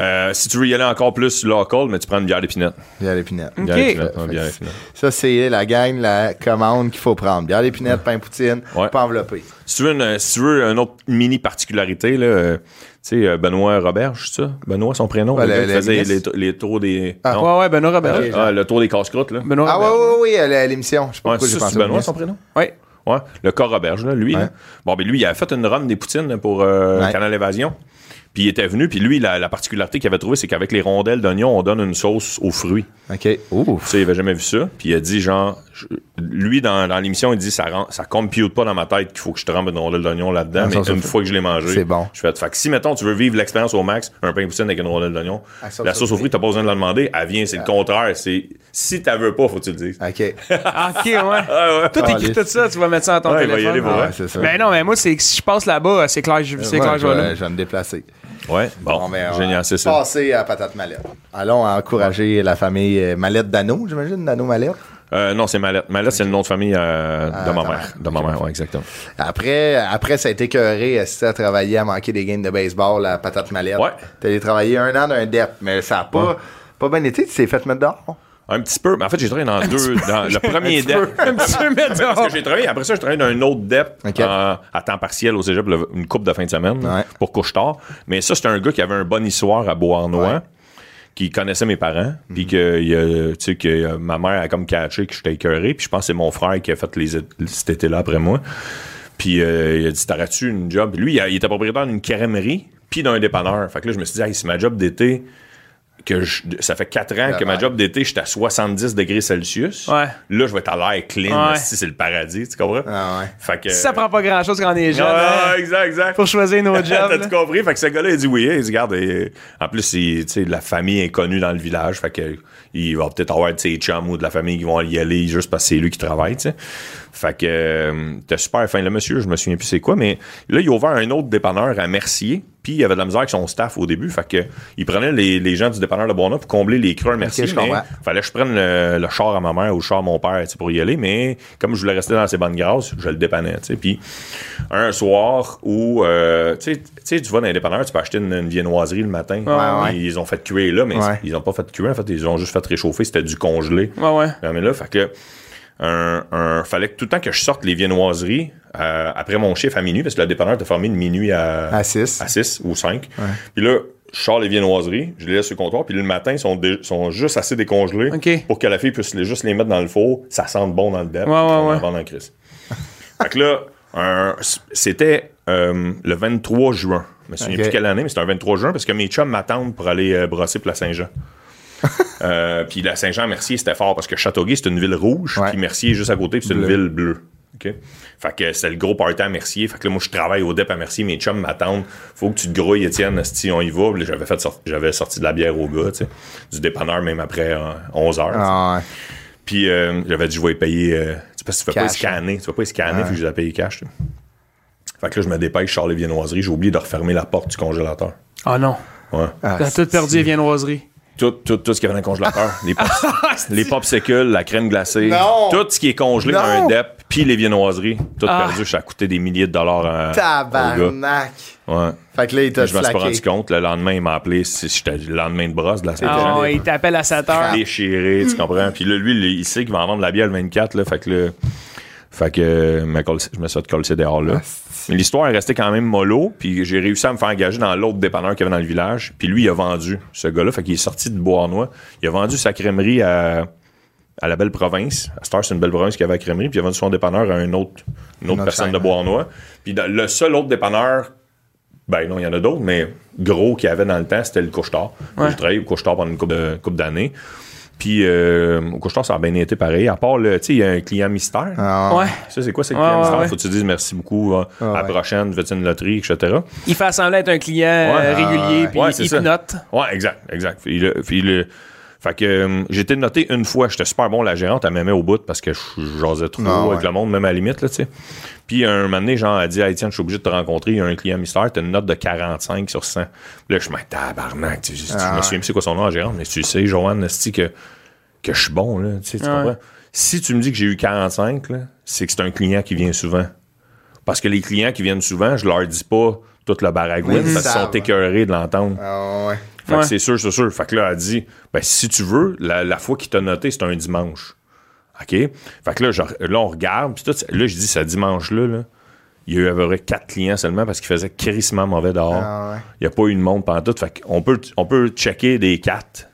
[SPEAKER 5] Euh, si tu veux y aller encore plus local, mais tu prends une bière d'épinette.
[SPEAKER 1] Bière d'épinette.
[SPEAKER 5] Bière
[SPEAKER 2] Ok.
[SPEAKER 5] d'épinette, ouais, bière d'épinette.
[SPEAKER 1] Ça, c'est la gang, la commande qu'il faut prendre. Bière d'épinette, pain poutine,
[SPEAKER 5] Ouais.
[SPEAKER 1] pas enveloppé.
[SPEAKER 5] Si tu veux une, euh, si tu veux une autre mini particularité, là, euh, tu sais, euh, Benoît Robert, je sais ça. Benoît, son prénom.
[SPEAKER 1] Ouais, le-
[SPEAKER 5] le gars qui
[SPEAKER 1] le
[SPEAKER 5] faisait
[SPEAKER 1] ministre.
[SPEAKER 5] les, to- les tours des.
[SPEAKER 1] Ah.
[SPEAKER 5] non.
[SPEAKER 2] Ouais, ouais, Benoît Robert.
[SPEAKER 1] Ok.
[SPEAKER 5] Ah, le tour des casse-croûtes, là.
[SPEAKER 2] Benoît
[SPEAKER 1] Ah ouais,
[SPEAKER 2] Robert.
[SPEAKER 1] ouais, ouais, ouais, à l'émission. Je sais pas
[SPEAKER 5] Ouais,
[SPEAKER 1] pourquoi
[SPEAKER 5] c'est
[SPEAKER 1] j'ai
[SPEAKER 5] ça,
[SPEAKER 1] pensé
[SPEAKER 5] c'est
[SPEAKER 1] au
[SPEAKER 5] Benoît,
[SPEAKER 1] ministre.
[SPEAKER 5] son prénom?
[SPEAKER 2] Ouais.
[SPEAKER 5] Ouais, le corroberge, là, lui.
[SPEAKER 1] Ouais.
[SPEAKER 5] là. Bon, ben lui, il a fait une run des poutines là, pour euh,
[SPEAKER 1] Ouais.
[SPEAKER 5] Canal Évasion. Puis il était venu, puis lui, la, la particularité qu'il avait trouvée, c'est qu'avec les rondelles d'oignon, on donne une sauce aux fruits.
[SPEAKER 1] OK. Ouf.
[SPEAKER 5] Tu sais, il avait jamais vu ça. Puis il a dit, genre, je- lui, dans, dans l'émission, il dit, ça, rend- ça compute pas dans ma tête qu'il faut que je trempe une rondelle d'oignon là-dedans,
[SPEAKER 1] Ah,
[SPEAKER 5] mais
[SPEAKER 1] ça, ça
[SPEAKER 5] une
[SPEAKER 1] fait-
[SPEAKER 5] fois que je l'ai mangé,
[SPEAKER 1] c'est bon.
[SPEAKER 5] je fais, fait que si, mettons, tu veux vivre l'expérience au max, un pain poutine avec une rondelle d'oignon,
[SPEAKER 1] Ah, ça, Ah.
[SPEAKER 5] la
[SPEAKER 1] ça,
[SPEAKER 5] sauce aux
[SPEAKER 1] oui.
[SPEAKER 5] fruits, t'as pas besoin de la demander, elle vient, c'est le contraire. C'est, si t'as veux pas, faut que tu le dises.
[SPEAKER 1] OK.
[SPEAKER 2] Ok, ouais.
[SPEAKER 5] Ah, ouais.
[SPEAKER 2] Tout
[SPEAKER 1] Ah,
[SPEAKER 2] écrit
[SPEAKER 1] les-
[SPEAKER 2] tout ça, tu vas mettre ça dans ton
[SPEAKER 5] Ouais, il va y
[SPEAKER 2] téléphone.
[SPEAKER 5] aller pour vrai.
[SPEAKER 1] Ouais, c'est ça.
[SPEAKER 2] Mais non, mais moi, c'est que si je passe là-bas, c'est clair, je- c'est
[SPEAKER 1] Ouais,
[SPEAKER 2] clair, je vais
[SPEAKER 1] je,
[SPEAKER 2] là.
[SPEAKER 1] vais- je vais me déplacer.
[SPEAKER 5] Ouais, bon,
[SPEAKER 1] Bon, ben, on va
[SPEAKER 5] génial, c'est ça.
[SPEAKER 1] Passer à patate mallette. Allons encourager la famille euh, Mallette Dano, j'imagine, Dano Mallette.
[SPEAKER 5] Euh, non, c'est Mallette. Mallette, c'est le nom de famille euh,
[SPEAKER 1] Ah,
[SPEAKER 5] de ma
[SPEAKER 1] ta
[SPEAKER 5] mère.
[SPEAKER 1] mère.
[SPEAKER 5] De ma mère, ouais, exactement.
[SPEAKER 1] Après, après ça a été écœuré, assisté à travailler, à manquer des games de baseball à patate mallette.
[SPEAKER 5] Ouais.
[SPEAKER 1] T'as allé travailler un an d'un DEP, mais ça a pas, pas bien été, tu t'es fait mettre dehors.
[SPEAKER 5] Un petit peu. Mais en fait, j'ai travaillé dans deux. Dans le premier
[SPEAKER 1] petit
[SPEAKER 5] DEP.
[SPEAKER 2] Un petit peu, mais
[SPEAKER 5] Parce que j'ai travaillé, après ça, j'ai travaillé dans un autre DEP
[SPEAKER 1] Ok.
[SPEAKER 5] euh, à temps partiel au cégep, le- une coupe de fin de semaine,
[SPEAKER 1] Ouais.
[SPEAKER 5] pour couche-tard. Mais ça, c'était un gars qui avait un bon histoire à Beauharnois,
[SPEAKER 1] Ouais.
[SPEAKER 5] qui connaissait mes parents, puis que, il a- tu sais, que euh, ma mère a comme catché que j'étais écœuré, puis je pense que c'est mon frère qui a fait les, é- cet été-là après moi. Puis euh, il a dit T'arrêtes-tu une job Puis Lui, il, a- il était propriétaire d'une crèmerie, puis d'un dépanneur. Fait que là, je me suis dit Hey, c'est ma job d'été. Que je- ça fait quatre ans que ma
[SPEAKER 1] ouais.
[SPEAKER 5] job d'été, j'étais à 70 degrés Celsius.
[SPEAKER 2] Ouais.
[SPEAKER 5] Là, je vais être à l'air clean.
[SPEAKER 2] Ouais.
[SPEAKER 5] esti, c'est le paradis, tu comprends?
[SPEAKER 1] Ah ouais.
[SPEAKER 5] Fait que.
[SPEAKER 2] Si ça prend pas grand-chose quand on est jeune.
[SPEAKER 5] Ah,
[SPEAKER 2] hein,
[SPEAKER 5] exact, exact.
[SPEAKER 2] Pour choisir nos jobs.
[SPEAKER 5] T'as-tu
[SPEAKER 2] là.
[SPEAKER 5] compris? Fait que ce gars-là, il dit oui. Il dit, regarde, euh, en plus, il- tu sais, la famille est connue dans le village. Fait que il va peut-être avoir de ses chums ou de la famille qui vont y aller juste parce que c'est lui qui travaille, tu sais. Fait que euh, t'as super fin. Le monsieur, je me souviens plus c'est quoi, mais là, il a ouvert un autre dépanneur à Mercier. Puis il avait de la misère avec son staff au début. Fait que il prenait les, les gens du dépanneur de Bourna pour combler les creux à Mercier.
[SPEAKER 1] je
[SPEAKER 5] mais
[SPEAKER 1] comprends.
[SPEAKER 5] fallait que je prenne le, le char à ma mère ou le char à mon père tu sais, pour y aller, mais comme je voulais rester dans ses bonnes grâces, je le dépannais. tu sais. Puis un soir où euh, tu sais- tu sais, tu vas dans les dépanneurs, tu peux acheter une, une viennoiserie le matin.
[SPEAKER 1] Ouais, ouais.
[SPEAKER 5] Ils ont fait cuire là, mais
[SPEAKER 1] Ouais.
[SPEAKER 5] ils ont pas fait cuire, en fait, ils ont juste fait réchauffer, c'était du congelé.
[SPEAKER 2] Ouais, ouais.
[SPEAKER 5] Non, mais là, fait que un, un- fallait que tout le temps que je sorte les viennoiseries euh, après mon chiffre à minuit, parce que le dépanneur était fermé de minuit à,
[SPEAKER 1] À six.
[SPEAKER 5] à 6 ou 5. Puis là, je sors les viennoiseries, je les laisse sur le comptoir, puis le matin, ils sont, dé- sont juste assez décongelés
[SPEAKER 2] Ok.
[SPEAKER 5] pour que la fille puisse les- juste les mettre dans le four, ça sente bon dans le dep,
[SPEAKER 2] Ouais, ouais,
[SPEAKER 5] on
[SPEAKER 2] ouais.
[SPEAKER 5] en vend en crise. fait que là, un- c'était euh, le 23 juin. Je me souviens
[SPEAKER 1] Ok.
[SPEAKER 5] plus quelle année, mais c'était un 23 juin parce que mes chums m'attendent pour aller euh, brasser pour la Saint-Jean. Euh, puis la Saint-Jean-Mercier, c'était fort parce que Châteauguay, c'est une ville rouge,
[SPEAKER 1] Ouais.
[SPEAKER 5] puis Mercier est juste à côté, puis c'est une ville bleue. OK? Fait que c'était le gros party à Mercier. Fait que là, moi, je travaille au DEP à Mercier, mes chums m'attendent. Faut que tu te grouilles, Étienne, si on y va. Puis là, J'avais fait sorti- j'avais sorti de la bière au gars, tu sais, du dépanneur, même après 11h.
[SPEAKER 1] Ah ouais.
[SPEAKER 5] Puis euh, j'avais dit, je vais y payer. euh, tu sais, parce que tu ne peux pas y
[SPEAKER 1] Cash.
[SPEAKER 5] scanner. Tu ne peux pas y scanner, puis je les ai payés cash. tu sais. Fait que là, je me dépêche, je sors les viennoiseries. J'ai oublié de refermer la porte du congélateur.
[SPEAKER 2] Oh non.
[SPEAKER 5] Ouais.
[SPEAKER 1] Ah,
[SPEAKER 2] T'as tout perdu les viennoiseries.
[SPEAKER 5] Tout, tout, tout ce qu'il y avait dans le congélateur. les, pops,
[SPEAKER 2] Ah,
[SPEAKER 5] les popsicles, la crème glacée.
[SPEAKER 1] Non!
[SPEAKER 5] Tout ce qui est congelé dans
[SPEAKER 1] Non!
[SPEAKER 5] un DEP, puis les viennoiseries. Tout
[SPEAKER 2] Ah.
[SPEAKER 5] perdu. Ça a coûté des milliers de dollars à, au gars.
[SPEAKER 1] Tabarnak.
[SPEAKER 5] Ouais.
[SPEAKER 1] Fait que là, il t'a
[SPEAKER 5] Je me suis
[SPEAKER 1] slacké.
[SPEAKER 5] pas rendu compte. Le lendemain, il m'a appelé. si J'étais le lendemain de brosse de la Saint-Jean.
[SPEAKER 2] Ah ouais, il t'appelle à 7 heures.
[SPEAKER 5] déchiré, tu comprends? Puis là, lui, il sait qu'il va en vendre la bière le 24, là, fait que là, fait que euh, ma col- je me suis fait coller dehors là. Mais l'histoire est restée quand même mollo, puis j'ai réussi à me faire engager dans l'autre dépanneur qu'il y avait dans le village, puis lui, il a vendu, ce gars-là, fait qu'il est sorti de Bois-Nois, il a vendu sa crèmerie à, à la belle province, à Star, c'est une belle province qui avait la crèmerie, puis il a vendu son dépanneur à un autre, une autre
[SPEAKER 1] autre
[SPEAKER 5] personne
[SPEAKER 1] chaîne,
[SPEAKER 5] de
[SPEAKER 1] hein.
[SPEAKER 5] Bois-Nois. Puis dans- le seul autre dépanneur ben non, il y en a d'autres, mais gros qu'il y avait dans le temps, c'était le couche-tard. J'ai travaillé au couche-tard pendant une couple de- couple d'années. Puis euh, au couche-tard, ça a bien été pareil. À part, le- tu sais, il y a un client mystère.
[SPEAKER 2] Ah Ouais.
[SPEAKER 5] Ça, c'est quoi, c'est le
[SPEAKER 2] Ouais,
[SPEAKER 5] client
[SPEAKER 2] ouais,
[SPEAKER 5] mystère?
[SPEAKER 2] ouais. Ah
[SPEAKER 5] Faut que tu dises merci beaucoup, hein, à la
[SPEAKER 1] ouais.
[SPEAKER 5] prochaine, fais-tu une loterie, etc.
[SPEAKER 2] Il fait semblant être un client euh,
[SPEAKER 5] Ouais.
[SPEAKER 2] régulier, puis
[SPEAKER 5] Ouais,
[SPEAKER 2] il
[SPEAKER 5] c'est
[SPEAKER 2] te
[SPEAKER 5] ça.
[SPEAKER 2] note.
[SPEAKER 5] Ouais, exact, exact. Puis le, puis le- fait que euh, j'étais noté une fois, j'étais super bon, la gérante, elle m'aimait au bout parce que je je jasais trop
[SPEAKER 1] Ah,
[SPEAKER 5] avec
[SPEAKER 1] ouais.
[SPEAKER 5] le monde, même à la limite, là, tu sais. Puis un moment donné, genre, elle dit, hey, tiens, je suis obligé de te rencontrer, il y a un client mystère, t'as une note de 45 sur 100. Puis là, je me dis, tabarnak, tu, tu-
[SPEAKER 1] Ah.
[SPEAKER 5] je me souviens plus c'est quoi son nom, la gérante, mais tu sais, Joanne, c'est que, que je suis bon, là, tu sais, tu
[SPEAKER 2] Ouais.
[SPEAKER 5] comprends? Si tu me dis que j'ai eu 45, là, c'est que c'est un client qui vient souvent. Parce que les clients qui viennent souvent, je leur dis pas toute la baragouine,
[SPEAKER 1] Ils
[SPEAKER 5] parce qu'ils sont
[SPEAKER 1] savent.
[SPEAKER 5] écœurés de l'entendre.
[SPEAKER 1] Ah, ouais.
[SPEAKER 5] Fait que
[SPEAKER 2] Ouais.
[SPEAKER 5] c'est sûr, c'est sûr. Fait que là, elle dit, ben, si tu veux, la, la fois qu'il t'a noté, c'est un dimanche. OK? Fait que là, je- là on regarde, puis tout, là, je dis, ce dimanche-là, là, il y a eu à peu près quatre clients seulement parce qu'il faisait crissement mauvais dehors.
[SPEAKER 1] Ah ouais.
[SPEAKER 5] Il n'y a pas eu de monde pendant tout. Fait qu'on peut, on peut checker des quatre.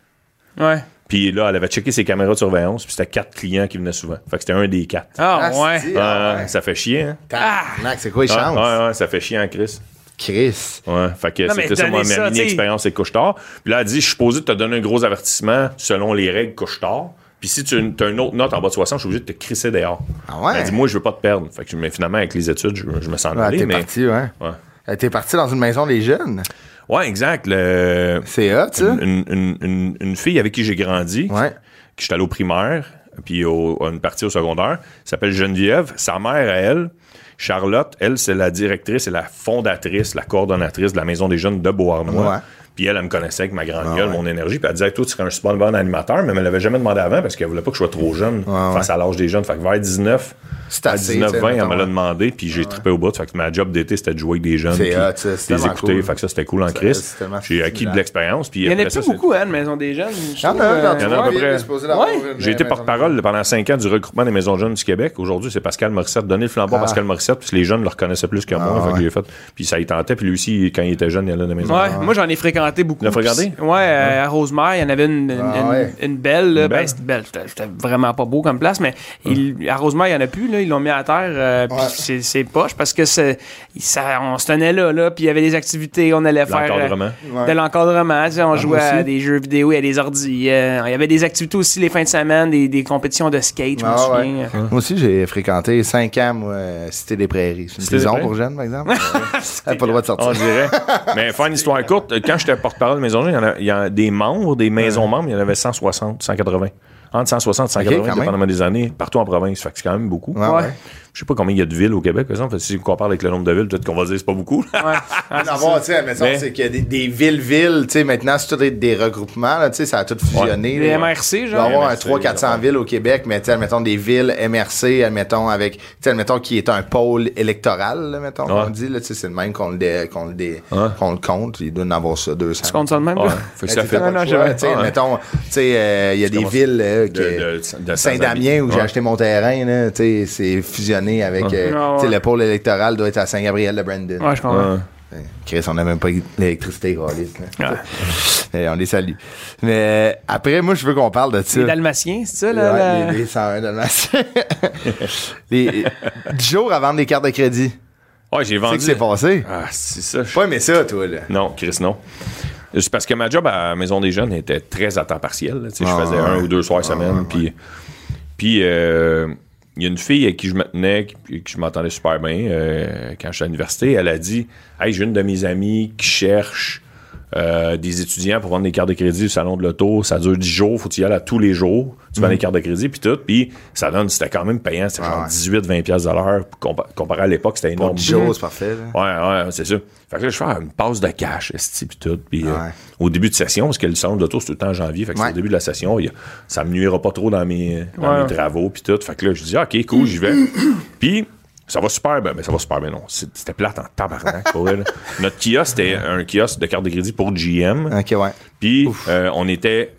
[SPEAKER 2] Ouais.
[SPEAKER 5] Puis là, elle avait checké ses caméras de surveillance, puis c'était quatre clients qui venaient souvent. Fait que c'était un des quatre.
[SPEAKER 2] Ah, ouais.
[SPEAKER 1] Asti,
[SPEAKER 5] Ah,
[SPEAKER 1] ah ouais.
[SPEAKER 5] Ça fait chier, hein?
[SPEAKER 1] Tabarnak, c'est quoi les chances?
[SPEAKER 5] Ah, ouais, ouais, ça fait chier en Chris.
[SPEAKER 1] Chris.
[SPEAKER 5] Ouais, fait que
[SPEAKER 2] Non, mais
[SPEAKER 5] c'était ça, moi,
[SPEAKER 2] donner
[SPEAKER 5] ma
[SPEAKER 2] ça, t'sais.
[SPEAKER 5] mini-expérience, c'est couche-tard. Puis là, elle dit, je suis posé de te donner un gros avertissement selon les règles couche-tard. Puis si tu as une t'as une autre note en bas de 60, je suis obligé de te crisser dehors.
[SPEAKER 1] Ah ouais?
[SPEAKER 5] Elle dit, moi, je veux pas te perdre. Fait que mais finalement, avec les études, je, je me sens
[SPEAKER 1] Ouais,
[SPEAKER 5] allé,
[SPEAKER 1] Ah, t'es
[SPEAKER 5] mais...
[SPEAKER 1] parti, ouais.
[SPEAKER 5] Ouais.
[SPEAKER 1] Euh, T'es parti dans une maison des jeunes.
[SPEAKER 5] Ouais, exact. Le...
[SPEAKER 1] C'est hot, ça.
[SPEAKER 5] Une, une- une- une fille avec qui j'ai grandi,
[SPEAKER 1] hein? Ouais.
[SPEAKER 5] que j'étais allé au primaire, puis au- à une partie au secondaire, s'appelle Geneviève. Sa mère, à elle, Charlotte, elle, c'est la directrice et la fondatrice, la coordonnatrice de la Maison des jeunes de Beauharnois.
[SPEAKER 1] Ouais.
[SPEAKER 5] Puis elle, elle me connaissait avec ma grande
[SPEAKER 1] Ah
[SPEAKER 5] gueule,
[SPEAKER 1] ouais.
[SPEAKER 5] mon énergie. Puis elle disait, toi, tu serais un super bon animateur, mais elle ne l'avait jamais demandé avant parce qu'elle voulait pas que je sois trop jeune
[SPEAKER 1] ouais.
[SPEAKER 5] face à l'âge des jeunes. Fait que vers 19,
[SPEAKER 1] C'est
[SPEAKER 5] à
[SPEAKER 1] assez,
[SPEAKER 5] 19,
[SPEAKER 1] tu sais,
[SPEAKER 5] 20, elle
[SPEAKER 1] mettons, hein.
[SPEAKER 5] me l'a
[SPEAKER 1] ouais.
[SPEAKER 5] demandé, puis j'ai trippé au bout. Fait que ma job d'été, c'était de jouer avec des jeunes.
[SPEAKER 1] C'est
[SPEAKER 5] puis
[SPEAKER 1] hot, ça, c'est
[SPEAKER 5] les
[SPEAKER 1] tellement
[SPEAKER 5] écouter.
[SPEAKER 1] cool.
[SPEAKER 5] Fait que ça, c'était cool en
[SPEAKER 1] C'est-
[SPEAKER 5] crise.
[SPEAKER 1] c'est tellement
[SPEAKER 5] J'ai acquis de
[SPEAKER 1] stimulant.
[SPEAKER 5] l'expérience. Puis
[SPEAKER 2] Il y en a
[SPEAKER 5] après ça,
[SPEAKER 2] plus
[SPEAKER 5] c'est-
[SPEAKER 2] beaucoup, hein, de Maison des Jeunes. je
[SPEAKER 1] Y'en
[SPEAKER 2] trouve,
[SPEAKER 1] a,
[SPEAKER 2] euh,
[SPEAKER 1] dans
[SPEAKER 5] Il y en a
[SPEAKER 1] ton
[SPEAKER 5] à peu
[SPEAKER 1] ville,
[SPEAKER 5] près.
[SPEAKER 1] est supposé d'avoir
[SPEAKER 2] Ouais.
[SPEAKER 1] une
[SPEAKER 5] J'ai été
[SPEAKER 1] maison
[SPEAKER 5] porte-parole pendant cinq ans du regroupement des maisons jeunes du Québec. Aujourd'hui, c'est Pascal Morissette. Donner le flambeau à
[SPEAKER 1] Ah.
[SPEAKER 5] Pascal Morissette, puis les jeunes le reconnaissaient plus que moi.
[SPEAKER 1] Ah,
[SPEAKER 5] fait que
[SPEAKER 1] ouais.
[SPEAKER 5] j'ai fait. Puis ça y tentait. Puis lui aussi, quand il était jeune, il allait dans les maisons.
[SPEAKER 2] Ouais, moi j'en ai fréquenté beaucoup.
[SPEAKER 5] L'as fréquenté?
[SPEAKER 2] Puis, Ouais, euh, à Rosemère, il y en avait une, une,
[SPEAKER 1] Ah
[SPEAKER 2] une-
[SPEAKER 1] ouais.
[SPEAKER 2] une belle. là.
[SPEAKER 5] Une belle?
[SPEAKER 2] Ben, c'était belle. C'était c'était vraiment pas beau comme place, mais il- à Rosemère, il y en a plus. Là, ils l'ont mis à terre. euh, puis
[SPEAKER 1] Ouais.
[SPEAKER 2] c'est- c'est poche parce que c'est- ça, on se tenait là, là. Puis il y avait des activités, on allait faire.
[SPEAKER 5] L'encadrement.
[SPEAKER 2] euh, De l'encadrement. tu sais, on jouait à
[SPEAKER 1] aussi.
[SPEAKER 2] des jeux vidéo et à des ordi. euh, il y avait des activités aussi les fins de semaine, des, des compétitions de skate, je me
[SPEAKER 1] Ah ouais.
[SPEAKER 2] souviens.
[SPEAKER 1] Moi aussi, j'ai fréquenté 5 ans, moi, euh, Cité des Prairies. C'est une
[SPEAKER 5] Cité des
[SPEAKER 1] prison
[SPEAKER 5] Prairies? Ah,
[SPEAKER 1] pour jeunes, par exemple. T'as pas le droit de sortir.
[SPEAKER 5] On dirait. Mais faire une histoire courte, quand j'étais porte-parole de Maison Jeune, il y en a- il y, a des membres, des maisons membres, il y en avait 160, 180. Entre 160 et 180,
[SPEAKER 1] Ok, quand même.
[SPEAKER 5] dépendamment des années, partout en province. Fait que c'est quand même beaucoup.
[SPEAKER 1] Ouais, ouais.
[SPEAKER 2] Ouais.
[SPEAKER 5] Je sais pas combien il y a de villes au Québec, par exemple. Si on compare avec le nombre de villes, peut-être qu'on va dire c'est pas beaucoup.
[SPEAKER 1] Ah, d'en voir, tu sais, admettons,
[SPEAKER 5] Mais-
[SPEAKER 1] c'est qu'il y a des- des villes-villes, tu sais, maintenant, c'est tout des, des regroupements, là, tu sais, ça a tout fusionné.
[SPEAKER 2] Les
[SPEAKER 1] là.
[SPEAKER 2] MRC,
[SPEAKER 1] Il doit y
[SPEAKER 2] genre.
[SPEAKER 1] avoir un
[SPEAKER 5] MRC,
[SPEAKER 1] 300-400
[SPEAKER 5] genre.
[SPEAKER 1] villes au Québec, mais tu sais, admettons, des villes MRC, admettons, avec, tu sais, admettons, qui est un pôle électoral, là, mettons,
[SPEAKER 5] Ouais.
[SPEAKER 1] on dit, là, tu sais, c'est le même qu'on le, dé- qu'on le, dé-
[SPEAKER 5] Ouais.
[SPEAKER 1] qu'on le compte, il doit en avoir ça, 200.
[SPEAKER 2] Tu comptes ça de même,
[SPEAKER 5] Ouais.
[SPEAKER 2] là?
[SPEAKER 5] Fait que
[SPEAKER 1] Mais
[SPEAKER 5] ça
[SPEAKER 1] tu
[SPEAKER 5] fait.
[SPEAKER 1] sais, t'as pas le
[SPEAKER 2] non,
[SPEAKER 1] choix,
[SPEAKER 2] j'avais-
[SPEAKER 1] tu sais,
[SPEAKER 5] Ah, ouais.
[SPEAKER 1] mettons, tu sais, euh, il y a des
[SPEAKER 5] commences-
[SPEAKER 1] villes, euh, que-
[SPEAKER 5] de- de- de
[SPEAKER 1] Saint-Damien, où j'ai
[SPEAKER 5] Ouais.
[SPEAKER 1] acheté mon terrain, là, tu sais, c'est fusionné avec, euh,
[SPEAKER 2] Ah,
[SPEAKER 1] tu sais,
[SPEAKER 2] ouais.
[SPEAKER 1] le pôle électoral doit être à Saint-Gabriel de Brandon.
[SPEAKER 2] Ouais, je comprends.
[SPEAKER 5] Ouais.
[SPEAKER 1] Ouais. Chris, on n'a même pas l'électricité, câlisse, là. Eh, On les salue. Mais après, moi, je veux qu'on parle de ça.
[SPEAKER 2] Les Dalmatiens, c'est ça, là?
[SPEAKER 1] Ouais,
[SPEAKER 2] la-
[SPEAKER 1] les, les 101 Dalmatiens. les, 10 jours à vendre des cartes de crédit.
[SPEAKER 5] Ouais,
[SPEAKER 1] Tu
[SPEAKER 5] j'ai
[SPEAKER 1] sais
[SPEAKER 5] vendu.
[SPEAKER 1] que c'est passé?
[SPEAKER 5] Ah, c'est ça. je-
[SPEAKER 1] Pas aimé ça, toi, là.
[SPEAKER 5] Non, Chris, non. C'est parce que ma job à Maison des Jeunes était très à temps partiel. là. Tu sais,
[SPEAKER 1] Ah,
[SPEAKER 5] je faisais
[SPEAKER 1] ouais.
[SPEAKER 5] un ou deux soirs semaine. Puis, puis euh, il y a une fille avec qui je me tenais, qui, qui je m'entendais super bien euh, quand j'étais à l'université. Elle a dit Hey, j'ai une de mes amies qui cherche euh, des étudiants pour vendre des cartes de crédit au salon de l'auto. Ça dure 10 jours, faut que tu y aller à tous les jours. Tu vends des cartes de crédit, puis tout. Puis ça donne, c'était quand même payant. C'était genre
[SPEAKER 1] Mm. Ah, ouais.
[SPEAKER 5] 18-20$ piastres de l'heure. compa- Comparé à l'époque, c'était énorme.
[SPEAKER 1] 10 jours, c'est parfait, là.
[SPEAKER 5] Ouais, ouais, c'est ça. Fait que là, je fais une passe de cash, esti, pis tout. Puis euh,
[SPEAKER 1] Ouais.
[SPEAKER 5] au début de session, parce que le salon d'auto, c'est tout le temps en janvier. Fait que c'est
[SPEAKER 1] Ouais.
[SPEAKER 5] au début de la session, il y a- ça me nuira pas trop dans mes, dans
[SPEAKER 2] Ouais.
[SPEAKER 5] mes travaux, puis tout. Fait que là, je dis, ah, OK, cool, j'y vais. puis ça va super bien, mais ça va super bien, non. C'est- C'était plate en tabarnak pour elle. Notre kiosque, c'était un kiosque de carte de crédit pour GM.
[SPEAKER 1] Ok, ouais.
[SPEAKER 5] Puis euh, on était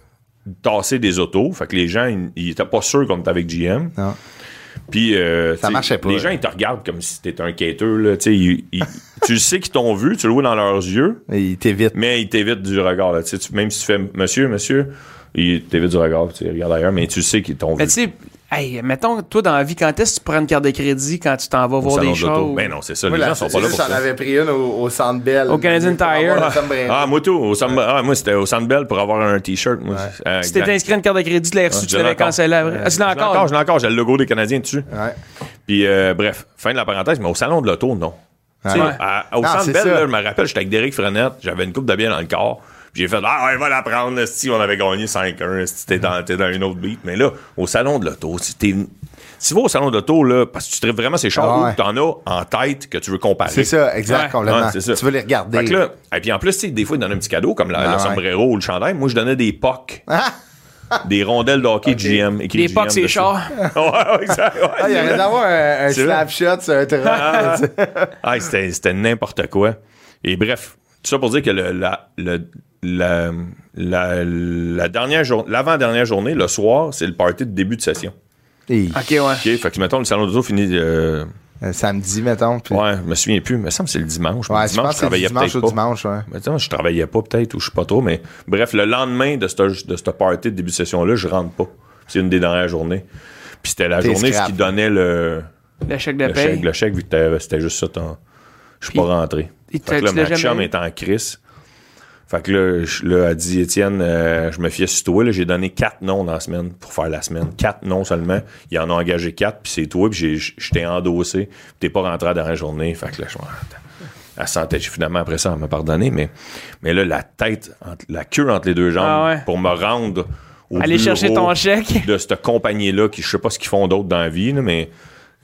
[SPEAKER 5] tassés des autos. Fait que les gens, ils- ils étaient pas sûrs qu'on était avec GM.
[SPEAKER 1] Non.
[SPEAKER 5] Puis, euh, tu sais,
[SPEAKER 1] marchait pas,
[SPEAKER 5] Les
[SPEAKER 1] là.
[SPEAKER 5] gens, ils te regardent comme si t'étais un quêteux, là. Tu sais, ils- ils- tu le sais qu'ils t'ont vu, tu le vois dans leurs yeux,
[SPEAKER 1] Il t'évite.
[SPEAKER 5] mais ils t'évitent du regard, là. Tu sais, tu- même si tu fais monsieur, monsieur, ils t'évitent du regard, tu sais, ils regardent ailleurs, mais tu sais qu'ils t'ont vu.
[SPEAKER 2] Mais tu sais, Hey, mettons, toi, dans la vie, quand est-ce que tu prends une carte de crédit quand tu t'en vas voir
[SPEAKER 5] salon
[SPEAKER 2] des
[SPEAKER 5] de l'auto.
[SPEAKER 2] shows?
[SPEAKER 5] Ben non, c'est ça.
[SPEAKER 1] Moi,
[SPEAKER 5] les
[SPEAKER 1] la
[SPEAKER 5] gens sont pas là
[SPEAKER 1] Saint-Sulpice,
[SPEAKER 5] pour ça.
[SPEAKER 1] j'en avais pris une au, au Centre Bell.
[SPEAKER 2] Au Canadian
[SPEAKER 1] Pour avoir le
[SPEAKER 2] Tire.
[SPEAKER 1] Tom Brady.
[SPEAKER 5] Ah, moi tout. Au Sam- ah, moi, c'était au Sandbell pour avoir un T-shirt. moi. Euh,
[SPEAKER 2] Si t'étais
[SPEAKER 5] exact.
[SPEAKER 2] inscrit à une carte de crédit, tu l'as
[SPEAKER 5] Ah,
[SPEAKER 2] reçu,
[SPEAKER 5] je
[SPEAKER 2] tu
[SPEAKER 5] l'ai
[SPEAKER 2] l'avais
[SPEAKER 5] encore.
[SPEAKER 2] cancellé après. Ah, tu l'as
[SPEAKER 5] Je l'ai
[SPEAKER 2] encore?
[SPEAKER 5] encore, je l'ai encore. J'ai le logo des Canadiens dessus.
[SPEAKER 1] Ouais.
[SPEAKER 5] Puis, euh, bref, fin de la parenthèse, mais au salon de l'auto, non. Tu sais,
[SPEAKER 2] Ouais.
[SPEAKER 5] à- au
[SPEAKER 1] Non,
[SPEAKER 5] Centre
[SPEAKER 1] c'est
[SPEAKER 5] Bell,
[SPEAKER 1] ça.
[SPEAKER 5] là, je me rappelle, j'étais avec Derek Frenette, j'avais une coupe de bière dans le corps. Puis j'ai fait, ah ouais, va la prendre, si on avait gagné 5-1, si t'es dans, t'es dans une autre beat. Mais là, au salon de l'auto, si t'es. Si tu vas au salon de l'auto, là, parce que tu traites vraiment ces chars
[SPEAKER 1] Ah ouais.
[SPEAKER 5] où t'en as en tête que tu veux comparer.
[SPEAKER 1] C'est ça, exact,
[SPEAKER 5] Ouais.
[SPEAKER 1] complètement.
[SPEAKER 5] Ouais, c'est ça.
[SPEAKER 1] Tu veux les regarder.
[SPEAKER 5] Fait que là, et puis en plus, tu sais, des fois, ils donnent un petit cadeau, comme la,
[SPEAKER 1] Ah
[SPEAKER 5] le
[SPEAKER 1] ouais.
[SPEAKER 5] sombrero ou le chandail. Moi, je donnais des pocs.
[SPEAKER 1] Ah.
[SPEAKER 5] Des rondelles d'hockey GM. écrit
[SPEAKER 2] Les
[SPEAKER 5] GM
[SPEAKER 2] pocs, c'est
[SPEAKER 5] dessus.
[SPEAKER 2] chars.
[SPEAKER 5] ouais, ouais, exact. ouais,
[SPEAKER 1] Ah, il y
[SPEAKER 5] c'est
[SPEAKER 1] aurait
[SPEAKER 5] vrai.
[SPEAKER 1] d'avoir un, un
[SPEAKER 5] C'est vrai.
[SPEAKER 1] slap shot sur un terrain.
[SPEAKER 5] Ah, c'était, c'était n'importe quoi. Et bref, tout ça pour dire que le, la, le- la, la, la dernière jour- l'avant-dernière journée, le soir, c'est le party de début de session.
[SPEAKER 1] Hey,
[SPEAKER 2] OK, ouais.
[SPEAKER 5] OK? Fait que, mettons, le salon d'auto finit... euh,
[SPEAKER 1] un Samedi, mettons. puis-
[SPEAKER 5] ouais, je me souviens plus. Mais ça me semble que c'est le dimanche.
[SPEAKER 1] Ouais,
[SPEAKER 5] Le
[SPEAKER 1] je
[SPEAKER 5] dimanche,
[SPEAKER 1] pense que c'est du dimanche ou
[SPEAKER 5] peut-être pas.
[SPEAKER 1] dimanche. ouais.
[SPEAKER 5] Mais tu sais, je travaillais pas peut-être ou je sais pas trop, mais bref, le lendemain de cette de cette party de début de session-là, je rentre pas. C'est une des dernières journées. Puis c'était la
[SPEAKER 1] T'es
[SPEAKER 5] journée ce
[SPEAKER 1] scrap.
[SPEAKER 5] qui donnait le,
[SPEAKER 2] Le chèque de
[SPEAKER 5] le chèque,
[SPEAKER 2] paye.
[SPEAKER 5] le chèque, vu que t'avais- c'était juste ça ton. Je suis
[SPEAKER 2] Puis,
[SPEAKER 5] pas rentré.
[SPEAKER 2] il te-
[SPEAKER 5] Fait que là,
[SPEAKER 2] tu l'as
[SPEAKER 5] ma chum
[SPEAKER 2] jamais eu?
[SPEAKER 5] est en crise. Fait que là, je, là, elle dit Étienne, euh, je me fiais sur toi. là. J'ai donné quatre noms dans la semaine pour faire la semaine. Quatre noms seulement. Ils en ont engagé quatre, puis c'est toi, puis j'ai- je je t'ai endossé. Puis t'es pas rentré à la dernière journée. Fait que là, je me elle sentait finalement après ça, elle m'a pardonné, mais, mais là, la tête, entre- la queue entre les deux jambes
[SPEAKER 2] Ah ouais.
[SPEAKER 5] pour me rendre au
[SPEAKER 2] Aller
[SPEAKER 5] bureau
[SPEAKER 2] chercher ton chèque.
[SPEAKER 5] de cette compagnie-là, qui je sais pas ce qu'ils font d'autre dans la vie, là, mais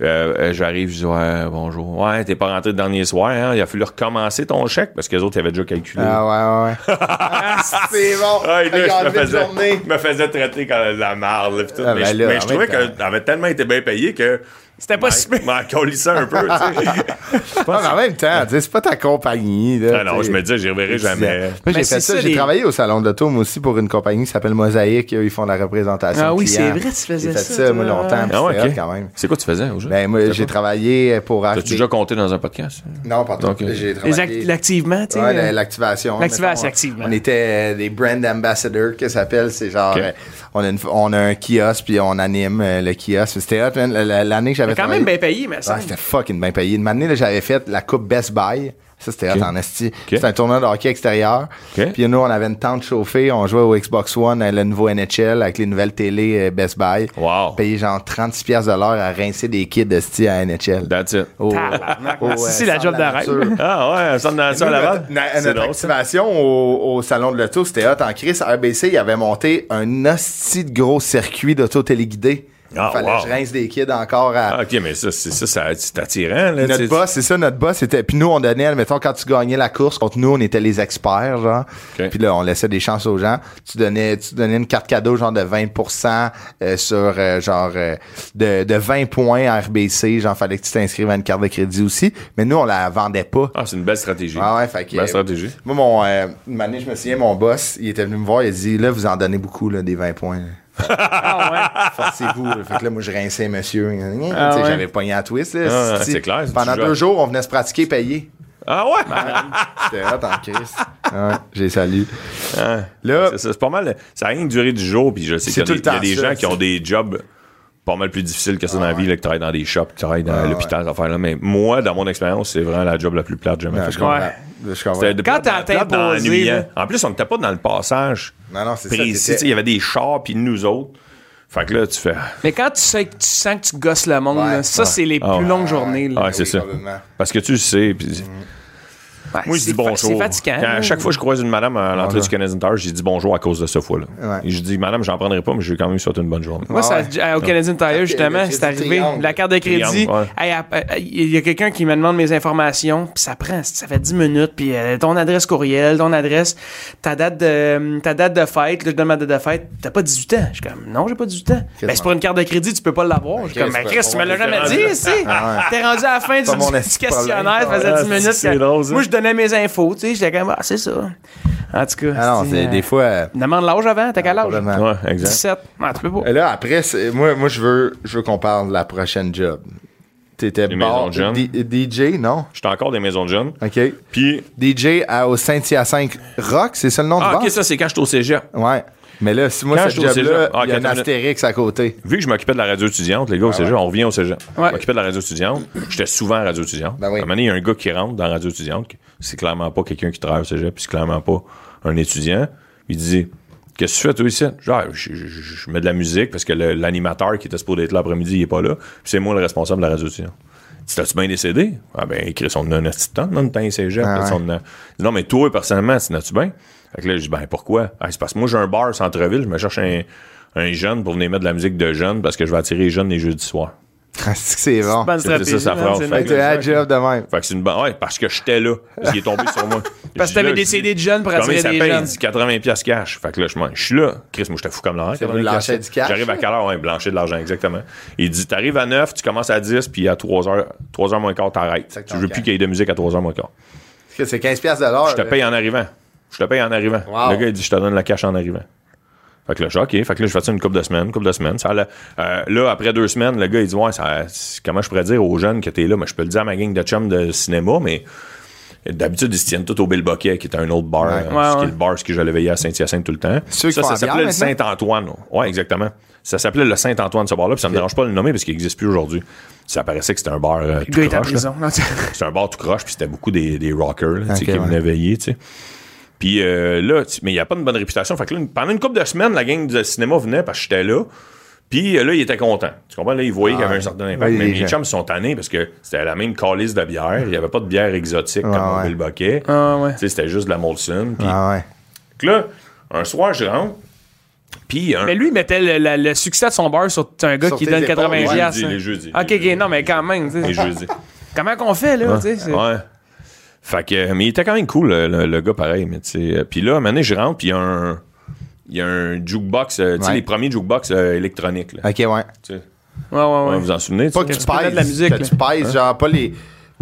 [SPEAKER 5] euh, euh, j'arrive, je dis ouais, bonjour. Ouais, t'es pas rentré le dernier soir, hein, il a fallu recommencer ton chèque parce que les autres ils avaient déjà calculé.
[SPEAKER 1] Ah, ouais, Ah, ouais, ouais. c'est bon.
[SPEAKER 5] Ouais, là,
[SPEAKER 1] Fait qu'on
[SPEAKER 5] je me
[SPEAKER 1] fait une
[SPEAKER 5] faisais,
[SPEAKER 1] journée.
[SPEAKER 5] me faisais traiter comme de la marde. là, pis tout.
[SPEAKER 1] Ah,
[SPEAKER 5] mais
[SPEAKER 1] ben
[SPEAKER 5] je,
[SPEAKER 1] là,
[SPEAKER 5] mais
[SPEAKER 1] en
[SPEAKER 5] je
[SPEAKER 1] même
[SPEAKER 5] trouvais
[SPEAKER 1] temps.
[SPEAKER 5] qu'elle avait tellement été bien payée que.
[SPEAKER 2] C'était pas si pire.
[SPEAKER 5] M'en colissait un peu, tu sais. Je
[SPEAKER 1] Ah,
[SPEAKER 5] pense
[SPEAKER 1] mais en même temps, tu sais, c'est pas ta compagnie. Là,
[SPEAKER 5] Ah non,
[SPEAKER 1] tu sais.
[SPEAKER 5] je me disais, j'y reverrai jamais.
[SPEAKER 1] Moi,
[SPEAKER 2] Mais
[SPEAKER 1] j'ai
[SPEAKER 2] c'est
[SPEAKER 1] fait ça.
[SPEAKER 2] ça,
[SPEAKER 1] j'ai
[SPEAKER 2] les-
[SPEAKER 1] travaillé au salon de l'auto, moi aussi, pour une compagnie qui s'appelle Mosaïque. Eux, ils font la représentation.
[SPEAKER 2] Ah oui,
[SPEAKER 1] client.
[SPEAKER 2] c'est vrai, tu faisais
[SPEAKER 1] J'ai fait
[SPEAKER 2] ça,
[SPEAKER 1] ça,
[SPEAKER 2] toi.
[SPEAKER 1] moi, longtemps. puis
[SPEAKER 5] Ah ouais,
[SPEAKER 1] c'était
[SPEAKER 5] ok.
[SPEAKER 1] hot quand même.
[SPEAKER 5] C'est quoi tu faisais au jeu?
[SPEAKER 1] Ben, moi, j'ai travaillé pour
[SPEAKER 5] T'as-tu
[SPEAKER 1] acheter.
[SPEAKER 5] déjà compté dans un podcast?
[SPEAKER 1] Non, pardon.
[SPEAKER 5] Ok.
[SPEAKER 1] J'ai
[SPEAKER 2] Les
[SPEAKER 1] travaillé.
[SPEAKER 2] act- L'activement, tu sais.
[SPEAKER 1] Ouais, la-
[SPEAKER 2] euh,
[SPEAKER 1] l'activation.
[SPEAKER 2] l'activation,
[SPEAKER 1] Mettons,
[SPEAKER 2] activement.
[SPEAKER 1] On était euh, des brand ambassadors, que ça s'appelle. C'est genre,
[SPEAKER 5] Ok.
[SPEAKER 1] euh, on, a une- on a un kiosque, puis on anime euh, le kiosque. C'était hot, man. La- la- L'année que j'avais
[SPEAKER 2] Quand
[SPEAKER 1] travaillé-
[SPEAKER 2] même bien payé, mais
[SPEAKER 1] Ouais,
[SPEAKER 2] ça.
[SPEAKER 1] Ah, c'était fucking bien payé. Une année, là, j'avais fait la Coupe Best Buy. Ça, c'était hot en esti. C'était un tournoi de hockey extérieur.
[SPEAKER 5] Ok.
[SPEAKER 1] Puis nous, on avait une tente chauffée. On jouait au Xbox One, à le nouveau NHL, avec les nouvelles télé euh, Best Buy.
[SPEAKER 5] Wow.
[SPEAKER 1] Payé genre 36$ de l'heure à rincer des kids esti à NHL.
[SPEAKER 5] That's it.
[SPEAKER 1] Au-
[SPEAKER 2] Tabarnak,
[SPEAKER 1] au, euh,
[SPEAKER 2] c'est la
[SPEAKER 1] centre
[SPEAKER 2] job
[SPEAKER 1] de la
[SPEAKER 2] d'arrêt.
[SPEAKER 1] nature.
[SPEAKER 5] Ah ouais, ça me donne ça
[SPEAKER 1] Nous,
[SPEAKER 5] à
[SPEAKER 1] notre-
[SPEAKER 5] Laval.
[SPEAKER 1] na-
[SPEAKER 5] C'est
[SPEAKER 1] Notre
[SPEAKER 5] drôle, ça.
[SPEAKER 1] activation au, au salon de l'auto, c'était hot en crise. RBC, il avait monté un hostie de gros circuit d'auto téléguidé.
[SPEAKER 5] Ah,
[SPEAKER 1] Fallait
[SPEAKER 5] wow.
[SPEAKER 1] que je rince des kids encore à,
[SPEAKER 5] Ah, ok, mais ça, c'est ça, ça- c'est attirant. Là,
[SPEAKER 1] Puis notre
[SPEAKER 5] tu-
[SPEAKER 1] boss, c'est ça, notre boss était. Puis nous, on donnait, admettons, quand tu gagnais la course, contre nous, on était les experts, genre.
[SPEAKER 5] OK.
[SPEAKER 1] Puis là, on laissait des chances aux gens. Tu donnais, tu donnais une carte cadeau, genre de 20 euh, sur, euh, genre, euh, de, de 20 points à RBC. Genre, fallait que tu t'inscrives à une carte de crédit aussi. Mais nous, on la vendait pas.
[SPEAKER 5] Ah, c'est une belle stratégie.
[SPEAKER 1] Ah ouais, fait que.
[SPEAKER 5] Belle stratégie.
[SPEAKER 1] Moi, mon, euh, une année, je me souviens, mon boss, il était venu me voir, il a dit, là, vous en donnez beaucoup, là, des 20 points. là. Forcez-vous. là. Fait que là, moi, je rinçais monsieur. Tu sais,
[SPEAKER 2] ouais.
[SPEAKER 1] J'avais pogné à twist. là,
[SPEAKER 5] Ah,
[SPEAKER 1] si-
[SPEAKER 5] c'est clair, c'est
[SPEAKER 1] Pendant
[SPEAKER 5] du jeu.
[SPEAKER 1] deux jours, on venait se pratiquer payer.
[SPEAKER 5] Ah ouais!
[SPEAKER 1] Ben, C'était hot en crise. Ouais, j'ai salué.
[SPEAKER 5] Ah,
[SPEAKER 1] Là-
[SPEAKER 5] c'est ça, c'est pas mal. Ça a rien que duré du jour, puis je sais
[SPEAKER 1] C'est Ah
[SPEAKER 5] qu'il y a
[SPEAKER 1] tout le
[SPEAKER 5] des,
[SPEAKER 1] temps
[SPEAKER 5] il y a des
[SPEAKER 1] ça,
[SPEAKER 5] gens qui ont des jobs pas mal plus difficiles que ça dans la vie, là, qui travaillent dans des shops, qui travaillent dans
[SPEAKER 1] Ah
[SPEAKER 5] l'hôpital, ces affaires-là. Mais moi, dans mon expérience, c'est vraiment la job la plus plate que j'ai jamais
[SPEAKER 1] Ben, Ouais, Ah, je
[SPEAKER 5] faite.
[SPEAKER 1] comprends.
[SPEAKER 2] Ouais.
[SPEAKER 1] Je comprends.
[SPEAKER 5] C'était de
[SPEAKER 2] Quand
[SPEAKER 5] plate dans la
[SPEAKER 2] t'as
[SPEAKER 5] plate, dans
[SPEAKER 2] imposé,
[SPEAKER 5] l'ennuyant.
[SPEAKER 2] là.
[SPEAKER 5] En plus, on n'était pas dans le passage.
[SPEAKER 1] Non, non, c'est ça,
[SPEAKER 5] précis,
[SPEAKER 1] t'étais-
[SPEAKER 5] tu sais, Il y avait des chars, puis nous autres. Fait que là, tu fais.
[SPEAKER 2] Mais quand tu sais que tu sens que tu gosses le monde,
[SPEAKER 1] Ouais.
[SPEAKER 2] là, ça,
[SPEAKER 5] Ouais.
[SPEAKER 2] c'est les
[SPEAKER 5] Ah ouais.
[SPEAKER 2] plus longues journées. là.
[SPEAKER 5] Ah, c'est
[SPEAKER 1] oui,
[SPEAKER 5] ça.
[SPEAKER 1] probablement. Mm.
[SPEAKER 5] Parce que tu le sais. puis-
[SPEAKER 2] Ouais,
[SPEAKER 5] Moi, je
[SPEAKER 2] c'est
[SPEAKER 5] dis bonjour.
[SPEAKER 2] fa- C'est fatigant.
[SPEAKER 5] Quand à
[SPEAKER 2] là.
[SPEAKER 5] chaque fois que je croise une madame à l'entrée
[SPEAKER 1] Bonjour.
[SPEAKER 5] du Canadian Tire, j'ai dit bonjour à cause de ce fois-là.
[SPEAKER 1] Ouais.
[SPEAKER 5] Et Je dis, madame, j'en prendrai pas, mais j'ai quand même souhaité une bonne journée.
[SPEAKER 2] Moi,
[SPEAKER 1] Ah
[SPEAKER 2] ça,
[SPEAKER 1] ouais.
[SPEAKER 2] à- au Canadian Tire, justement,
[SPEAKER 1] le
[SPEAKER 2] c'est
[SPEAKER 1] crédit
[SPEAKER 2] arrivé.
[SPEAKER 1] triangle.
[SPEAKER 2] La carte de crédit,
[SPEAKER 5] Triangle, ouais.
[SPEAKER 2] hey, à- à- il y a quelqu'un qui me demande mes informations, puis ça prend, ça fait 10 minutes, puis euh, ton adresse courriel, ton adresse, ta date de, euh, ta date de fête, là, je donne ma date de fête, t'as pas 18 ans. Je suis comme, non, j'ai pas 18 ans. Ben, c'est pour une carte de crédit, tu peux pas l'avoir. Je suis
[SPEAKER 1] Chris,
[SPEAKER 2] comme, mais
[SPEAKER 1] ben,
[SPEAKER 2] Chris, tu me l'as
[SPEAKER 1] on
[SPEAKER 2] jamais
[SPEAKER 5] est
[SPEAKER 2] dit,
[SPEAKER 5] rendu-
[SPEAKER 2] si. T'es rendu à la fin du,
[SPEAKER 1] Pas mon
[SPEAKER 2] du
[SPEAKER 1] esti de
[SPEAKER 2] questionnaire, ça
[SPEAKER 1] problème.
[SPEAKER 2] faisait 10
[SPEAKER 5] Ouais,
[SPEAKER 2] minutes.
[SPEAKER 5] Ah, c'est
[SPEAKER 2] que-
[SPEAKER 5] drôle, ça.
[SPEAKER 2] Moi, je donnais mes infos, tu sais, j'étais comme, ah, c'est ça. En tout cas,
[SPEAKER 1] Ah non, c'est
[SPEAKER 2] euh,
[SPEAKER 1] des Ah, fois. euh,
[SPEAKER 2] Demande l'âge avant, t'as quel âge?
[SPEAKER 1] probablement.
[SPEAKER 5] Ouais, exact.
[SPEAKER 2] 17. Ah, tu peux pas.
[SPEAKER 1] Et Euh, là, après, c'est- moi, moi je veux, je veux qu'on parle de la prochaine job. T'étais
[SPEAKER 5] Les maisons
[SPEAKER 1] bar-
[SPEAKER 5] de jeunes.
[SPEAKER 1] D- DJ, non?
[SPEAKER 5] J'étais encore des maisons de jeunes.
[SPEAKER 1] OK.
[SPEAKER 5] Puis,
[SPEAKER 1] DJ à- au Saint-Hyacinthe Rock, c'est ça le nom
[SPEAKER 5] ah,
[SPEAKER 1] du
[SPEAKER 5] ok,
[SPEAKER 1] bar?
[SPEAKER 5] ça, c'est quand j'étais au cégep.
[SPEAKER 1] Ouais. Mais là, si moi,
[SPEAKER 5] Quand
[SPEAKER 1] ce
[SPEAKER 5] j'étais au
[SPEAKER 1] job-là,
[SPEAKER 5] cégep- Ah,
[SPEAKER 1] il y a
[SPEAKER 5] ok,
[SPEAKER 1] un
[SPEAKER 5] attends une
[SPEAKER 1] astérix à côté.
[SPEAKER 5] Vu que je m'occupais de la radio étudiante,
[SPEAKER 1] Ah
[SPEAKER 5] les gars, au cégep, on revient au cégep.
[SPEAKER 2] Ouais.
[SPEAKER 5] Je m'occupais de la radio étudiante. J'étais souvent à la radio étudiante.
[SPEAKER 1] Ben oui.
[SPEAKER 5] À un moment donné, il y a un gars qui rentre dans la radio étudiante. que C'est clairement pas quelqu'un qui travaille au cégep, puis c'est clairement pas un étudiant. Il dit Qu'est-ce que tu fais, toi, ici Genre, je, je- je- je mets de la musique parce que le- l'animateur qui était supposé être là l'après-midi, il est pas là. Puis c'est moi le responsable de la radio étudiante. Tu t'as-tu bien décédé? Ah ben, écrit son un petit temps, non, temps cégep.
[SPEAKER 1] Ah
[SPEAKER 5] là,
[SPEAKER 1] ouais.
[SPEAKER 5] son- non, non, mais toi, personnellement, tu n'as-tu bien? Fait que là, je dis, ben, pourquoi? Ah, c'est parce que moi, j'ai un bar centre-ville, je me cherche un, un jeune pour venir mettre de la musique de jeunes parce que je vais attirer les jeunes les jeudis soirs.
[SPEAKER 1] Ah, c'est que c'est bon.
[SPEAKER 2] Bonne
[SPEAKER 5] C'était ça,
[SPEAKER 2] stratégie,
[SPEAKER 5] sa
[SPEAKER 2] man,
[SPEAKER 5] phrase.
[SPEAKER 2] c'est
[SPEAKER 5] Fait
[SPEAKER 1] Fait
[SPEAKER 2] nice.
[SPEAKER 1] que t'as un job de même.
[SPEAKER 5] Fait que c'est une bonne. Ouais, parce que j'étais là. Parce qu'il est tombé sur moi.
[SPEAKER 2] Parce que t'avais des CD de jeunes pour attirer
[SPEAKER 5] ça
[SPEAKER 2] des
[SPEAKER 5] paye?
[SPEAKER 2] jeunes.
[SPEAKER 5] Il dit 80$ piastres cash. Fait que là, je m'en- je suis là. Chris, moi, j'étais fou comme l'air.
[SPEAKER 1] C'est pour blancher du cash.
[SPEAKER 5] J'arrive à quelle heure? Ouais, blancher de l'argent, exactement. Il dit, t'arrives à 9, tu commences à 10, puis à 3 heures, 3 heures moins quart, t'arrêtes. Tu
[SPEAKER 1] Exactement.
[SPEAKER 5] veux plus qu'il y ait de musique à 3 heures moins quart.
[SPEAKER 1] Parce que C'est 15$ piastres de l'heure.
[SPEAKER 5] Je te
[SPEAKER 1] là.
[SPEAKER 5] paye en arrivant. Je te paye en arrivant.
[SPEAKER 1] Wow.
[SPEAKER 5] Le gars, il dit, je te donne la cash en arrivant. Fait que là, je dis, OK. Fait que là, je fais ça une couple de semaines, une couple de semaines. Ça, allait- euh, là, après deux semaines, le gars, il dit, ouais, ça, c'est- comment je pourrais dire aux jeunes que t'es là? Mais je peux le dire à ma gang de chums de cinéma, mais d'habitude, ils se tiennent tout au Bill Bucket, qui est un autre bar, euh,
[SPEAKER 2] Ouais,
[SPEAKER 5] ce qui est
[SPEAKER 2] ouais.
[SPEAKER 5] le bar, ce que j'allais veiller à Saint-Hyacinthe tout le temps.
[SPEAKER 1] Ceux qui
[SPEAKER 5] ça,
[SPEAKER 1] font
[SPEAKER 5] ça
[SPEAKER 1] la bière
[SPEAKER 5] s'appelait le
[SPEAKER 1] maintenant?
[SPEAKER 5] Saint-Antoine. Ouais, exactement. Ça s'appelait le Saint-Antoine, ce bar-là, puis ça me dérange pas de le nommer parce qu'il existe plus aujourd'hui. Ça paraissait que c'était un bar euh,
[SPEAKER 2] Le
[SPEAKER 5] tout
[SPEAKER 2] gars est en
[SPEAKER 5] croche, là.
[SPEAKER 2] prison. Non, tu-
[SPEAKER 5] C'était un bar tout croche, puis c'était beaucoup des, des rockers là, tu
[SPEAKER 1] Ok,
[SPEAKER 5] sais, qui
[SPEAKER 1] ouais.
[SPEAKER 5] venaient veiller. tu sais. Puis euh, là, tu- mais il n'y a pas une bonne réputation. Fait que là, une- pendant une couple de semaines, la gang du cinéma venait parce que j'étais là. Puis euh, là, il était content. Tu comprends? Là, il voyait qu'il y avait un certain
[SPEAKER 1] Ouais,
[SPEAKER 5] impact. mais
[SPEAKER 1] les
[SPEAKER 5] mes
[SPEAKER 1] gens.
[SPEAKER 5] chums sont tannés parce que c'était la même calice de bière. Il n'y avait pas de bière exotique comme
[SPEAKER 1] Ah,
[SPEAKER 5] au
[SPEAKER 1] ouais.
[SPEAKER 5] Bill Bucket.
[SPEAKER 2] Ah, ouais.
[SPEAKER 5] Tu sais, C'était juste de la Molson. Puis
[SPEAKER 1] Ah ouais.
[SPEAKER 5] fait que là, un soir, je rentre. Puis un,
[SPEAKER 2] Mais lui, il mettait le, la- le succès de son bar sur un gars
[SPEAKER 1] Sur
[SPEAKER 2] qui
[SPEAKER 1] tes
[SPEAKER 2] donne
[SPEAKER 1] épaules,
[SPEAKER 2] 80
[SPEAKER 1] ouais.
[SPEAKER 2] piastres,
[SPEAKER 5] Les
[SPEAKER 2] hein.
[SPEAKER 5] jeudis, les
[SPEAKER 2] Ok, ok,
[SPEAKER 5] jeudis.
[SPEAKER 2] non, mais quand même. tu sais.
[SPEAKER 5] et je dis.
[SPEAKER 2] Comment qu'on fait, là? tu sais, c'est-
[SPEAKER 5] Ah, Ouais. Fait que, euh, mais il était quand même cool, le, le- le gars, pareil. Mais tu sais, euh, puis là, maintenant, je rentre, puis il y a un, il y a un jukebox, euh, tu sais,
[SPEAKER 1] Ouais.
[SPEAKER 5] les premiers jukebox euh, électroniques. Là,
[SPEAKER 1] Ok, ouais.
[SPEAKER 5] tu sais.
[SPEAKER 2] ouais, ouais,
[SPEAKER 5] Ouais,
[SPEAKER 2] ouais.
[SPEAKER 5] vous en souvenez?
[SPEAKER 1] Pas
[SPEAKER 5] tu
[SPEAKER 1] que
[SPEAKER 5] sais?
[SPEAKER 1] tu
[SPEAKER 2] peux mettre
[SPEAKER 1] pèses.
[SPEAKER 2] de la musique, Hein?
[SPEAKER 1] Que tu pèses, genre, pas les.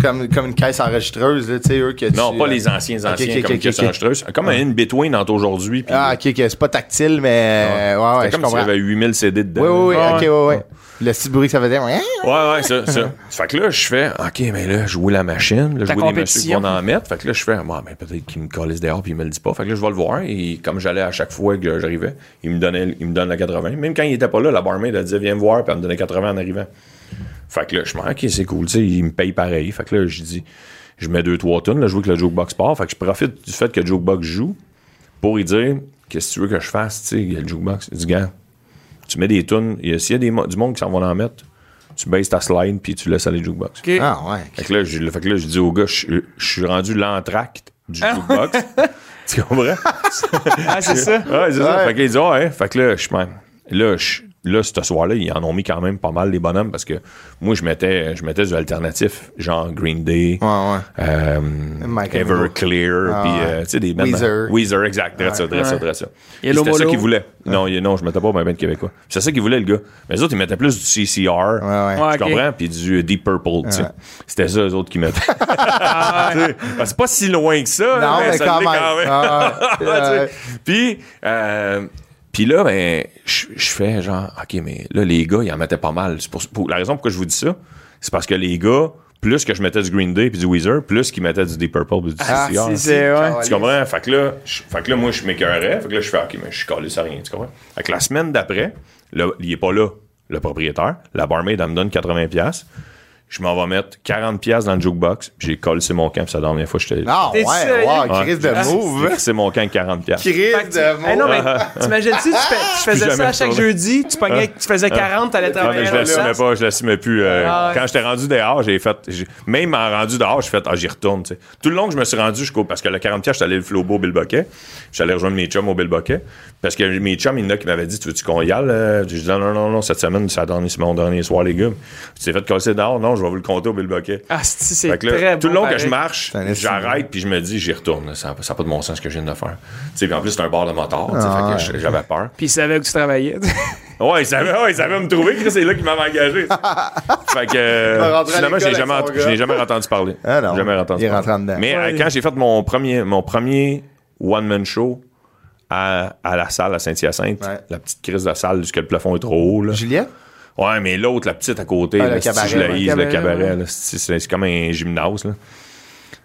[SPEAKER 1] Comme, comme une caisse enregistreuse, là, tu sais, eux que tu-
[SPEAKER 5] Non, pas les anciens
[SPEAKER 1] euh, Ok,
[SPEAKER 5] anciens
[SPEAKER 1] ok,
[SPEAKER 5] comme
[SPEAKER 1] ok,
[SPEAKER 5] Kiss
[SPEAKER 1] ok.
[SPEAKER 5] Enregistreuse. Comme un in-between entre aujourd'hui. puis-
[SPEAKER 1] Ah, ok, ok. C'est pas tactile, mais. euh, Ouais, ouais,
[SPEAKER 5] C'était
[SPEAKER 1] je
[SPEAKER 5] comme s'il y
[SPEAKER 1] comprends.
[SPEAKER 5] avait 8000 CD dedans.
[SPEAKER 1] Oui, oui, oui.
[SPEAKER 2] Ah,
[SPEAKER 1] ok,
[SPEAKER 2] ouais.
[SPEAKER 1] ouais, ouais. Le petit bruit que ça faisait. Ouais.
[SPEAKER 5] Ouais, ouais, ça, ça. Fait que là, je fais, OK, mais là, je la machine, là, je
[SPEAKER 2] Ta
[SPEAKER 5] vois des messieurs qui
[SPEAKER 2] compétition.
[SPEAKER 5] vont en mettre. Fait que là, je fais, moi, mais peut-être qu'il me collait dehors puis il me le dit pas. Fait que là, je vais le voir. Et comme j'allais à chaque fois que j'arrivais, il me donnait, il me donne la 80. Même quand il était pas là, la barmaid, elle disait, viens me voir, puis elle me donnait 80 en arrivant. Fait que là, je me dis, OK, c'est cool, tu sais, il me paye pareil. Fait que là, je dis, je mets deux, trois tonnes, là, je vois que le jukebox part. Fait que je profite du fait que le jukebox joue pour lui dire, qu'est-ce que tu veux que je fasse, tu sais, il y a le jukebox. Il dit, gars, tu mets des tunes. Et S'il y a des, mo- du monde qui s'en vont en mettre, tu baisses ta slide puis tu laisses aller le jukebox.
[SPEAKER 2] Ok.
[SPEAKER 1] Ah, ouais.
[SPEAKER 5] Fait que là, je, fait que là, je dis au gars, je, je suis rendu l'entracte du jukebox. tu comprends?
[SPEAKER 2] Ah, c'est ça.
[SPEAKER 5] Ouais, c'est ça.
[SPEAKER 1] Ouais.
[SPEAKER 5] Fait que là, il dit, ouais, fait que là, je suis même- Là, je- là, ce soir-là, ils en ont mis quand même pas mal, les bonhommes, parce que moi, je mettais, je mettais du alternatif, genre Green Day,
[SPEAKER 1] Ouais, ouais.
[SPEAKER 5] euh,
[SPEAKER 1] Michael
[SPEAKER 5] Everclear,
[SPEAKER 1] Ah,
[SPEAKER 5] puis,
[SPEAKER 1] ouais.
[SPEAKER 5] euh, tu sais, des bandes-
[SPEAKER 1] Weezer.
[SPEAKER 5] Weezer, exact. dresse ça, dresse ça, dresse ça. Puis
[SPEAKER 2] Yellow
[SPEAKER 5] C'était ça
[SPEAKER 2] Molo.
[SPEAKER 5] qu'il voulait. Non, il- non, je mettais pas ma bande québécois. Puis C'est ça qu'il voulait, le gars. Mais les autres, ils mettaient plus du CCR.
[SPEAKER 1] Ouais, ouais.
[SPEAKER 2] Ouais,
[SPEAKER 5] Tu
[SPEAKER 2] ok.
[SPEAKER 5] comprends? Puis du Deep Purple, tu sais. C'était ça, les autres, qui mettaient. Ben, c'est pas si loin que ça.
[SPEAKER 1] Ah,
[SPEAKER 5] hein,
[SPEAKER 1] Non, mais
[SPEAKER 5] ben, ça
[SPEAKER 1] quand
[SPEAKER 5] l'est
[SPEAKER 1] même. Ah, ouais.
[SPEAKER 5] Ouais, tu sais.
[SPEAKER 1] Ouais.
[SPEAKER 5] Puis, euh, puis là, ben, je je fais genre, OK, mais là, les gars, ils en mettaient pas mal. C'est Pour, pour- la raison pourquoi je vous dis ça, c'est parce que les gars, plus que je mettais du Green Day puis du Weezer, plus qu'ils mettaient du Deep Purple puis du
[SPEAKER 1] Ah,
[SPEAKER 5] CCR.
[SPEAKER 1] si,
[SPEAKER 2] c'est- ouais.
[SPEAKER 5] Tu comprends? Fait que là, je- fait que là moi, je m'écœurais. Fait que là, je fais, OK, mais je suis collé, ça rien. Tu comprends? Fait que la semaine d'après, le- il est pas là, le propriétaire. La barmaid, elle me donne 80$. piastres. Je m'en vais mettre 40$ piastres dans le jukebox. puis J'ai collé sur mon camp. puis C'est la dernière fois que j'étais
[SPEAKER 1] Non, hein?
[SPEAKER 2] T'es
[SPEAKER 1] Ah, ouais.
[SPEAKER 2] sérieux?
[SPEAKER 1] Wow,
[SPEAKER 5] Ouais.
[SPEAKER 1] Chris de
[SPEAKER 5] J'ai-
[SPEAKER 1] move.
[SPEAKER 5] j'ai crissé mon camp avec 40 piastres.
[SPEAKER 1] Chris
[SPEAKER 2] Fait que tu-
[SPEAKER 1] de move. Ah.
[SPEAKER 2] Hey, non, mais t'imagines-tu, tu, fais- tu faisais
[SPEAKER 5] jamais
[SPEAKER 2] ça à chaque
[SPEAKER 5] retourné.
[SPEAKER 2] jeudi, tu, pognais, tu faisais 40, t'allais
[SPEAKER 5] Non, mais
[SPEAKER 2] travailler
[SPEAKER 5] je
[SPEAKER 2] dans le
[SPEAKER 5] l'assumais
[SPEAKER 2] sens.
[SPEAKER 5] pas, je l'assumais plus. euh,
[SPEAKER 2] Ah ouais.
[SPEAKER 5] Quand j'étais rendu dehors, j'ai fait. j'ai- Même en rendu dehors, j'ai fait, ah, j'y retourne, tu sais. Tout le long que je me suis rendu jusqu'au. Parce que le 40 piastres, j'étais allé le flobo au Bilboquet. J'allais rejoindre mes chums au Bilboquet. Parce que mes chums, il y en a qui m'avaient dit, tu veux-tu qu'on y aille? euh? J'ai dit, non, non, non, non, cette semaine, c'est la dernière- c'est mon dernier soir, les gars. Tu t'es fait casser dehors? Non, je vais vous le compter au Bilboquet.
[SPEAKER 2] Ah, c'est c'est
[SPEAKER 5] Fait que là,
[SPEAKER 2] très
[SPEAKER 5] tout le
[SPEAKER 2] bon,
[SPEAKER 5] long
[SPEAKER 2] pareil.
[SPEAKER 5] que je marche,
[SPEAKER 1] C'est un estime.
[SPEAKER 5] j'arrête puis je me dis j'y retourne. là. Ça n'a pas de bon sens ce que je viens de faire. Tu sais, puis en plus c'est un bar de motard. tu sais,
[SPEAKER 1] Ah,
[SPEAKER 5] fait que J'avais peur.
[SPEAKER 2] Puis il savait que tu travaillais.
[SPEAKER 5] Ouais, il savait, ouais, il savait me trouver. Chris, c'est là qu'il m'avait engagé. fait que
[SPEAKER 1] va
[SPEAKER 5] euh,
[SPEAKER 1] rentrer à
[SPEAKER 5] finalement, je l'ai
[SPEAKER 1] l'école
[SPEAKER 5] jamais,
[SPEAKER 1] avec
[SPEAKER 5] ent-
[SPEAKER 1] son
[SPEAKER 5] je l'ai
[SPEAKER 1] gars.
[SPEAKER 5] jamais entendu parler.
[SPEAKER 1] Ah non,
[SPEAKER 5] Jamais entendu
[SPEAKER 1] il est
[SPEAKER 5] parler.
[SPEAKER 1] rentré dedans.
[SPEAKER 5] Mais euh, quand j'ai fait mon premier, mon premier one man show à, à la salle à Saint-Hyacinthe,
[SPEAKER 1] Ouais.
[SPEAKER 5] la petite crise de la salle jusqu'à le plafond est trop haut. Là.
[SPEAKER 1] Juliette?
[SPEAKER 5] Ouais, mais l'autre, la petite à côté,
[SPEAKER 1] Ah,
[SPEAKER 5] là,
[SPEAKER 1] le
[SPEAKER 5] si
[SPEAKER 1] cabaret,
[SPEAKER 5] je la
[SPEAKER 1] ouais,
[SPEAKER 5] hisse,
[SPEAKER 2] cabaret,
[SPEAKER 5] le cabaret,
[SPEAKER 2] ouais.
[SPEAKER 5] là, si, c'est c'est comme un gymnase. Là.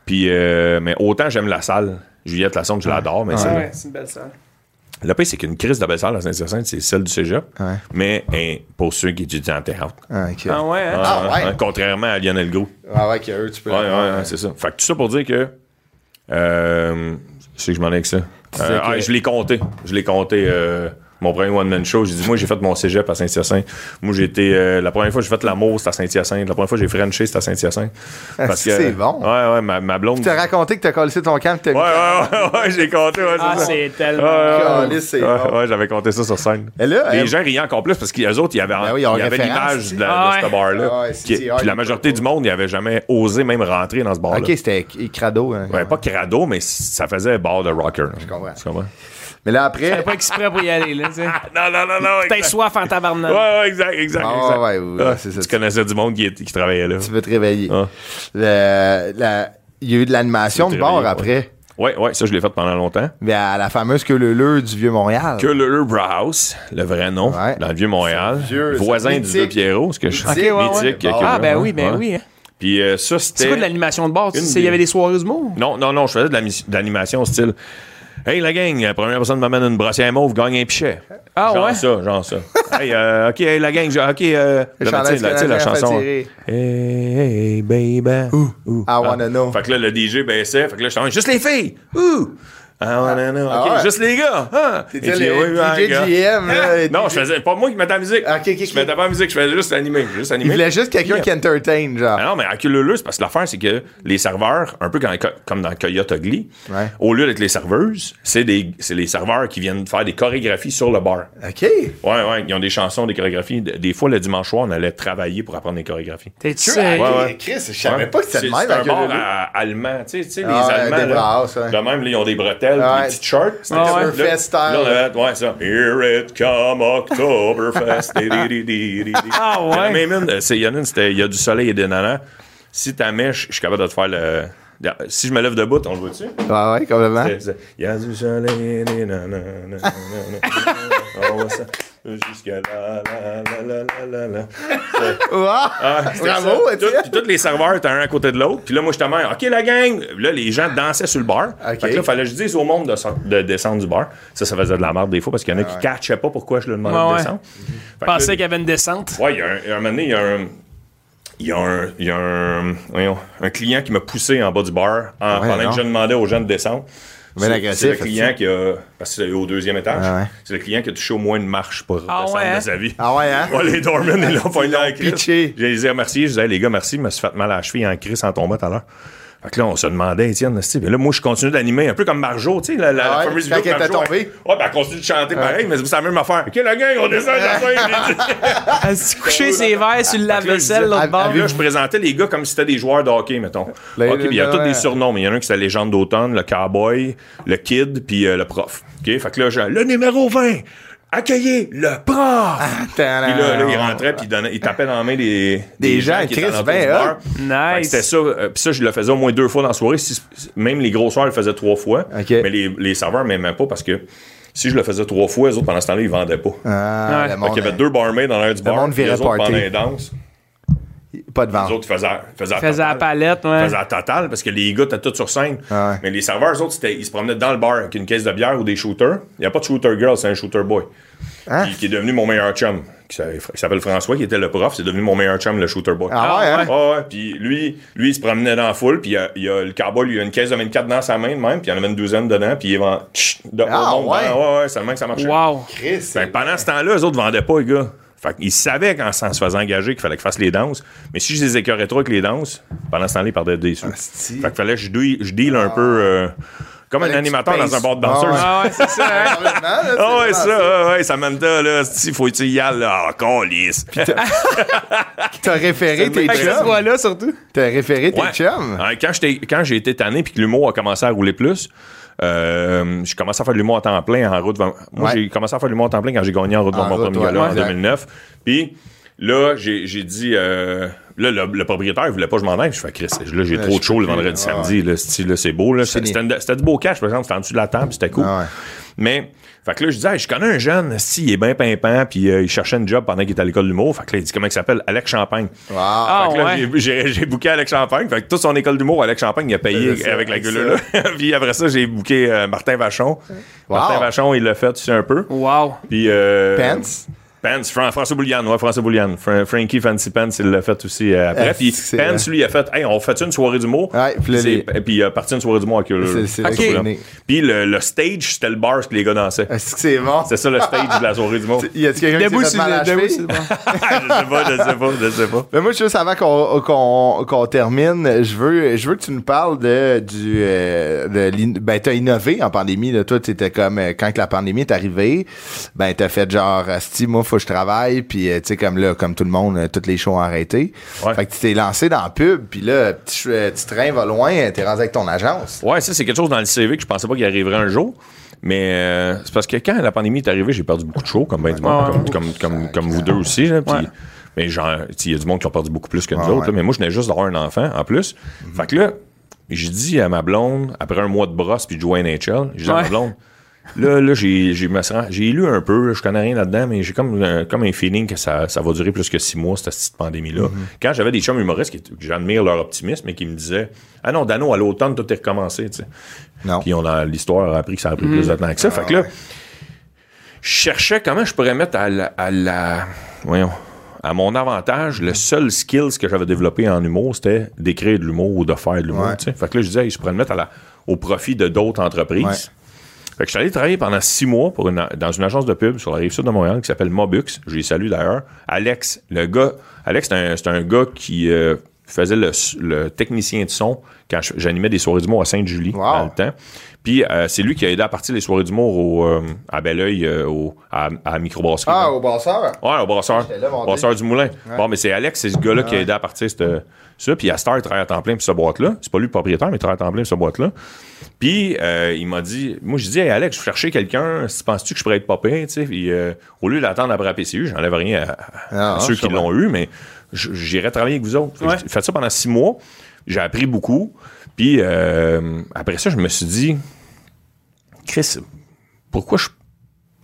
[SPEAKER 5] Puis, euh, mais autant j'aime la salle. Juliette Lassonde, je l'adore, mais c'est
[SPEAKER 2] Ouais, c'est une belle salle.
[SPEAKER 5] Le pire, c'est qu'une crise de la belle-salle à Saint-Hyacinthe, c'est celle du cégep,
[SPEAKER 1] Ouais.
[SPEAKER 5] mais hein, pour ceux qui étudient en théâtre.
[SPEAKER 1] Ah, ok.
[SPEAKER 2] Ah ouais, hein?
[SPEAKER 1] Ah, ouais.
[SPEAKER 5] contrairement à Lionel Gros.
[SPEAKER 1] Ah ouais, que eux, tu peux.
[SPEAKER 5] Ouais, ouais, ouais, c'est ça. Fait que tout ça pour dire que. Euh, je sais que je m'en ai avec ça. Euh,
[SPEAKER 1] que-
[SPEAKER 5] ah, je l'ai compté. Je l'ai compté. euh, mon premier one-man show, j'ai dit, moi, j'ai fait mon cégep à Saint-Hyacinthe. Moi, j'ai été. euh, la première fois, j'ai fait l'amour, c'était à Saint-Hyacinthe. La première fois, j'ai Frenché, c'était à Saint-Hyacinthe. Parce
[SPEAKER 1] si, Ah, c'est bon.
[SPEAKER 5] Ouais, ouais, ma, ma blonde.
[SPEAKER 1] Tu t'as raconté que t'as collé ton camp, que t'as
[SPEAKER 5] Ouais, ouais, ouais, ouais, j'ai compté. Ouais,
[SPEAKER 2] Ah,
[SPEAKER 5] ça.
[SPEAKER 2] c'est tellement.
[SPEAKER 5] Ouais, ouais,
[SPEAKER 1] Caliste, c'est
[SPEAKER 5] ouais,
[SPEAKER 1] bon.
[SPEAKER 5] ah. ouais, j'avais compté ça sur scène.
[SPEAKER 1] Et là,
[SPEAKER 5] les
[SPEAKER 1] elle-
[SPEAKER 5] gens riaient encore plus parce qu'eux autres, ils avaient,
[SPEAKER 1] Ben oui, ils ont
[SPEAKER 5] ils avaient
[SPEAKER 1] référence,
[SPEAKER 5] l'image
[SPEAKER 1] tu
[SPEAKER 5] de, la-
[SPEAKER 2] Ah
[SPEAKER 5] de
[SPEAKER 2] ouais.
[SPEAKER 5] ce bar-là.
[SPEAKER 1] Ah ouais,
[SPEAKER 5] Qui-
[SPEAKER 1] c'est- ah,
[SPEAKER 5] puis la
[SPEAKER 1] il-
[SPEAKER 5] majorité du monde, ils n'avaient jamais osé même rentrer dans ce bar-là.
[SPEAKER 1] Ok, c'était c- crado. hein.
[SPEAKER 5] Ouais, pas crado, mais ça faisait bar de rocker. Je
[SPEAKER 1] comprends.
[SPEAKER 5] Tu comprends?
[SPEAKER 1] Mais là,
[SPEAKER 2] T'es
[SPEAKER 1] après.
[SPEAKER 2] pas exprès pour y aller, là, tu sais.
[SPEAKER 5] Non, non, non, non.
[SPEAKER 2] T'as
[SPEAKER 5] exact.
[SPEAKER 2] soif en tabarnak.
[SPEAKER 5] Ouais, ouais, exact, exact.
[SPEAKER 1] Ah,
[SPEAKER 5] exact.
[SPEAKER 1] ouais, ouais, ouais,
[SPEAKER 5] Ah,
[SPEAKER 1] c'est ça.
[SPEAKER 5] Tu connaissais du monde qui, est- qui travaillait là.
[SPEAKER 1] Tu veux te réveiller.
[SPEAKER 5] Ah.
[SPEAKER 1] Le- la- Il y a eu de l'animation
[SPEAKER 5] Tu
[SPEAKER 1] de
[SPEAKER 5] veux te
[SPEAKER 1] bord
[SPEAKER 5] réveiller,
[SPEAKER 1] après.
[SPEAKER 5] Ouais, ouais, ça, je l'ai fait pendant longtemps.
[SPEAKER 1] Mais à la fameuse queue leu du Vieux-Montréal.
[SPEAKER 5] Que le Browhouse, le vrai nom,
[SPEAKER 1] Ouais.
[SPEAKER 5] dans le Vieux-Montréal,
[SPEAKER 1] vieux,
[SPEAKER 5] voisin
[SPEAKER 1] c'est
[SPEAKER 5] du
[SPEAKER 1] mythique.
[SPEAKER 5] Vieux Pierrot, ce que je
[SPEAKER 1] Ok,
[SPEAKER 2] ouais, ouais.
[SPEAKER 5] Mythique,
[SPEAKER 1] Ah,
[SPEAKER 5] que-
[SPEAKER 2] Ah, ben
[SPEAKER 5] ouais,
[SPEAKER 2] oui, ben
[SPEAKER 5] ouais.
[SPEAKER 2] oui. hein.
[SPEAKER 5] Puis euh, ça, c'était.
[SPEAKER 2] C'est quoi de l'animation de bord? Tu
[SPEAKER 5] Une
[SPEAKER 2] sais, il y
[SPEAKER 5] des-
[SPEAKER 2] avait des soirées d'humour?
[SPEAKER 5] Non, non, non, je faisais de la mis- de l'animation style. Hey, la gang, la première personne m'amène une brossière mauve, gagne un pichet.
[SPEAKER 2] Ah,
[SPEAKER 5] genre
[SPEAKER 2] ouais?
[SPEAKER 5] ça, genre ça. hey, euh, OK, hey, la gang, je- OK. Euh,
[SPEAKER 1] Le
[SPEAKER 5] la,
[SPEAKER 1] chandail
[SPEAKER 5] tu sais, la- tu sais, la
[SPEAKER 1] canadien fait
[SPEAKER 5] chanson.
[SPEAKER 1] tirer.
[SPEAKER 5] Hey, hey, baby. Ouh, ouh.
[SPEAKER 1] I wanna know.
[SPEAKER 5] Ah. Fait que là, le DJ baissait. Fait que là, je t'en juste les filles. Ouh. I wanna know.
[SPEAKER 1] Ah
[SPEAKER 5] OK,
[SPEAKER 1] ouais.
[SPEAKER 5] juste les gars. hein. Et
[SPEAKER 1] C'était
[SPEAKER 5] puis,
[SPEAKER 1] le
[SPEAKER 5] oui,
[SPEAKER 1] DJ
[SPEAKER 5] ouais, gars.
[SPEAKER 1] GM, là, et
[SPEAKER 5] Non,
[SPEAKER 1] DJ.
[SPEAKER 5] je faisais pas moi qui mettais la musique.
[SPEAKER 1] Ah, ok, ok,
[SPEAKER 5] Je
[SPEAKER 1] ok.
[SPEAKER 5] mettais pas la musique, je faisais juste animer. Juste
[SPEAKER 1] Il
[SPEAKER 5] animer.
[SPEAKER 1] voulait juste quelqu'un qui entertain, genre.
[SPEAKER 5] Ah non, mais à Cululeux, c'est parce que l'affaire, c'est que les serveurs, un peu quand- comme dans Coyote Ugly,
[SPEAKER 1] Ouais.
[SPEAKER 5] au lieu d'être les serveuses, c'est des- c'est les serveurs qui viennent faire des chorégraphies sur le bar.
[SPEAKER 1] OK.
[SPEAKER 5] Ouais, ouais, ils ont des chansons, des chorégraphies. De- Des fois, le dimanche soir, on allait travailler pour apprendre des chorégraphies.
[SPEAKER 2] T'es-tu euh,
[SPEAKER 1] Ouais,
[SPEAKER 2] sérieux?
[SPEAKER 5] ouais.
[SPEAKER 1] Chris, je savais
[SPEAKER 5] Ouais.
[SPEAKER 1] pas que c'était
[SPEAKER 5] C'est-
[SPEAKER 1] le même
[SPEAKER 5] C'est
[SPEAKER 1] à
[SPEAKER 5] un
[SPEAKER 1] queue
[SPEAKER 5] bar
[SPEAKER 1] leu.
[SPEAKER 5] à- allemand, tu sais, tu sais, les
[SPEAKER 1] Ah, ouais,
[SPEAKER 5] Allemands,
[SPEAKER 1] des
[SPEAKER 5] là,
[SPEAKER 1] brasses, ouais.
[SPEAKER 5] de même, là, ils ont des bretelles,
[SPEAKER 1] Ouais.
[SPEAKER 5] des petites shirts. C'est
[SPEAKER 1] Ah,
[SPEAKER 5] comme
[SPEAKER 1] ouais.
[SPEAKER 5] ça. Là,
[SPEAKER 1] Fest style.
[SPEAKER 5] là, on avait- ouais, ça. Here it come Oktoberfest. Di- di- di- di- di- di.
[SPEAKER 2] Ah, ouais.
[SPEAKER 5] Il y en a même une, c'est- il y en a une, c'était Il y a du soleil et des nanas. Si ta mèche, je suis capable de te faire le... Si je me lève debout, on le voit-tu?
[SPEAKER 1] Ouais, ouais, complètement.
[SPEAKER 5] C'est- c'est- Il y a du soleil et des nanas. nanas, nanas. On voit ça. Jusqu'à là, là, là, là, là, là.
[SPEAKER 1] Ouah!
[SPEAKER 5] Ah, c'était
[SPEAKER 1] Bravo,
[SPEAKER 5] ça.
[SPEAKER 1] Étienne.
[SPEAKER 5] Tout- Puis tous les serveurs étaient un à côté de l'autre. Puis là, moi, j'étais mère. OK, la gang. Là, les gens dansaient sur le bar.
[SPEAKER 1] OK.
[SPEAKER 5] Fait que là, fallait que je dise au monde de, sor- de descendre du bar. Ça, ça faisait de la merde des fois parce
[SPEAKER 1] Ah
[SPEAKER 5] qu'il y en a qui ne catchaient pas pourquoi je leur demandais
[SPEAKER 2] Ouais,
[SPEAKER 5] de
[SPEAKER 2] ouais.
[SPEAKER 5] descendre. Fait que là,
[SPEAKER 2] pensais qu'il y avait une descente.
[SPEAKER 5] Ouais, il y a un, un moment donné, il y a un. Il y a un, il y a un, voyons, un client qui m'a poussé en bas du bar en,
[SPEAKER 1] Ah Ouais,
[SPEAKER 5] pendant
[SPEAKER 1] non.
[SPEAKER 5] que je demandais aux gens de descendre.
[SPEAKER 1] Ben
[SPEAKER 5] C'est-
[SPEAKER 1] agressif,
[SPEAKER 5] c'est le
[SPEAKER 1] ça.
[SPEAKER 5] client qui a. Parce que c'est au deuxième étage.
[SPEAKER 1] Ah ouais.
[SPEAKER 5] C'est le client qui a touché au moins une marche pour
[SPEAKER 2] Ah
[SPEAKER 5] descendre
[SPEAKER 2] ouais, hein?
[SPEAKER 5] de sa vie.
[SPEAKER 1] Ah ouais, hein?
[SPEAKER 5] Ouais, les Dorman, ils l'ont pas eu en crise.
[SPEAKER 1] pitché.
[SPEAKER 5] J'ai les ai remerciés. Je disais, Hey, les gars, merci, je me suis fait mal à la cheville en crise en tombant tout à l'heure. Fait que là, on se demandait, Étienne, esti, mais là, moi, je continue d'animer, un peu comme Marjo, tu sais, la, la,
[SPEAKER 1] Ah
[SPEAKER 5] la
[SPEAKER 1] ouais,
[SPEAKER 5] fameuse
[SPEAKER 1] quand
[SPEAKER 5] vidéo de
[SPEAKER 1] elle était
[SPEAKER 5] Marjo,
[SPEAKER 1] tombée. Ah.
[SPEAKER 5] elle- Ouais, ben, elle continue de chanter pareil, mais c'est la même affaire. OK, la gang, on descend, j'en
[SPEAKER 2] Elle s'est couchée ses verres sur le lave-vaisselle,
[SPEAKER 5] disais,
[SPEAKER 2] l'autre bord.
[SPEAKER 5] Puis là, je présentais les gars comme si c'était des joueurs de hockey, mettons. OK,
[SPEAKER 1] Là,
[SPEAKER 5] puis il y a
[SPEAKER 1] là,
[SPEAKER 5] tous
[SPEAKER 1] ouais.
[SPEAKER 5] des surnoms, mais il y en a un qui c'est la légende d'automne, le cowboy, le kid, puis euh, le prof. OK, fait que là, j'ai le numéro 20, accueillez le prof. Puis là, là, il rentrait, puis il, donnait- il tapait dans la main des,
[SPEAKER 1] Ah, Des gens,
[SPEAKER 5] qui étaient
[SPEAKER 1] Chris,
[SPEAKER 5] dans
[SPEAKER 1] ben,
[SPEAKER 5] l'entour du bar.
[SPEAKER 1] hop.
[SPEAKER 5] Fait que
[SPEAKER 2] Nice.
[SPEAKER 5] C'était ça. euh, Puis ça, je le faisais au moins deux fois dans la soirée. Si- même les gros soirs, je le faisais trois fois.
[SPEAKER 1] OK.
[SPEAKER 5] Mais les, les serveurs m'aimaient pas parce que si je le faisais trois fois, les autres, pendant ce temps-là, ils vendaient pas.
[SPEAKER 1] Ah,
[SPEAKER 2] Ouais.
[SPEAKER 1] le
[SPEAKER 5] Fait
[SPEAKER 1] monde,
[SPEAKER 5] qu'il y avait ben, deux barmaids dans l'heure du bar.
[SPEAKER 1] monde
[SPEAKER 5] puis les
[SPEAKER 1] virait
[SPEAKER 5] autres,
[SPEAKER 1] party.
[SPEAKER 5] pendant les danses,
[SPEAKER 1] Pas de
[SPEAKER 5] les
[SPEAKER 1] vente.
[SPEAKER 5] autres, ils faisaient, faisaient, la
[SPEAKER 2] Faisais la
[SPEAKER 5] totale.
[SPEAKER 2] palette,
[SPEAKER 5] Ils
[SPEAKER 2] ouais.
[SPEAKER 5] faisaient la totale parce que les gars étaient tous sur scène.
[SPEAKER 1] Ah ouais.
[SPEAKER 5] Mais les serveurs, eux autres, c'était- ils se promenaient dans le bar avec une caisse de bière ou des shooters. Il n'y a pas de shooter girl, c'est un shooter boy.
[SPEAKER 1] Hein?
[SPEAKER 5] Qui, qui est devenu mon meilleur chum, qui s'a- qui s'appelle François, qui était le prof. C'est devenu mon meilleur chum, le shooter boy.
[SPEAKER 1] Ah ouais, hein?
[SPEAKER 5] Ouais, ouais. Puis lui, lui, il se promenait dans la foule. Puis il y a, il y a le cowboy, lui, il a une caisse de 24 dans sa main, de même. Puis il en avait une douzaine dedans. Puis il est vend. Tch, de
[SPEAKER 1] Ah
[SPEAKER 5] au monde,
[SPEAKER 1] ouais?
[SPEAKER 5] ben, ouais, ouais, seulement que ça marchait.
[SPEAKER 2] Wow.
[SPEAKER 1] Chris,
[SPEAKER 5] Fait que pendant ce temps-là, eux autres vendaient pas, les gars. Fait qu'ils savaient qu'en s'en se faisant engager qu'il fallait qu'ils fassent les danses. Mais si je les écœurais trop avec les danses, pendant ce temps-là, ils perdaient des sous.
[SPEAKER 1] Asti. Ah.
[SPEAKER 5] fait qu'il fallait que je deal, je deal un peu euh, comme un
[SPEAKER 1] Fallait que tu
[SPEAKER 5] animateur
[SPEAKER 1] pèses.
[SPEAKER 5] dans un bar de
[SPEAKER 1] Ah
[SPEAKER 5] danseurs.
[SPEAKER 1] ouais.
[SPEAKER 2] Ah ouais, c'est ça, hein?
[SPEAKER 5] Ah ouais, ça, ouais, ouais, Samantha, là, il faut que tu y ailles, là, Ah, encore lisse.
[SPEAKER 1] T'as référé tes
[SPEAKER 2] Avec cette
[SPEAKER 1] chums.
[SPEAKER 2] voix-là, surtout.
[SPEAKER 1] T'as référé tes
[SPEAKER 5] Ouais. Ah.
[SPEAKER 1] chums.
[SPEAKER 5] Ouais, quand j'étais- quand j'ai été tanné puis que l'humour a commencé à rouler plus, euh, j'ai commencé à faire de l'humour à temps plein en route. vers- Moi,
[SPEAKER 1] Ouais.
[SPEAKER 5] j'ai commencé à faire de l'humour à temps plein quand j'ai gagné en route vers
[SPEAKER 1] En
[SPEAKER 5] mon
[SPEAKER 1] route,
[SPEAKER 5] premier
[SPEAKER 1] ouais,
[SPEAKER 5] gala en
[SPEAKER 1] exact.
[SPEAKER 5] 2009. Puis là, j'ai j'ai dit. euh, Là, le, le propriétaire, il voulait pas que je m'en aille. Je fais, Chris, là, j'ai trop de
[SPEAKER 1] je
[SPEAKER 5] show le
[SPEAKER 1] peux plus,
[SPEAKER 5] vendredi,
[SPEAKER 1] ouais,
[SPEAKER 5] samedi. Là, c'est- là, c'est beau. là.
[SPEAKER 1] Fini.
[SPEAKER 5] C'était c'était du beau cash, par exemple. C'était en dessous de la table, c'était cool.
[SPEAKER 1] Ah ouais.
[SPEAKER 5] Mais, fait que là, je disais, Hey, je connais un jeune, si, il est bien pimpant, puis euh, il cherchait un job pendant qu'il était à l'école de l'humour. Fait que là, il dit comment il s'appelle Alex Champagne.
[SPEAKER 1] Ah,
[SPEAKER 5] Fait que là,
[SPEAKER 2] ouais.
[SPEAKER 5] j'ai- j'ai j'ai booké Alex Champagne. Fait que toute son école d'humour, Alex Champagne, il a payé
[SPEAKER 1] C'est ça,
[SPEAKER 5] avec la
[SPEAKER 1] avec
[SPEAKER 5] gueule là. Puis après ça, j'ai booké euh, Martin Vachon. Martin
[SPEAKER 1] Wow.
[SPEAKER 5] Vachon, il l'a fait, tu sais, un peu.
[SPEAKER 2] Wow.
[SPEAKER 5] Puis. euh,
[SPEAKER 1] Pence.
[SPEAKER 5] Pence, Fran- François Boulian, ouais, François Boulian. Fra- Frankie Fancy Pence, il l'a fait aussi euh, après.
[SPEAKER 1] Ah,
[SPEAKER 5] Puis
[SPEAKER 1] c'est-
[SPEAKER 5] Pence, lui, il a fait, hey, on fait une soirée d'humour?
[SPEAKER 1] Ouais, puis là,
[SPEAKER 5] C'est-
[SPEAKER 1] les-
[SPEAKER 5] puis il a parti une soirée d'humour avec le.
[SPEAKER 1] C'est- c'est là
[SPEAKER 5] François
[SPEAKER 1] qu'il est
[SPEAKER 5] Boulian.
[SPEAKER 1] né.
[SPEAKER 5] Puis le, le stage, c'était le bar que les gars dansaient.
[SPEAKER 1] Est-ce que c'est bon?
[SPEAKER 5] C'est ça le stage de la soirée d'humour.
[SPEAKER 1] Y a-tu quelqu'un qui
[SPEAKER 2] Debout,
[SPEAKER 1] s'est fait
[SPEAKER 2] c'est
[SPEAKER 1] mal à la
[SPEAKER 2] debout,
[SPEAKER 1] cheville?
[SPEAKER 2] c'est bon.
[SPEAKER 5] je sais pas, je sais pas, je sais pas.
[SPEAKER 1] Mais moi, juste avant qu'on qu'on- qu'on termine, je veux, je veux que tu nous parles de du euh, de l'in- ben t'as innové en pandémie là, toi t'étais comme euh, quand que la pandémie est arrivée, ben t'as fait genre Asti, moi faut que je travaille, puis euh, tu sais comme là comme tout le monde, euh, toutes les shows ont arrêté,
[SPEAKER 5] Ouais.
[SPEAKER 1] fait que tu t'es lancé dans la pub, puis là petit, ch- euh, petit train va loin, euh, t'es rendu avec ton agence.
[SPEAKER 5] Ouais, ça, c'est quelque chose dans le CV que je pensais pas qu'il arriverait un jour. Mais euh, c'est parce que quand la pandémie est arrivée, j'ai perdu beaucoup de shows, comme ben du monde,
[SPEAKER 2] Ouais.
[SPEAKER 5] comme, comme, comme, comme vous deux aussi. là, puis- Mais genre, tu sais, il y a du monde qui ont perdu beaucoup plus que nous
[SPEAKER 1] Ouais,
[SPEAKER 5] autres.
[SPEAKER 1] ouais.
[SPEAKER 5] là, mais moi, je venais juste d'avoir un enfant en plus. Fait que là, j'ai dit à ma blonde, après un mois de brosse puis de jouer à NHL, j'ai dit à ma
[SPEAKER 2] Ouais.
[SPEAKER 5] blonde, là, là j'ai, j'ai, me sens- j'ai lu un peu, là, je connais rien là-dedans, mais j'ai comme, un- comme un feeling que ça, ça va durer plus que six mois, cette petite pandémie-là. Quand j'avais des chums humoristes, qui, étaient- que j'admire leur optimisme, mais qui me disaient, ah non, Dano, à l'automne, tout est recommencé, tu sais.
[SPEAKER 1] Non. Ah
[SPEAKER 5] Puis on a, l'histoire a appris que ça a pris plus de temps que ça. fait que là, je cherchais comment je pourrais mettre à la, à la- voyons, à mon avantage, le seul skills que j'avais développé en humour, c'était d'écrire de l'humour ou de faire de l'humour.
[SPEAKER 1] Ouais.
[SPEAKER 5] tu sais. Fait que là, je disais, Hey, je pourrais le mettre à la- au profit de d'autres entreprises.
[SPEAKER 1] Ouais.
[SPEAKER 5] Fait que je suis allé travailler pendant six mois pour une- dans une agence de pub sur la rive sud de Montréal qui s'appelle Mobux. Je les salue d'ailleurs. Alex, le gars, Alex, c'est un, c'est un gars qui euh, faisait le, le technicien de son quand je- j'animais des soirées d'humour à Sainte-Julie
[SPEAKER 1] Wow.
[SPEAKER 5] dans le temps. Puis euh, c'est lui qui a aidé à partir les soirées d'humour au, euh, à Belleuil, euh, au, à, à Microbrasserie.
[SPEAKER 1] Ah au brasseur.
[SPEAKER 5] Ouais, au brasseur.
[SPEAKER 1] J'étais là, mon
[SPEAKER 5] Brasseur du Moulin. Bon, mais c'est Alex, c'est ce gars-là qui a aidé à partir cette, ça. Puis Astar, il travaille à temps plein pour cette boîte-là. C'est pas lui le propriétaire, mais il travaille à temps plein pour cette boîte-là. Puis euh, il m'a dit, moi je dis, hey, Alex, je cherchais quelqu'un, si penses-tu que je pourrais être popé, tu sais. Puis euh, au lieu d'attendre après la PCU, j'enlève rien à, à
[SPEAKER 1] Ah,
[SPEAKER 5] ceux
[SPEAKER 1] ça
[SPEAKER 5] qui
[SPEAKER 1] va.
[SPEAKER 5] l'ont eu, mais j- j'irai travailler avec vous autres. Fait que
[SPEAKER 2] Ouais.
[SPEAKER 5] J'ai fait ça pendant six mois. J'ai appris beaucoup. Puis euh, après ça, je me suis dit, Chris, pourquoi je,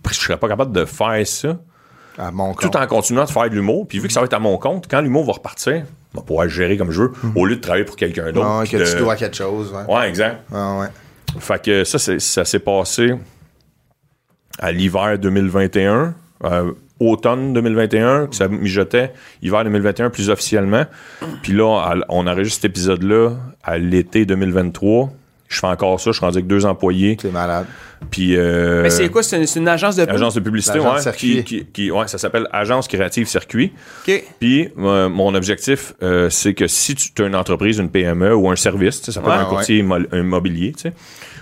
[SPEAKER 5] je serais pas capable de faire ça?
[SPEAKER 1] À Ah, mon compte.
[SPEAKER 5] tout en continuant de faire de l'humour. Puis vu que ça va être à mon compte, quand l'humour va repartir, on va pouvoir le gérer comme je veux au lieu de travailler pour quelqu'un d'autre.
[SPEAKER 1] Hmm. Non,
[SPEAKER 5] puis
[SPEAKER 1] Ah, que
[SPEAKER 5] de-
[SPEAKER 1] tu dois quelque chose. Ouais.
[SPEAKER 5] Ouais, exact.
[SPEAKER 1] Ah, ouais.
[SPEAKER 5] Fait que ça, c'est- ça s'est passé à l'hiver 2021, euh, automne 2021, que ça mijotait, hiver 2021 plus officiellement. Puis là, à l- on enregistre cet épisode-là à l'été 2023. Je fais encore ça, je suis rendu avec deux employés.
[SPEAKER 1] T'es malade.
[SPEAKER 5] Puis, euh,
[SPEAKER 2] Mais c'est quoi? C'est une, c'est une agence de pub?
[SPEAKER 5] Agence de publicité,
[SPEAKER 1] L'agence
[SPEAKER 5] ouais,
[SPEAKER 1] Circuit.
[SPEAKER 5] qui- qui- qui- ouais, ça s'appelle Agence Créative Circuit.
[SPEAKER 2] OK.
[SPEAKER 5] Puis, euh, mon objectif, euh, c'est que si tu as une entreprise, une PME ou un service, tu sais, ça peut être
[SPEAKER 1] Ouais.
[SPEAKER 5] un courtier immo- immobilier tu sais,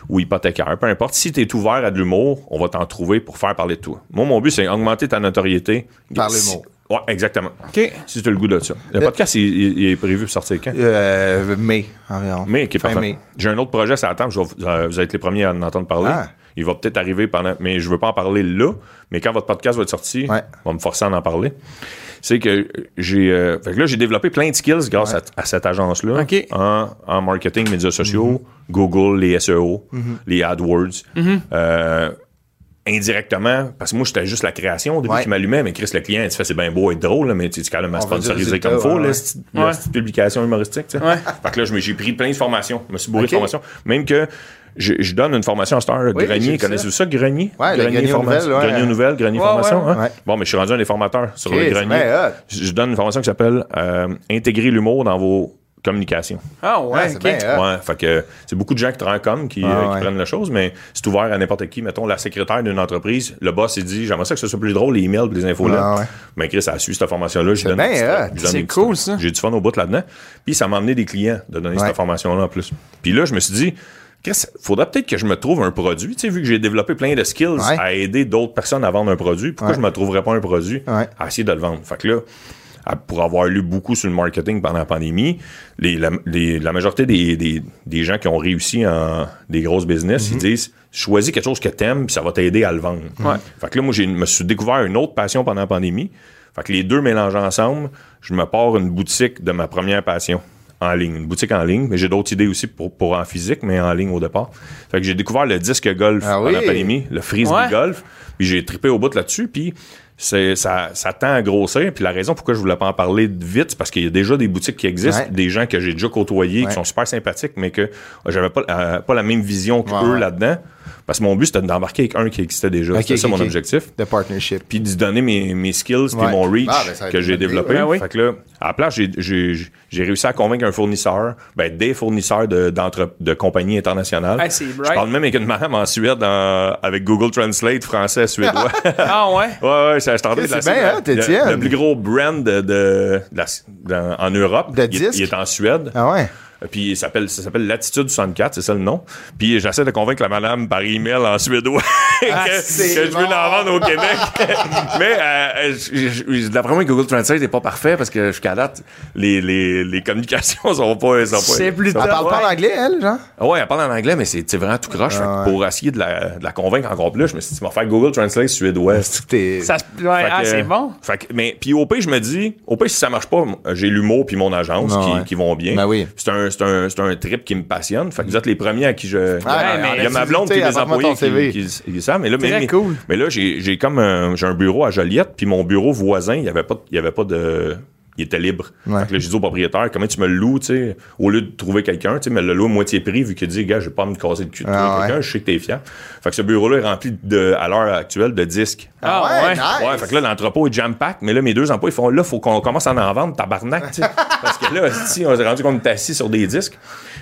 [SPEAKER 5] ou hypothécaire, peu importe, si tu es ouvert à de l'humour, on va t'en trouver pour faire parler de toi. Moi, mon but, c'est augmenter ta notoriété.
[SPEAKER 1] Par
[SPEAKER 5] Si-
[SPEAKER 1] l'humour.
[SPEAKER 5] Ouais, exactement.
[SPEAKER 2] OK.
[SPEAKER 5] Si tu as le goût de ça. Le podcast, il, il- il est prévu pour sortir quand?
[SPEAKER 1] Euh, mai environ.
[SPEAKER 5] Mais qui est
[SPEAKER 1] Fin
[SPEAKER 5] parfait.
[SPEAKER 1] mai.
[SPEAKER 5] J'ai un autre projet, ça attend. je vais vous, euh, vous êtes les premiers à en entendre parler.
[SPEAKER 1] Ah.
[SPEAKER 5] Il va peut-être arriver pendant. Mais je veux pas en parler là. Mais quand votre podcast va être sorti,
[SPEAKER 1] Ouais.
[SPEAKER 5] on va me forcer à en parler. C'est que j'ai. euh, fait que là, j'ai développé plein de skills grâce à, à cette agence-là.
[SPEAKER 2] OK.
[SPEAKER 5] En, en marketing, médias sociaux, Google, les SEO,
[SPEAKER 1] Mhm.
[SPEAKER 5] les AdWords. Euh, indirectement, parce que moi, j'étais juste la création au début
[SPEAKER 1] Ouais.
[SPEAKER 5] qui m'allumait, mais Chris, le client, tu fais, c'est bien beau être drôle, là, mais tu es quand même à
[SPEAKER 1] On veut du
[SPEAKER 5] sponsoriser
[SPEAKER 1] résultat,
[SPEAKER 5] comme il faut,
[SPEAKER 1] ouais,
[SPEAKER 5] là,
[SPEAKER 1] ouais.
[SPEAKER 5] cette- la
[SPEAKER 2] Ouais.
[SPEAKER 5] petite publication humoristique. tu sais.
[SPEAKER 2] Ouais.
[SPEAKER 5] Fait que là, je me- j'ai pris plein de formations. Je me suis bourré
[SPEAKER 1] Ok.
[SPEAKER 5] de formations. Même que je, je donne une formation à Star
[SPEAKER 1] Oui, j'ai
[SPEAKER 5] Grenier.
[SPEAKER 1] vu
[SPEAKER 5] Connaissez-vous ça, Grenier?
[SPEAKER 1] Ouais, le Grenier aux
[SPEAKER 5] formation.
[SPEAKER 1] nouvelles, ouais.
[SPEAKER 5] Grenier aux nouvelles, Grenier
[SPEAKER 2] Ouais,
[SPEAKER 5] formation.
[SPEAKER 2] ouais,
[SPEAKER 5] hein?
[SPEAKER 1] ouais.
[SPEAKER 5] Bon, mais je suis rendu un des formateurs sur
[SPEAKER 1] Ok,
[SPEAKER 5] le
[SPEAKER 1] c'est
[SPEAKER 5] Grenier.
[SPEAKER 1] bien hot.
[SPEAKER 5] Je je donne une formation qui s'appelle euh, Intégrer l'humour dans vos communications.
[SPEAKER 2] Ah
[SPEAKER 1] Ah,
[SPEAKER 2] ouais,
[SPEAKER 1] c'est
[SPEAKER 2] OK.
[SPEAKER 1] bien, hein?
[SPEAKER 5] Ouais, fait que c'est beaucoup de gens qui travaillent comme qui,
[SPEAKER 1] Ah,
[SPEAKER 5] euh, qui
[SPEAKER 1] ouais.
[SPEAKER 5] prennent la chose, mais c'est ouvert à n'importe qui. Mettons la secrétaire d'une entreprise, le boss il dit j'aimerais ça que ce soit plus drôle les emails, pis les infos là.
[SPEAKER 1] Ah, ouais.
[SPEAKER 5] Mais Chris a su cette formation là, je lui donne
[SPEAKER 1] bien hein. hot.
[SPEAKER 5] des petites- je lui donne
[SPEAKER 2] C'est
[SPEAKER 5] des petites-
[SPEAKER 2] cool, ça.
[SPEAKER 5] J'ai du fun au bout là-dedans. Puis ça m'a amené des clients de donner
[SPEAKER 1] Ouais.
[SPEAKER 5] cette formation là en plus. Puis là je me suis dit Chris, faudrait peut-être que je me trouve un produit, tu sais vu que j'ai développé plein de skills
[SPEAKER 1] Ouais.
[SPEAKER 5] à aider d'autres personnes à vendre un produit, pourquoi
[SPEAKER 1] Ouais.
[SPEAKER 5] je me trouverais pas un produit
[SPEAKER 1] Ouais.
[SPEAKER 5] à essayer de le vendre. Fait que là, à- pour avoir lu beaucoup sur le marketing pendant la pandémie, les- la, les- la majorité des, des- des gens qui ont réussi en des grosses business,
[SPEAKER 1] Mhm.
[SPEAKER 5] ils disent choisis quelque chose que t'aimes, puis ça va t'aider à le vendre. Fait que là, moi, je me suis découvert une autre passion pendant la pandémie. Fait que les deux mélangés ensemble, je me pars une boutique de ma première passion en ligne, une boutique en ligne, mais j'ai d'autres idées aussi pour, pour en physique, mais en ligne au départ. Fait que j'ai découvert le disque golf
[SPEAKER 1] Ah
[SPEAKER 5] pendant
[SPEAKER 1] oui?
[SPEAKER 5] la pandémie, le frisbee
[SPEAKER 2] Ouais.
[SPEAKER 5] golf, puis j'ai trippé au bout là-dessus, puis c'est, ça, ça tend à grossir, puis la raison pourquoi je voulais pas en parler vite, c'est parce qu'il y a déjà des boutiques qui existent,
[SPEAKER 1] Ouais.
[SPEAKER 5] des gens que j'ai déjà côtoyés,
[SPEAKER 1] Ouais.
[SPEAKER 5] qui sont super sympathiques, mais que euh, j'avais pas, euh, pas la même vision qu'eux
[SPEAKER 1] ouais.
[SPEAKER 5] là-dedans, parce que mon but, c'était d'embarquer avec un qui existait déjà.
[SPEAKER 1] Ok,
[SPEAKER 5] C'était ça
[SPEAKER 1] ok,
[SPEAKER 5] mon
[SPEAKER 1] ok.
[SPEAKER 5] objectif
[SPEAKER 1] De partnership.
[SPEAKER 5] puis d'y donner mes, mes skills puis
[SPEAKER 1] Ouais.
[SPEAKER 5] mon reach
[SPEAKER 1] Ah, ben, ça a été
[SPEAKER 5] que j'ai
[SPEAKER 1] une bonne idée,
[SPEAKER 5] développé.
[SPEAKER 2] ouais. Ah oui.
[SPEAKER 5] Fait que là, à la place, j'ai- j'ai j'ai réussi à convaincre un fournisseur, ben, des fournisseurs de, d'entre- de compagnies internationales.
[SPEAKER 2] Ah, c'est
[SPEAKER 5] Je
[SPEAKER 2] bright.
[SPEAKER 5] parle même avec une madame en Suède en- avec Google Translate français suédois.
[SPEAKER 2] Ah ouais?
[SPEAKER 5] ouais, ouais, ça, je t'en
[SPEAKER 1] Ok,
[SPEAKER 5] dis de la
[SPEAKER 1] c'est
[SPEAKER 5] scène,
[SPEAKER 1] bien,
[SPEAKER 5] hein,
[SPEAKER 1] hein,
[SPEAKER 5] le-
[SPEAKER 1] t'étienne.
[SPEAKER 5] le, plus gros brand de, de- de la- dans- en Europe.
[SPEAKER 1] De
[SPEAKER 5] il, est-
[SPEAKER 1] disques?
[SPEAKER 5] il est en Suède.
[SPEAKER 1] Ah ouais?
[SPEAKER 5] Euh, Puis il s'appelle, ça s'appelle Latitude 64, c'est ça le nom. Puis j'essaie de convaincre la madame par email en suédois que,
[SPEAKER 1] Ah, c'est
[SPEAKER 5] que je veux
[SPEAKER 1] bon.
[SPEAKER 5] l'en vendre au Québec. Mais euh, je- je- je- d'après moi, Google Translate n'est pas parfait parce que jusqu'à date, les, les, les communications sont pas. Sont pas
[SPEAKER 2] C'est plus
[SPEAKER 5] sont
[SPEAKER 1] Elle parle pas l'anglais, elle, genre?
[SPEAKER 5] ah Ouais, elle parle en anglais, mais c'est c'est vraiment tout croche. Fait que
[SPEAKER 1] Ah, ouais.
[SPEAKER 5] Pour essayer de la, de la convaincre encore plus, je me suis dit, tu m'as fait Google Translate suédois.
[SPEAKER 1] C'est que t'es.
[SPEAKER 2] Ça se- ouais,
[SPEAKER 5] Fait
[SPEAKER 2] ah,
[SPEAKER 5] que- euh,
[SPEAKER 2] c'est bon.
[SPEAKER 5] Fait que- mais puis au pire, je me dis, au pire, si ça marche pas, euh, j'ai l'humour puis mon agence
[SPEAKER 1] Ah
[SPEAKER 5] qui,
[SPEAKER 1] ouais.
[SPEAKER 5] qui vont bien.
[SPEAKER 1] Ben oui.
[SPEAKER 5] C'est un, c'est un, c'est un trip qui me passionne. Fait que vous êtes les premiers à qui je.
[SPEAKER 1] Ah,
[SPEAKER 2] Ouais,
[SPEAKER 1] mais-
[SPEAKER 5] Il y a ma blonde
[SPEAKER 1] Tu sais,
[SPEAKER 5] puis mes
[SPEAKER 1] apporte-moi
[SPEAKER 5] employés
[SPEAKER 1] ton CV.
[SPEAKER 5] qui, qui- qui savent. Mais là,
[SPEAKER 2] Très
[SPEAKER 5] mais,
[SPEAKER 2] cool.
[SPEAKER 5] mais là, j'ai j'ai comme un, j'ai un bureau à Joliette, puis mon bureau voisin, il y avait pas, il y avait pas de. Il était libre.
[SPEAKER 1] Ouais.
[SPEAKER 5] Fait que là, j'ai dit au propriétaire, comment tu me le loues, tu sais, au lieu de trouver quelqu'un, tu sais, mais le loue à moitié prix, vu qu'il dit, gars, je vais pas me casser le cul de trouver
[SPEAKER 1] Ah, ouais.
[SPEAKER 5] quelqu'un, je sais que t'es fier. Fait que ce bureau-là est rempli de, à l'heure actuelle, de disques.
[SPEAKER 2] Ah ouais.
[SPEAKER 1] nice.
[SPEAKER 5] Ouais, fait que là, l'entrepôt est jam-pack, mais là, mes deux emplois, ils font là, faut qu'on commence à en vendre, tabarnak, tu sais. Parce que là, si on s'est rendu compte qu'on est assis sur des disques.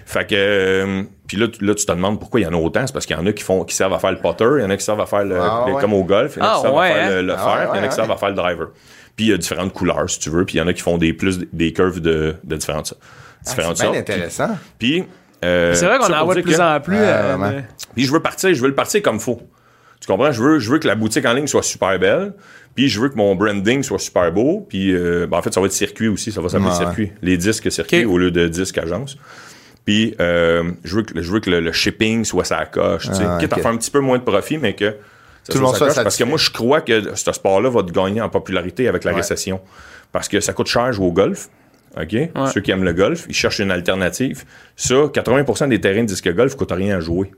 [SPEAKER 5] Fait que. euh, puis là, tu- là, tu te demandes pourquoi il y en a autant. C'est parce qu'il y en a qui font qui servent à faire le putter, il y en a qui servent à faire le.
[SPEAKER 1] Ah
[SPEAKER 5] le-
[SPEAKER 1] ouais.
[SPEAKER 5] comme au golf, il y en a
[SPEAKER 2] Ah
[SPEAKER 5] qui servent
[SPEAKER 2] ouais,
[SPEAKER 5] à faire le,
[SPEAKER 1] hein?
[SPEAKER 5] le
[SPEAKER 1] Ah
[SPEAKER 5] fer,
[SPEAKER 1] ouais,
[SPEAKER 5] puis il y en a
[SPEAKER 1] ouais,
[SPEAKER 5] qui servent à faire le driver. Puis il y a différentes couleurs, si tu veux, puis il y en a qui font des plus des curves de, de différentes, différentes
[SPEAKER 1] Ah, C'est bien
[SPEAKER 5] sortes.
[SPEAKER 1] intéressant.
[SPEAKER 5] Puis. euh,
[SPEAKER 2] C'est vrai qu'on
[SPEAKER 5] ça
[SPEAKER 2] en
[SPEAKER 5] pour
[SPEAKER 2] voit de
[SPEAKER 5] dire
[SPEAKER 2] plus
[SPEAKER 5] que- Ah,
[SPEAKER 2] en plus.
[SPEAKER 1] Ouais,
[SPEAKER 2] euh,
[SPEAKER 1] vraiment.
[SPEAKER 2] de-
[SPEAKER 5] puis je veux partir, je veux le partir comme faut. Tu comprends? Je veux, je veux que la boutique en ligne soit super belle. Puis je veux que mon branding soit super beau. Puis euh, ben, en fait, ça va être circuit aussi. Ça va s'appeler
[SPEAKER 1] Ouais.
[SPEAKER 5] circuit. Les disques circuit
[SPEAKER 2] Ok.
[SPEAKER 5] au lieu de disques agence. Puis euh, je veux que, je veux que le, le shipping soit sa coche. tu sais.
[SPEAKER 1] Ah,
[SPEAKER 5] Quitte à
[SPEAKER 1] ok.
[SPEAKER 5] faire un petit peu moins de profit, mais que ça
[SPEAKER 1] Tout le
[SPEAKER 5] soit
[SPEAKER 1] monde
[SPEAKER 5] sa
[SPEAKER 1] soit
[SPEAKER 5] coche. Parce que
[SPEAKER 1] satisfait.
[SPEAKER 5] moi, je crois que ce sport-là va te gagner en popularité avec la
[SPEAKER 1] Ouais.
[SPEAKER 5] récession. Parce que ça coûte cher jouer au golf. OK? Ceux qui aiment le golf, ils cherchent une alternative. Ça, 80% des terrains de disque golf coûtent rien à jouer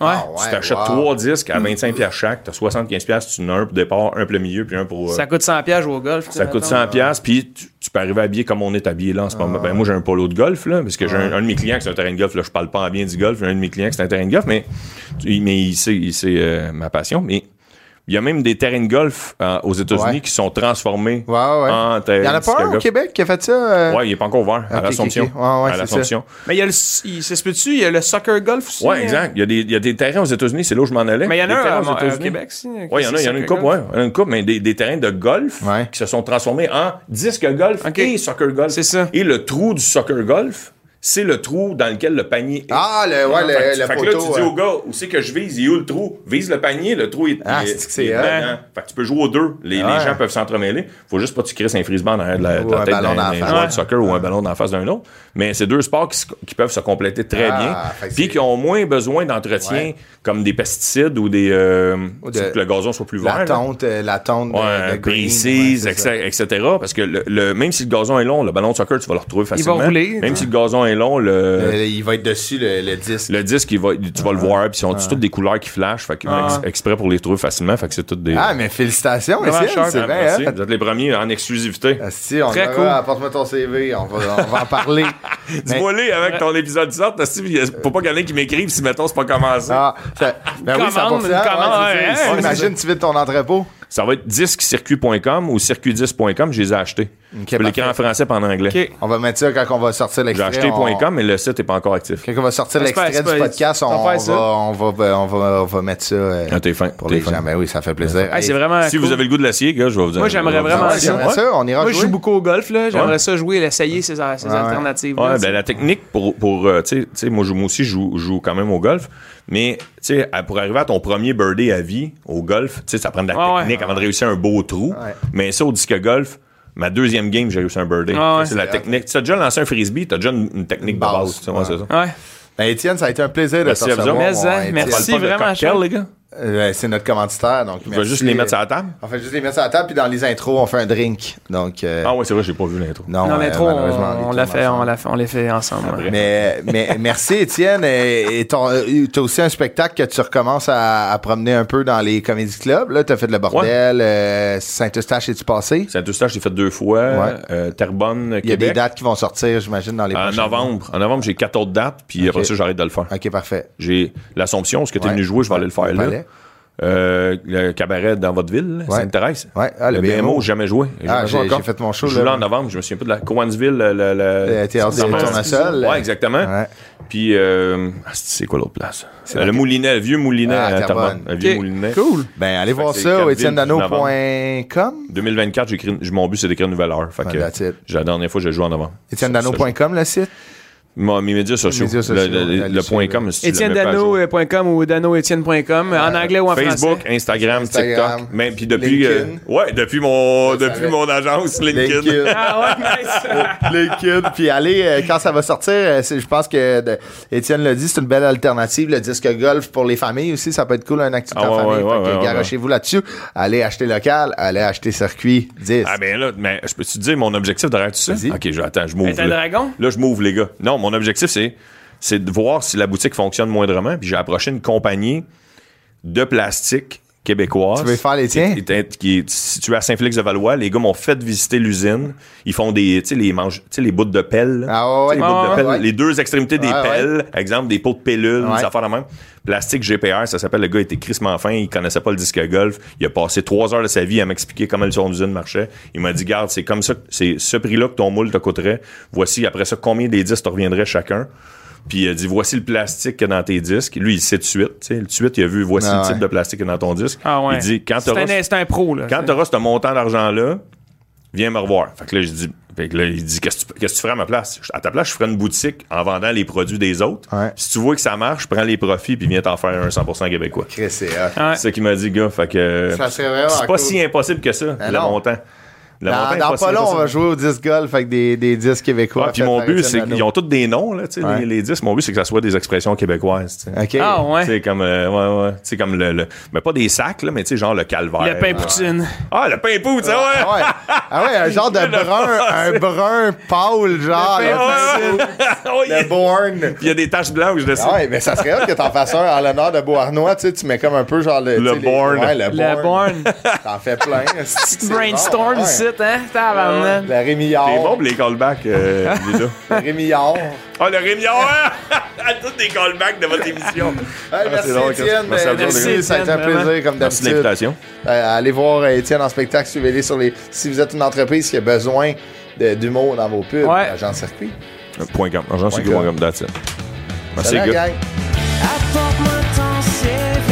[SPEAKER 2] Ouais.
[SPEAKER 1] Ah ouais,
[SPEAKER 5] tu t'achètes
[SPEAKER 1] wow.
[SPEAKER 5] trois disques à 25 pièces chaque, t'as 75 pièces, tu en as un pour départ, un pour le milieu puis un pour euh,
[SPEAKER 2] Ça coûte 100 pièges au golf. tu sais,
[SPEAKER 5] ça coûte
[SPEAKER 2] mettons.
[SPEAKER 5] 100 pièces puis tu, tu peux arriver habillé comme on est habillé là en ce
[SPEAKER 1] Ah,
[SPEAKER 5] moment. Ben moi j'ai un polo de golf là parce que j'ai un, un de mes clients qui c'est un terrain de golf là, je parle pas en bien du golf, j'ai un de mes clients qui c'est un terrain de golf mais tu- mais il sait il sait, euh, ma passion mais il y a même des terrains de golf euh, aux États-Unis
[SPEAKER 1] Ouais.
[SPEAKER 5] qui sont transformés
[SPEAKER 1] Ouais, ouais.
[SPEAKER 5] en
[SPEAKER 1] Il
[SPEAKER 5] terrains
[SPEAKER 1] y en a
[SPEAKER 5] de
[SPEAKER 1] pas un au
[SPEAKER 5] golf.
[SPEAKER 1] Québec qui a fait ça? euh,
[SPEAKER 5] Ouais, il est pas encore ouvert à
[SPEAKER 1] ok,
[SPEAKER 5] l'Assomption.
[SPEAKER 1] ok, ok. Ouais, ouais,
[SPEAKER 5] à
[SPEAKER 1] c'est ça.
[SPEAKER 5] l'Assomption.
[SPEAKER 2] Mais il y a le. il- Ça se peut-tu? Il y a le soccer golf aussi.
[SPEAKER 5] Ouais,
[SPEAKER 2] euh,
[SPEAKER 5] exact. Il y, a des, il y a des terrains aux États-Unis, c'est là où je m'en allais.
[SPEAKER 2] Mais il y en a
[SPEAKER 5] Des terrains
[SPEAKER 2] un à-
[SPEAKER 5] aux
[SPEAKER 2] euh, à- au
[SPEAKER 5] États-Unis.
[SPEAKER 2] Québec, si.
[SPEAKER 5] Oui, il y en a, il y en a une coupe,
[SPEAKER 2] coupe,
[SPEAKER 5] ouais. Il y en a une coupe, mais des, des terrains de golf
[SPEAKER 1] Ouais.
[SPEAKER 5] qui se sont transformés en disque golf
[SPEAKER 2] Ok.
[SPEAKER 5] et soccer golf.
[SPEAKER 2] C'est ça.
[SPEAKER 5] Et le trou du soccer golf, c'est le trou dans lequel le panier est.
[SPEAKER 1] Ah, le, ouais, le,
[SPEAKER 5] fait que,
[SPEAKER 1] le
[SPEAKER 5] fait que là,
[SPEAKER 1] poteau.
[SPEAKER 5] tu dis
[SPEAKER 1] euh,
[SPEAKER 5] au gars, où c'est que je vise, il est où le trou? Vise le panier, le trou est.
[SPEAKER 1] Ah,
[SPEAKER 5] il est-
[SPEAKER 1] c'est que c'est
[SPEAKER 5] il est
[SPEAKER 1] hot.
[SPEAKER 5] dedans. Fait que tu peux jouer aux deux. Les, les
[SPEAKER 1] Ouais.
[SPEAKER 5] gens peuvent s'entremêler. Faut juste pas que tu crisses un frisbee en arrière de la,
[SPEAKER 1] Ou
[SPEAKER 5] de la
[SPEAKER 1] un
[SPEAKER 5] tête
[SPEAKER 1] ballon
[SPEAKER 5] d'un
[SPEAKER 1] d'en
[SPEAKER 5] d'un
[SPEAKER 1] face.
[SPEAKER 5] joueur de soccer ou un ballon d'en face d'un autre. Mais c'est deux sports qui, se- qui peuvent se compléter très
[SPEAKER 1] Ah, fait
[SPEAKER 5] bien.
[SPEAKER 1] que
[SPEAKER 5] Puis
[SPEAKER 1] c'est-
[SPEAKER 5] qui ont moins besoin d'entretien
[SPEAKER 1] Ouais.
[SPEAKER 5] comme des pesticides ou des. euh,
[SPEAKER 1] Ou de-
[SPEAKER 5] que le gazon soit plus vert.
[SPEAKER 1] La
[SPEAKER 5] là
[SPEAKER 1] tonte, euh, la tonte de- de,
[SPEAKER 5] ouais,
[SPEAKER 1] green,
[SPEAKER 5] précise,
[SPEAKER 1] ouais, c'est ça.
[SPEAKER 5] etc., etc. Parce que le, le- même si le gazon est long, le ballon de soccer, tu vas le retrouver facilement.
[SPEAKER 2] rouler,
[SPEAKER 5] Même
[SPEAKER 2] ouais.
[SPEAKER 5] si le gazon est long, le,
[SPEAKER 1] Euh, il va être dessus, le, le disque.
[SPEAKER 5] le disque, il va, tu vas le voir. Puis ils ont toutes des couleurs qui flashent, fait que, ex- exprès pour les trouver facilement. Fait que c'est toutes des.
[SPEAKER 1] Ah, mais félicitations,
[SPEAKER 2] Vraiment
[SPEAKER 1] Étienne,
[SPEAKER 2] sharp,
[SPEAKER 1] c'est
[SPEAKER 5] Ah,
[SPEAKER 1] bien,
[SPEAKER 5] merci.
[SPEAKER 1] hein?
[SPEAKER 5] Vous êtes les premiers en exclusivité.
[SPEAKER 1] Ah, Si, on
[SPEAKER 2] Très
[SPEAKER 1] aura-
[SPEAKER 2] cool.
[SPEAKER 1] apporte-moi ton CV, on va, on va en parler. Mais- euh,
[SPEAKER 5] Dis-moi les avec ton épisode 7, parce que il y a- faut pas qu'il y en ait qui m'écrivent si, mettons, c'est pas commencé.
[SPEAKER 1] Ah, ça- ben oui,
[SPEAKER 2] Commande,
[SPEAKER 1] 100%,
[SPEAKER 2] une commande,
[SPEAKER 1] ouais,
[SPEAKER 2] ouais, hein?
[SPEAKER 1] c'est ça.
[SPEAKER 2] ouais,
[SPEAKER 1] Imagine, tu vides ton entrepôt.
[SPEAKER 5] Ça va être disquecircuit.com ou circuit10.com, je les ai achetés. Puis l'écran en
[SPEAKER 1] parfait.
[SPEAKER 5] français pas en anglais.
[SPEAKER 2] Ok.
[SPEAKER 1] On va mettre ça quand on va sortir
[SPEAKER 5] J'ai
[SPEAKER 1] l'extrait.
[SPEAKER 5] acheté
[SPEAKER 1] on-
[SPEAKER 5] .com, mais le site est pas encore actif.
[SPEAKER 1] Quand on va sortir
[SPEAKER 2] J'espère,
[SPEAKER 1] l'extrait du
[SPEAKER 2] j'espère,
[SPEAKER 1] podcast, on,
[SPEAKER 2] on va
[SPEAKER 1] on
[SPEAKER 2] faire ça.
[SPEAKER 1] va, on, va, ben, on, va, on va mettre ça euh,
[SPEAKER 5] Ah, t'es fin.
[SPEAKER 1] pour
[SPEAKER 5] t'es
[SPEAKER 1] les
[SPEAKER 5] fin.
[SPEAKER 1] gens. Ben oui, ça fait plaisir.
[SPEAKER 2] Ah, c'est
[SPEAKER 1] Hey,
[SPEAKER 2] vraiment.
[SPEAKER 5] Si vous
[SPEAKER 2] cool.
[SPEAKER 5] avez le goût de l'acier, gars, je vais vous
[SPEAKER 2] Moi, j'aimerais vraiment
[SPEAKER 1] Ah,
[SPEAKER 2] ça.
[SPEAKER 1] ouais, j'aimerais ça, on ira
[SPEAKER 2] Moi, je
[SPEAKER 1] jouer.
[SPEAKER 2] joue beaucoup au golf, là. J'aimerais
[SPEAKER 5] Ouais.
[SPEAKER 2] ça jouer, l'essayer, ces, ces alternatives.
[SPEAKER 5] Ouais, ben, la technique pour, pour euh, tu sais- tu sais, moi, je- moi aussi, je joue, je joue quand même au golf, mais, tu sais, à- pour arriver à ton premier birdie à vie au golf, tu sais, ça prend de la
[SPEAKER 2] Ouais, ouais.
[SPEAKER 5] technique avant de réussir un beau trou.
[SPEAKER 1] Ouais.
[SPEAKER 5] Mais ça, au disque golf, ma deuxième game, j'ai réussi un birdie.
[SPEAKER 2] Ah, ouais.
[SPEAKER 5] C'est la
[SPEAKER 1] C'est
[SPEAKER 5] technique. Tu as déjà lancé un frisbee, tu as déjà une, une technique de
[SPEAKER 1] Base,
[SPEAKER 5] base. tu sais, ouais,
[SPEAKER 1] ouais.
[SPEAKER 5] c'est ça.
[SPEAKER 2] Ouais.
[SPEAKER 1] Ben, Étienne, ça a été un plaisir de
[SPEAKER 5] Merci
[SPEAKER 1] te
[SPEAKER 5] à vous
[SPEAKER 1] recevoir.
[SPEAKER 5] autres.
[SPEAKER 2] Mais, hein,
[SPEAKER 1] Étienne.
[SPEAKER 5] On parle
[SPEAKER 2] merci
[SPEAKER 5] pas de
[SPEAKER 2] vraiment,
[SPEAKER 5] cocktail,
[SPEAKER 2] Charles.
[SPEAKER 5] les gars.
[SPEAKER 1] Euh, c'est notre commanditaire, donc.
[SPEAKER 5] Tu vas
[SPEAKER 1] merci. euh,
[SPEAKER 5] juste les mettre sur la table?
[SPEAKER 1] On fait juste les mettre sur la table, puis dans les intros, on fait un drink. Donc, euh,
[SPEAKER 5] Ah ouais, c'est vrai, j'ai pas vu l'intro.
[SPEAKER 1] non,
[SPEAKER 2] non,
[SPEAKER 1] euh,
[SPEAKER 2] l'intro, on,
[SPEAKER 1] malheureusement, les
[SPEAKER 2] on
[SPEAKER 1] tournages
[SPEAKER 2] l'a fait,
[SPEAKER 1] sont-
[SPEAKER 2] on l'a fait, on l'a fait ensemble. ouais.
[SPEAKER 1] Mais, mais merci, Étienne. Et, et ton- euh, t'as aussi un spectacle que tu recommences à, à promener un peu dans les comédie clubs. Là, t'as fait le bordel. euh, Saint-Eustache, es-tu passé?
[SPEAKER 5] Saint-Eustache, j'ai fait deux fois.
[SPEAKER 1] Ouais.
[SPEAKER 5] Euh, Terrebonne,
[SPEAKER 1] Il y a des
[SPEAKER 5] Québec.
[SPEAKER 1] dates qui vont sortir, j'imagine, dans les
[SPEAKER 5] En
[SPEAKER 1] prochains mois.
[SPEAKER 5] novembre. En novembre, j'ai 14 dates, puis après ça, j'arrête de le faire.
[SPEAKER 1] OK, parfait.
[SPEAKER 5] J'ai l'Assomption, ce que tu es
[SPEAKER 1] Ouais.
[SPEAKER 5] venu jouer, je vais aller le faire
[SPEAKER 1] Au
[SPEAKER 5] là.
[SPEAKER 1] palais.
[SPEAKER 5] Euh, le cabaret dans votre ville,
[SPEAKER 1] Ouais.
[SPEAKER 5] Sainte-Thérèse.
[SPEAKER 1] Ouais. Ah, le BMO.
[SPEAKER 5] jamais joué. J'ai
[SPEAKER 1] Ah,
[SPEAKER 5] jamais joué
[SPEAKER 1] j'ai-
[SPEAKER 5] encore.
[SPEAKER 1] j'ai fait mon show,
[SPEAKER 5] Je joue
[SPEAKER 1] là.
[SPEAKER 5] là en novembre, je me souviens pas de la Cowansville, le, le, le-
[SPEAKER 1] Le théâtre des
[SPEAKER 5] Ouais,
[SPEAKER 1] tournesols.
[SPEAKER 5] Ouais, exactement.
[SPEAKER 1] Ouais.
[SPEAKER 5] Puis, euh, ah, c'est quoi l'autre place? Euh, le Moulinet, le vieux Moulinet
[SPEAKER 1] Ah,
[SPEAKER 5] à
[SPEAKER 1] Terrebonne.
[SPEAKER 5] Terrebonne. Le vieux
[SPEAKER 2] Ok,
[SPEAKER 5] Moulinet.
[SPEAKER 2] Cool.
[SPEAKER 1] Ben, allez voir
[SPEAKER 5] c'est
[SPEAKER 1] ça au
[SPEAKER 5] quatre villes,
[SPEAKER 1] étienne-dano.com.
[SPEAKER 5] 2024, j'écris, j- mon but, c'est d'écrire une nouvelle heure. Fait
[SPEAKER 1] Ah,
[SPEAKER 5] que,
[SPEAKER 1] that's it.
[SPEAKER 5] j'ai- la dernière fois, j'ai joué en novembre. Ça,
[SPEAKER 1] étienne-dano.com, le site.
[SPEAKER 5] ça, Moi, mes médias sociaux.
[SPEAKER 1] médias sociaux,
[SPEAKER 5] le, le- le
[SPEAKER 1] allez
[SPEAKER 5] point
[SPEAKER 1] suivre.
[SPEAKER 5] com, si tu le mets pas à jour.
[SPEAKER 2] EtienneDano.com euh, ou DanoEtienne.com en anglais ou en
[SPEAKER 5] Facebook,
[SPEAKER 2] français.
[SPEAKER 5] Instagram,
[SPEAKER 1] Instagram,
[SPEAKER 5] TikTok. Même puis depuis, euh,
[SPEAKER 1] LinkedIn.
[SPEAKER 5] ouais, depuis mon, depuis
[SPEAKER 1] savais.
[SPEAKER 5] mon agence LinkedIn.
[SPEAKER 1] LinkedIn.
[SPEAKER 2] Ah ouais, nice.
[SPEAKER 1] LinkedIn. Puis allez, euh, quand ça va sortir, euh, c'est- je pense que de- Étienne l'a dit, c'est une belle alternative. Le disque golf pour les familles aussi, ça peut être cool, un activité
[SPEAKER 5] Ah ouais,
[SPEAKER 1] en famille.
[SPEAKER 5] ouais,
[SPEAKER 1] Fait que
[SPEAKER 5] ouais, ouais,
[SPEAKER 1] garochez-vous là-dessus. Allez acheter local, allez acheter circuit 10.
[SPEAKER 5] Ah ben là, mais je peux-tu te dire mon objectif derrière tout ça?
[SPEAKER 1] Vas-y.
[SPEAKER 5] Ok, je, attends, je m'ouvre.
[SPEAKER 2] Éteins le
[SPEAKER 5] Là.
[SPEAKER 2] dragon?
[SPEAKER 5] Là, je m'ouvre, les gars. Non, mon objectif, c'est, c'est de voir si la boutique fonctionne moindrement. Puis j'ai approché une compagnie de plastique québécoise.
[SPEAKER 1] Tu veux faire les
[SPEAKER 5] qui-
[SPEAKER 1] tiens?
[SPEAKER 5] Qui, est- qui est située à Saint-Félix-de-Valois. Les gars m'ont fait visiter l'usine. Ils font des, tu sais, les manches, tu sais, les bouts de pelle. là.
[SPEAKER 1] Ah ouais, ouais.
[SPEAKER 5] Tu sais, les, bouts de
[SPEAKER 1] Ah
[SPEAKER 5] pelle,
[SPEAKER 1] ouais.
[SPEAKER 5] les deux extrémités des
[SPEAKER 1] Ouais, ouais.
[SPEAKER 5] pelles. Exemple, des pots de pellules,
[SPEAKER 1] Ouais.
[SPEAKER 5] des affaires de même. Plastique GPR, ça s'appelle. Le gars était crissement fin. Il connaissait pas le disque golf. Il a passé trois heures de sa vie à m'expliquer comment son usine marchait. Il m'a dit, garde, c'est comme ça, que- c'est ce prix-là que ton moule te coûterait. Voici, après ça, combien des disques te reviendrait chacun. Puis il a dit, voici le plastique qu'il y a dans tes disques. Lui, il sait tout de suite. tu sais. Tout de suite, il a vu, voici
[SPEAKER 1] Ah
[SPEAKER 5] le type
[SPEAKER 1] ouais.
[SPEAKER 5] de plastique qu'il y a dans ton disque.
[SPEAKER 2] Ah ouais.
[SPEAKER 5] Il dit, quand
[SPEAKER 2] c'est
[SPEAKER 5] t'auras
[SPEAKER 2] un, c'est un pro, là.
[SPEAKER 5] quand tu auras ce montant d'argent-là, viens me revoir. Fait que là, je dis, fait que là, il dit, qu'est-ce que tu- qu'est-ce que tu ferais à ma place? Je- À ta place, je ferais une boutique en vendant les produits des autres.
[SPEAKER 1] Ouais.
[SPEAKER 5] Si tu vois que ça marche, prends les profits puis viens t'en faire un 100% québécois.
[SPEAKER 1] Chris, c'est hot.
[SPEAKER 2] Ouais.
[SPEAKER 5] C'est ce qu'il m'a dit, gars. Fait que
[SPEAKER 1] Ça serait vraiment
[SPEAKER 5] Ah, c'est pas
[SPEAKER 1] cool. Ben
[SPEAKER 5] si impossible que ça, le
[SPEAKER 1] non.
[SPEAKER 5] montant. Le montant
[SPEAKER 1] Dans,
[SPEAKER 5] est
[SPEAKER 1] dans
[SPEAKER 5] si
[SPEAKER 1] pas long, on va
[SPEAKER 5] impossible.
[SPEAKER 1] jouer au disque golf avec des, des disques québécois.
[SPEAKER 5] Ah, puis
[SPEAKER 1] faits
[SPEAKER 5] mon
[SPEAKER 1] par
[SPEAKER 5] but,
[SPEAKER 1] Étienne
[SPEAKER 5] c'est
[SPEAKER 1] Dano.
[SPEAKER 5] qu'ils ont tous des noms, là, tu sais,
[SPEAKER 1] Ouais.
[SPEAKER 5] les, les disques. Mon but, c'est que ça soit des expressions québécoises. tu sais.
[SPEAKER 1] OK.
[SPEAKER 2] Ah ouais.
[SPEAKER 5] Tu sais, comme, euh, ouais, ouais. Tu sais, comme le, le- Mais pas des sacs, là, mais tu sais, genre le calvaire.
[SPEAKER 2] Le pain
[SPEAKER 5] Ouais.
[SPEAKER 2] poutine.
[SPEAKER 5] Ah, le pain poutine, ça, ouais!
[SPEAKER 1] Ah ouais. Ah ouais, un genre de brun, un brun pâle, genre.
[SPEAKER 5] Ah, ouais, ouais. Oh, il y a-
[SPEAKER 1] Le born.
[SPEAKER 5] Il y a des taches blanches dessus.
[SPEAKER 1] Ah ouais, mais ça serait hot que t'en fasses un en l'honneur de Beauharnois, tu sais, tu mets comme un peu genre le... tu sais, les-
[SPEAKER 5] Born.
[SPEAKER 1] ouais, le
[SPEAKER 2] Le born.
[SPEAKER 1] T'en fais plein. C'est bon,
[SPEAKER 2] Brainstorm,
[SPEAKER 1] ouais.
[SPEAKER 2] ici, hein? Tabarnak.
[SPEAKER 1] Le Rémillard.
[SPEAKER 5] T'es bon pour les callbacks, euh, Lila.
[SPEAKER 1] Le Rémillard.
[SPEAKER 5] Ah, le Rémion, hein? À tous des callbacks de votre émission.
[SPEAKER 1] Hey, merci,
[SPEAKER 5] c'est drôle,
[SPEAKER 1] Étienne.
[SPEAKER 5] merci à vous,
[SPEAKER 1] Merci,
[SPEAKER 5] les
[SPEAKER 2] gars.
[SPEAKER 1] ça a été un
[SPEAKER 2] Étienne,
[SPEAKER 1] plaisir, comme
[SPEAKER 5] Merci de
[SPEAKER 1] d'habitude.
[SPEAKER 5] l'invitation.
[SPEAKER 1] Euh, allez voir euh, Étienne en spectacle, suivez-les sur les. Si vous êtes une entreprise qui a besoin de- d'humour dans vos pubs, euh,
[SPEAKER 2] Ouais.
[SPEAKER 1] agent circuit.
[SPEAKER 5] Point com. J'en suis
[SPEAKER 1] Point com.
[SPEAKER 5] gros comme date. Merci,
[SPEAKER 1] Salut, la
[SPEAKER 5] gars.
[SPEAKER 1] gang.
[SPEAKER 4] Apporte-moi ton CV.